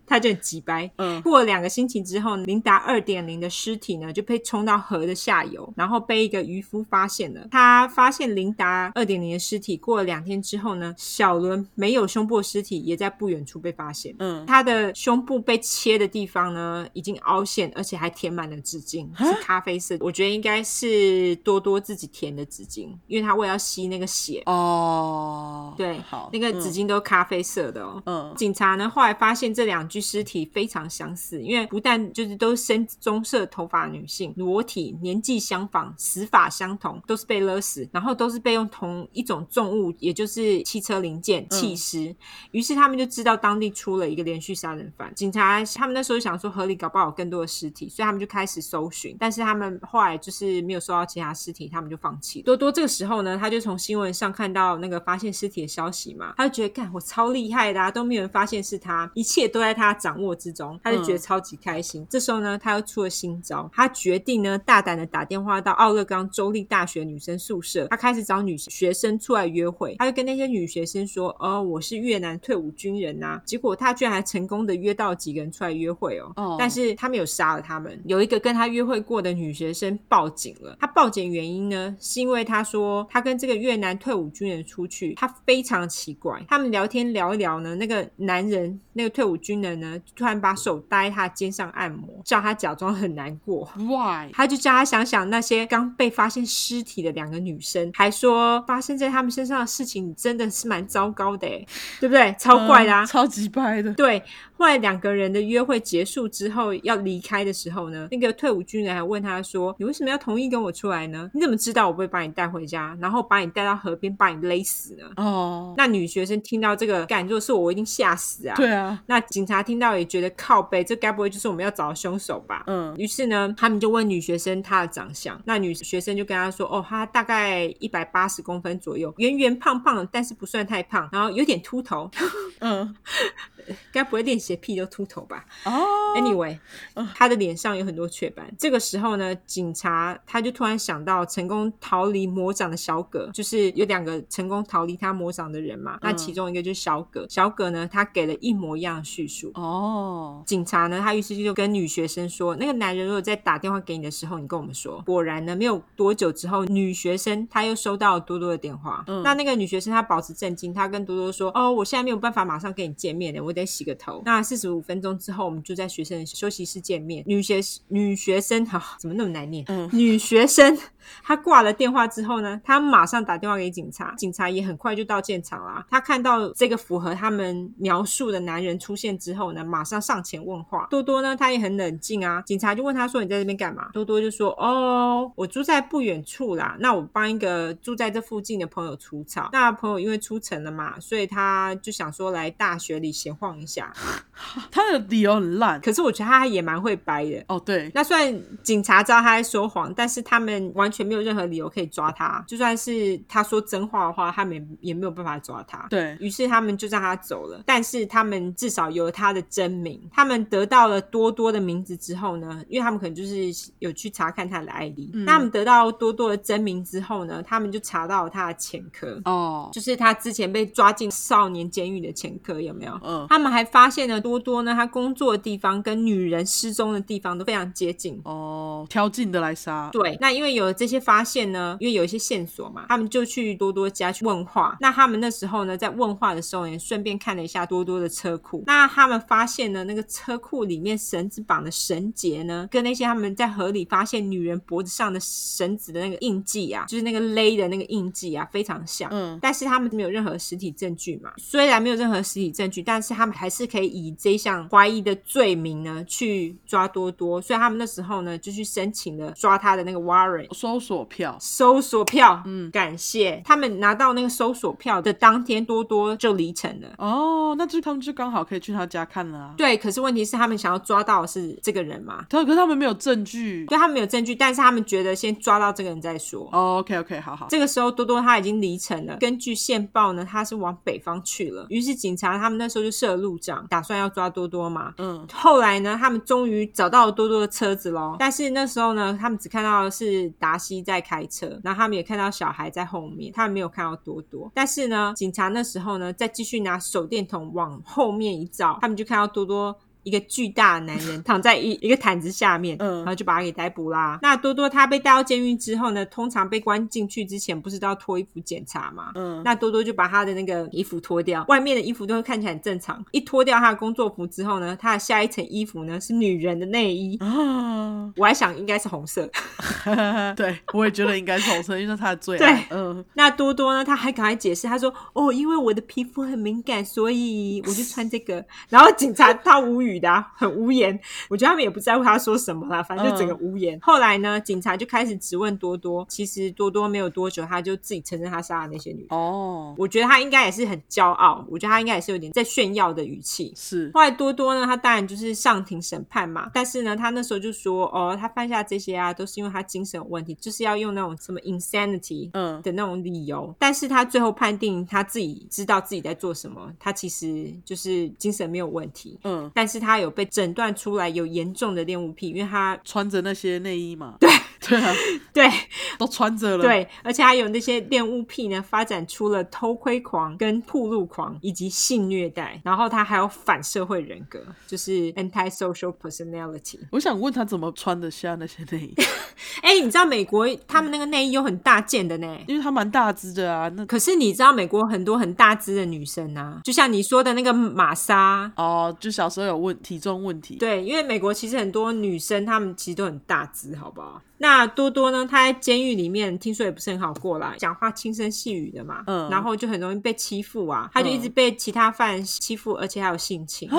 Speaker 2: 他就很急掰。
Speaker 1: 嗯，
Speaker 2: 过了两个星期之后，琳达二点零的尸体呢就被冲到河的下游，然后被一个渔夫发现了。他发现琳达二点零的尸体，过了两天之后呢，小伦没有胸部的尸体也在不远处被发现。
Speaker 1: 嗯，
Speaker 2: 他的胸部被切的地方呢，已经凹陷，而且还填满了纸巾，
Speaker 1: 啊
Speaker 2: 是咖啡色。我觉得应该是多多自己填的纸巾，因为他为了要吸那个血，
Speaker 1: 哦，
Speaker 2: 对
Speaker 1: 好，
Speaker 2: 那个纸巾都咖啡色的哦。
Speaker 1: 嗯，
Speaker 2: 警察呢后来发现这两具尸体非常相似，因为不但就是都是深棕色头发的女性，裸体，年纪相仿，死法相同，都是被勒死，然后都是被用同一种重物，也就是汽车零件
Speaker 1: 嗯
Speaker 2: 弃尸。于是他们就知道当地出了一个连续杀人犯。警察他们那时候想说河里搞不好有更多的尸体，所以他们就开始搜寻。但是他们后来就是没有搜到其他尸体，他们就放弃了。多多这个时候呢，他就从新闻上看到那个发现尸体的消息嘛，他就觉得干我超厉害的、啊，都没有人发现是他，一切都在他掌握之中，他就觉
Speaker 1: 嗯
Speaker 2: 得超级开心。这时候呢，他又出了新招，他决定呢大胆的打电话到奥勒冈州立大学女生宿舍，他开始找女学生出来约会，他就跟那些女学生说：“哦，我是越南退伍军人呐、结果他居然还成功的约到几个人出来约会哦，
Speaker 1: 哦
Speaker 2: 但是他没有杀了他们。有一个跟他约会过的女学生报警了，她报警原因呢，是因为她说她跟这个越南退伍军人出去，她非常奇怪，他们聊天聊一聊呢，那个男人那个退伍军人呢，突然把手搭在他肩上按摩，叫他假装很难过。
Speaker 1: ，why？
Speaker 2: 他就叫他想想那些刚被发现尸体的两个女生，还说发生在他们身上的事情真的是蛮糟糕的，诶，对不对？超怪啊啦、
Speaker 1: 嗯超级掰的，
Speaker 2: 对，后来两个人的约会结束之后要离开的时候呢，那个退伍军人还问他说：“你为什么要同意跟我出来呢？你怎么知道我不会把你带回家，然后把你带到河边把你勒死呢？”
Speaker 1: 哦，
Speaker 2: 那女学生听到这个，感若是我，我一定吓死啊！
Speaker 1: 对啊，
Speaker 2: 那警察听到也觉得靠背，这该不会就是我们要找的凶手吧？
Speaker 1: 嗯，
Speaker 2: 于是呢，他们就问女学生她的长相，那女学生就跟他说：“哦，她大概一百八十公分左右，圆圆胖胖，但是不算太胖，然后有点秃头， *laughs*
Speaker 1: 嗯，
Speaker 2: 该不会练习屁都秃头吧
Speaker 1: 哦，
Speaker 2: ？”Anyway，她的脸上有很多雀斑。这个时候呢，警察他就突然想到成功逃离魔掌的小葛，就是有两个成功逃离他魔掌的人嘛，那
Speaker 1: 嗯
Speaker 2: 其中一个就是小葛。小葛呢，他给了一模一样的叙述，
Speaker 1: 哦，
Speaker 2: 警察呢，他于是就跟女学生说，那个男人如果在打电话给你的时候，你跟我们说。果然呢，没有多久之后，女学生她又收到多多的电话。
Speaker 1: 嗯
Speaker 2: 那那个女学生她保持震惊，她跟多多说：“哦，我现在没有办法马上跟你见面的，我得洗个头。”那四十五分钟之后，我们就在学生的休息室见面。女学女学生，哈、怎么那么难念？
Speaker 1: 嗯
Speaker 2: 女学生她挂了电话之后呢，她马上打电话给警察，警察也很快就到现场啦。她看到这个符合他们描述的男人出现之后呢，马上上前问话。多多呢，他也很冷静啊。警察就问他说：“你在这边干嘛？”多多就说：“哦，我住在不远处啦，那我帮一个住在这附近的朋友除草。那朋友因为出城了嘛，所以他就想说来大学里闲晃一下。
Speaker 1: 他的理由很烂，
Speaker 2: 可是我觉得他也蛮会掰的。
Speaker 1: 哦，对，
Speaker 2: 那虽然警察知道他在说谎，但是他们完全没有任何理由可以抓他。就算是他说真话的话，他们也也没有办法抓他。
Speaker 1: 对
Speaker 2: 于是他们就让他走了。但是他们至少有了他的真名。他们得到了多多的名字之后呢，因为他们可能就是有去查看他的 ID、那他们得到多多的真名之后呢，他们就查到了他的前科。
Speaker 1: 哦，
Speaker 2: 就是他之前被抓进少年监狱的前科有没有？
Speaker 1: 嗯
Speaker 2: 他们还发现了多多呢，他工作的地方跟女人失踪的地方都非常接近。
Speaker 1: 哦，挑近的来杀，
Speaker 2: 对，那因为有了这些发现呢，因为有一些线索嘛，他们就去多多家去问话。那他们那时候呢，在问话的时候也顺便看了一下多多的车库。那他们发现呢，那个车库里面绳子绑的绳结呢，跟那些他们在河里发现女人脖子上的绳子的那个印记啊，就是那个勒的那个印记啊，非常像。
Speaker 1: 嗯，
Speaker 2: 但是他们没有任何实体证据嘛。虽然没有任何实体证据，但是他们还是可以以这项怀疑的罪名呢去抓多多，所以他们那时候呢就去申请了抓他的那个 warrant。
Speaker 1: 搜索票，
Speaker 2: 搜索票，嗯，感谢他们拿到那个搜索票的当天，多多就离城了。
Speaker 1: 哦，那就他们就刚好可以去他家看了啊。
Speaker 2: 对，可是问题是他们想要抓到的是这个人嘛？
Speaker 1: 他可是他们没有证据。
Speaker 2: 对，他啊们有证据，但是他们觉得先抓到这个人再说。
Speaker 1: 哦，OK OK，好好。
Speaker 2: 这个时候多多他已经离城了，根据线报呢，他是往北方去了。于是警察他们那时候就设了路障，打算要抓多多嘛。
Speaker 1: 嗯，
Speaker 2: 后来呢，他们终于找到了多多的车子喽。但是那时候呢，他们只看到的是达西在开车，然后他们也看到小孩在后面，他们没有看到多多。但是呢，警察那时候呢，再继续拿手电筒往后面一照，他们就看到多多。一个巨大的男人躺在一一个毯子下面，
Speaker 1: 嗯
Speaker 2: 然后就把他给逮捕啦。那多多他被带到监狱之后呢，通常被关进去之前不是都要脱衣服检查吗？
Speaker 1: 嗯
Speaker 2: 那多多就把他的那个衣服脱掉，外面的衣服都会看起来很正常。一脱掉他的工作服之后呢，他的下一层衣服呢是女人的内衣，
Speaker 1: 啊，
Speaker 2: 我还想应该是红色。
Speaker 1: *laughs*
Speaker 2: *laughs*
Speaker 1: 对，我也觉得应该是红色，因为是他的最
Speaker 2: 对
Speaker 1: 爱。嗯，
Speaker 2: 那多多呢，他还赶快解释，他说：“哦，因为我的皮肤很敏感，所以我就穿这个。” *laughs* 然后警察他无语的啊、很无言。我觉得他们也不在乎他说什么啦，反正就整个无言。后来呢，警察就开始质问多多，其实多多没有多久，他就自己承认他杀了那些女人。
Speaker 1: 哦，
Speaker 2: 我觉得他应该也是很骄傲，我觉得他应该也是有点在炫耀的语气。
Speaker 1: 是，
Speaker 2: 后来多多呢，他当然就是上庭审判嘛，但是呢，他那时候就说，哦，他犯下这些啊，都是因为他精神有问题，就是要用那种什么 insanity
Speaker 1: 嗯
Speaker 2: 的那种理由。但是他最后判定他自己知道自己在做什么，他其实就是精神没有问题，
Speaker 1: 嗯，
Speaker 2: 但是他有被诊断出来有严重的恋物癖，因为他 *laughs*
Speaker 1: 穿着那些内衣嘛。对，对啊，
Speaker 2: 对
Speaker 1: 都穿着了。，
Speaker 2: 对，而且他有那些恋物癖呢，发展出了偷窥狂、跟铺路狂以及性虐待，然后他还有反社会人格，就是 antisocial personality。
Speaker 1: 我想问他怎么穿得下那些内衣， *laughs*
Speaker 2: 哎、你知道美国他们那个内衣有很大件的呢。
Speaker 1: 因为他蛮大只的啊。那
Speaker 2: 可是你知道美国很多很大只的女生啊，就像你说的那个玛莎，
Speaker 1: 哦，就小时候有问体重问题。
Speaker 2: 对，因为美国其实很多女生她们其实都很大只，好不好？那多多呢，她在监狱里面听说也不是很好过啦，讲话轻声细语的嘛，
Speaker 1: 嗯
Speaker 2: 然后就很容易被欺负啊，她就一直被其他犯人欺负，而且还有性侵。
Speaker 1: 啊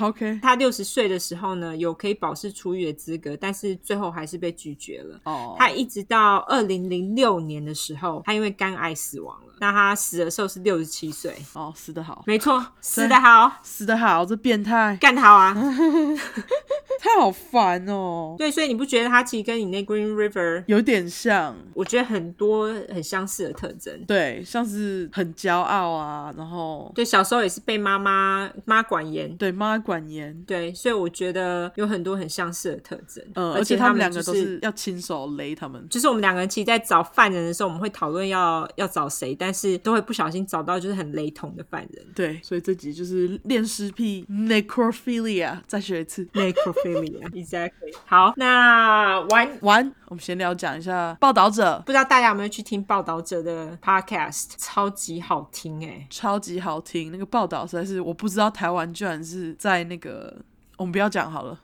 Speaker 1: ，OK。
Speaker 2: 她六十岁的时候呢，有可以保释出狱的资格，但是最后还是被拒绝了。
Speaker 1: 哦，
Speaker 2: 他一直到二零零六年的时候，他因为肝癌死亡了。那他死的时候是六十七岁，
Speaker 1: 哦，死得好，*laughs*
Speaker 2: 没错，死的好，
Speaker 1: 死得好，这变态，
Speaker 2: 干得好啊！
Speaker 1: 嗯他好烦哦，
Speaker 2: 对，所以你不觉得他其实跟你那 Green River，
Speaker 1: 有点像。
Speaker 2: 我觉得很多很相似的特征。
Speaker 1: 对，像是很骄傲啊，然后
Speaker 2: 对，小时候也是被妈妈妈管严，
Speaker 1: 对妈妈管严，
Speaker 2: 对，所以我觉得有很多很相似的特征。
Speaker 1: 嗯，
Speaker 2: 而
Speaker 1: 而且
Speaker 2: 他
Speaker 1: 他们两个
Speaker 2: 就
Speaker 1: 都
Speaker 2: 是
Speaker 1: 是要亲手勒他们。
Speaker 2: 就是我们两个人其实，在找犯人的时候，我们会讨论要要找谁，但是都会不小心找到就是很雷同的犯人。
Speaker 1: 对，所以这集就是恋尸癖 necrophilia，再学一次。 *laughs*
Speaker 2: *laughs* necrophilia，exactly。好，那完
Speaker 1: 完，我们闲聊讲一下报道者，
Speaker 2: 不知道大家有没有去听报道者的 podcast，超级好听哎、
Speaker 1: 超级好听。那个报道实在是，我不知道台湾居然是在那个，我们不要讲好了，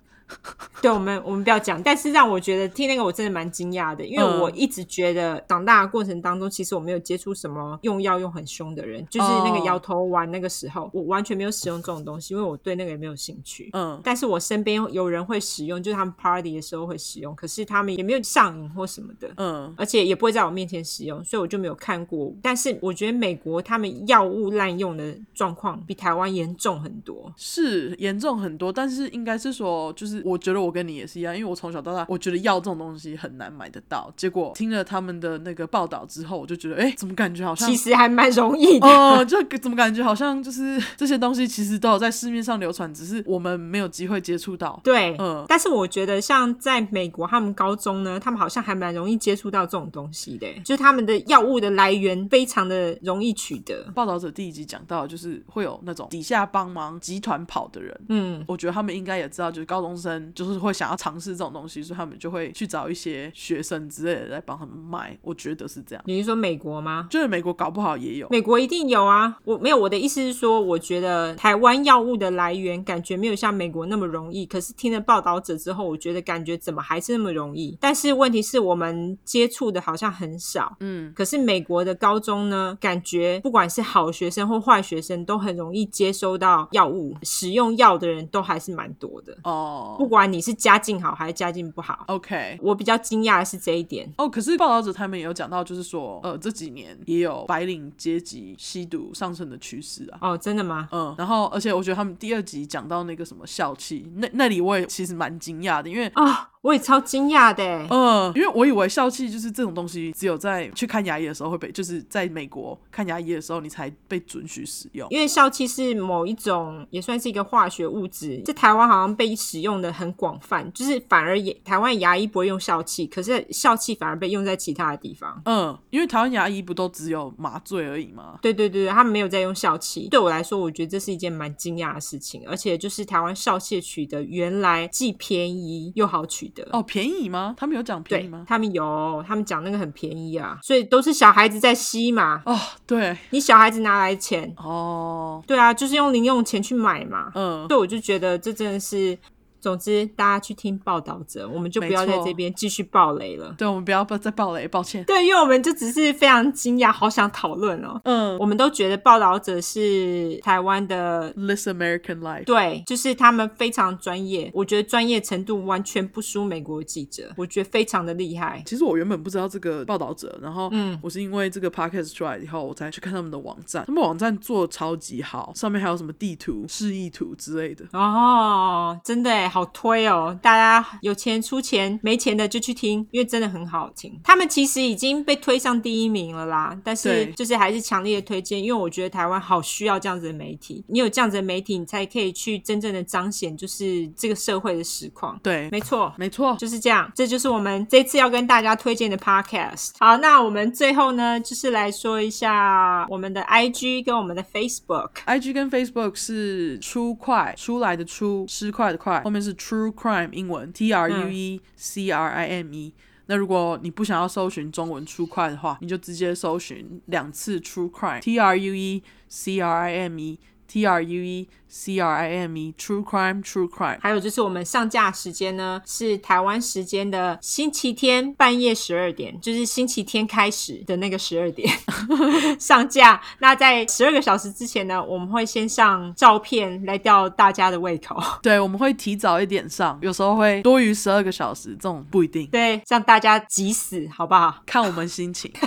Speaker 2: 对我们我们不要讲，但是让我觉得听那个我真的蛮惊讶的，因为
Speaker 1: 嗯
Speaker 2: 我一直觉得长大的过程当中，其实我没有接触什么用药用很凶的人，就是那
Speaker 1: 哦
Speaker 2: 个摇头丸那个时候，我完全没有使用这种东西，因为我对那个也没有兴趣。
Speaker 1: 嗯，
Speaker 2: 但是我身边有人会使用，就是他们 party 的时候会使用，可是他们也没有上瘾或什么的。
Speaker 1: 嗯，
Speaker 2: 而且也不会在我面前使用，所以我就没有看过。但是我觉得美国他们药物滥用的状况比台湾严重很多。
Speaker 1: 是严重很多，但是应该是说，就是我觉得我跟你也是一样，因为我从小到大，我觉得药这种东西很难买得到。结果听了他们的那个报道之后，我就觉得，哎、怎么感觉好像
Speaker 2: 其。实还蛮容易的。
Speaker 1: 哦、就怎么感觉好像就是这些东西其实都有在市面上流传，只是我们没有机会接触到。
Speaker 2: 对，
Speaker 1: 嗯
Speaker 2: 但是我觉得像在美国，他们高中呢，他们好像还蛮容易接触到这种东西的，就是他们的药物的来源非常的容易取得。
Speaker 1: 报道者第一集讲到，就是会有那种底下帮忙集团跑的人，
Speaker 2: 嗯，
Speaker 1: 我觉得他们应该也知道，就是高中生就是会想要尝试这种东西，所以他们就会去找一些学生之类的来帮他们卖。我觉得是这样，
Speaker 2: 你是说美国吗？
Speaker 1: 就是美国搞不好也有。
Speaker 2: 美国一定有啊，我没有我的意思是说，我觉得台湾药物的来源感觉没有像美国那么容易。可是听了报道者之后，我觉得感觉怎么还是那么容易？但是问题是我们接触的好像很少，
Speaker 1: 嗯，
Speaker 2: 可是美国的高中呢，感觉不管是好学生或坏学生，都很容易接收到药物，使用药的人都还是蛮多的，不
Speaker 1: 哦
Speaker 2: 管你是家境好还是家境不好。
Speaker 1: ，OK。
Speaker 2: 我比较惊讶的是这一点，
Speaker 1: 哦，可是报道者他们也有讲到，就是说，呃，这几年也有白领阶级吸毒上升的趋势啊。
Speaker 2: 哦，真的吗？
Speaker 1: 嗯，然后而且我觉得他们第二集讲到那个什么笑气，那那里我也其实蛮惊讶的，因为
Speaker 2: 啊、我也超惊讶的欸。
Speaker 1: 嗯，因为我以为笑气就是这种东西，只有在去看牙医的时候会被，就是在美国看牙医的时候你才被准许使用。
Speaker 2: 因为笑气是某一种，也算是一个化学物质，在台湾好像被使用的很广泛，就是反而也台湾牙医不会用笑气，可是笑气反而被用在其他的地方。
Speaker 1: 嗯，因为台湾牙医不都只有麻醉而已吗？
Speaker 2: 对对对，对他们没有在用笑气。对我来说，我觉得这是一件蛮惊讶的事情，而且就是台湾笑气取得原来既便宜又好取得。
Speaker 1: 哦，便宜吗？他们有讲便宜
Speaker 2: 对
Speaker 1: 吗？
Speaker 2: 他们有，他们讲那个很便宜啊，所以都是小孩子在吸嘛。
Speaker 1: 哦，对，
Speaker 2: 你小孩子拿来钱，
Speaker 1: 哦，
Speaker 2: 对啊，就是用零用钱去买嘛。
Speaker 1: 嗯，
Speaker 2: 对，我就觉得这真的是，总之大家去听报道者，我们就不要
Speaker 1: 没
Speaker 2: 在
Speaker 1: 错
Speaker 2: 这边继续爆雷了。
Speaker 1: 对，我们不要再爆雷，抱歉。
Speaker 2: 对，因为我们就只是非常惊讶，好想讨论哦。
Speaker 1: 嗯
Speaker 2: 我们都觉得报道者是台湾的，
Speaker 1: ，This American Life，
Speaker 2: 对，就是他们非常专业，我觉得专业程度完全不输美国记者，我觉得非常的厉害。
Speaker 1: 其实我原本不知道这个报道者，然后
Speaker 2: 嗯
Speaker 1: 我是因为这个 podcast 出来以后，我才去看他们的网站，他们网站做得超级好，上面还有什么地图、示意图之类的。
Speaker 2: 哦，真的哎，好推哦！大家有钱出钱，没钱的就去听，因为真的很好听。他们其实已经被推上第一名了啦，但是
Speaker 1: 对
Speaker 2: 就是还是强烈的推荐，因为我觉得台湾好需要这样子的媒体。你有这样子的媒体，你才可以去真正的彰显就是这个社会的实况。
Speaker 1: 对，
Speaker 2: 没错。
Speaker 1: 没错，
Speaker 2: 就是这样，这就是我们这次要跟大家推荐的 podcast。好，那我们最后呢，就是来说一下我们的 IG 跟我们的 Facebook。
Speaker 1: IG 跟 Facebook 是出快出来的出吃快的快，后面是 True Crime 英文 T R U E C R I M E。那如果你不想要搜寻中文出快的话，你就直接搜寻两次 True Crime T R U E C R I M E T R U E C R I M E True Crime True Crime。
Speaker 2: 还有就是我们上架时间呢是台湾时间的星期天半夜十二点，就是星期天开始的那个十二点 *laughs* 上架。那在十二个小时之前呢，我们会先上照片来吊大家的胃口，
Speaker 1: 对，我们会提早一点上，有时候会多于十二个小时，这种不一定，
Speaker 2: 对，让大家急死，好不好？
Speaker 1: 看我们心情。 *laughs*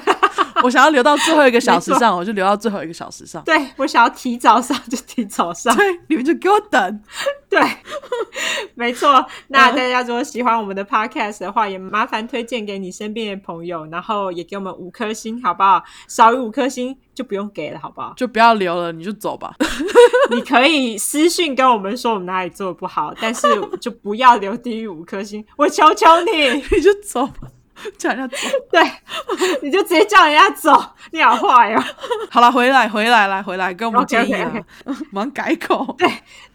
Speaker 1: 我想要留到最后一个小时上，我就留到最后一个小时上。
Speaker 2: 对我想要提早上就提早上，
Speaker 1: 对，你们就给我等。
Speaker 2: *laughs* 对，没错。那大家如果喜欢我们的 podcast 的话，也麻烦推荐给你身边的朋友，然后也给我们五颗星，好不好？少于五颗星就不用给了，好不好？
Speaker 1: 就不要留了，你就走吧。 *laughs*
Speaker 2: 你可以私讯跟我们说我们哪里做的不好，但是就不要留低于五颗星，我求求你。
Speaker 1: 你就走吧，叫人家走。
Speaker 2: 对，你就直接叫人家走，你好坏哦，
Speaker 1: 好了，回来，回来，来，回来，给我们
Speaker 2: OK，OK，
Speaker 1: 建议啊，忙改口。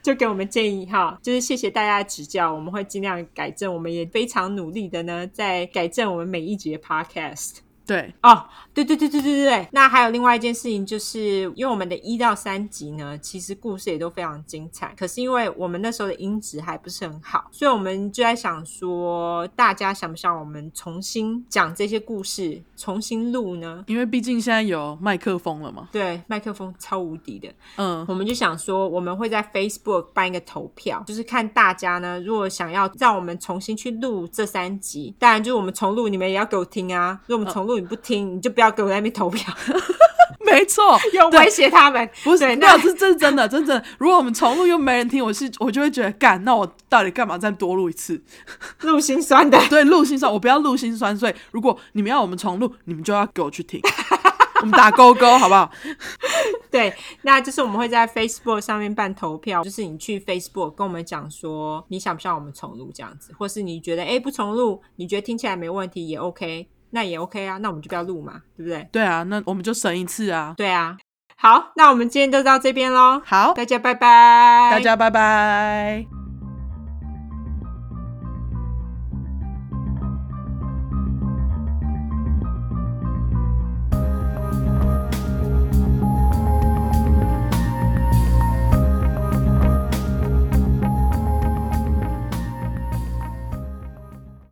Speaker 2: 就给我们建议哈。就是谢谢大家的指教，我们会尽量改正，我们也非常努力的呢，在改正我们每一集的 podcast。
Speaker 1: 对，
Speaker 2: 哦，对对对对对对。那还有另外一件事情，就是因为我们的一到三集呢，其实故事也都非常精彩。可是因为我们那时候的音质还不是很好，所以我们就在想说，大家想不想我们重新讲这些故事，重新录呢？
Speaker 1: 因为毕竟现在有麦克风了嘛。
Speaker 2: 对，麦克风超无敌的。
Speaker 1: 嗯，
Speaker 2: 我们就想说，我们会在 Facebook 办一个投票，就是看大家呢，如果想要让我们重新去录这三集，当然就是我们重录，你们也要给我听啊。如果我们重录你不听，你就不要给我在那边投票，
Speaker 1: 没错， *laughs*
Speaker 2: 要威胁他们。
Speaker 1: 不是，
Speaker 2: 对
Speaker 1: 没有，
Speaker 2: 那
Speaker 1: 这这是真的，真的。如果我们重录又没人听，我是我就会觉得干，那我到底干嘛再多录一次？
Speaker 2: 录心酸的。
Speaker 1: 对，录心酸，我不要录心酸。所以如果你们要我们重录，你们就要给我去听，我们打勾勾，好不好？
Speaker 2: *laughs* 对，那就是我们会在 Facebook 上面办投票，就是你去 Facebook 跟我们讲说你想不想我们重录这样子，或是你觉得哎不重录，你觉得听起来没问题也 OK，那也 OK 啊，那我们就不要录嘛，对不对？
Speaker 1: 对啊，那我们就省一次啊。
Speaker 2: 对啊，好，那我们今天就到这边喽，
Speaker 1: 好，
Speaker 2: 大家拜拜，
Speaker 1: 大家拜拜。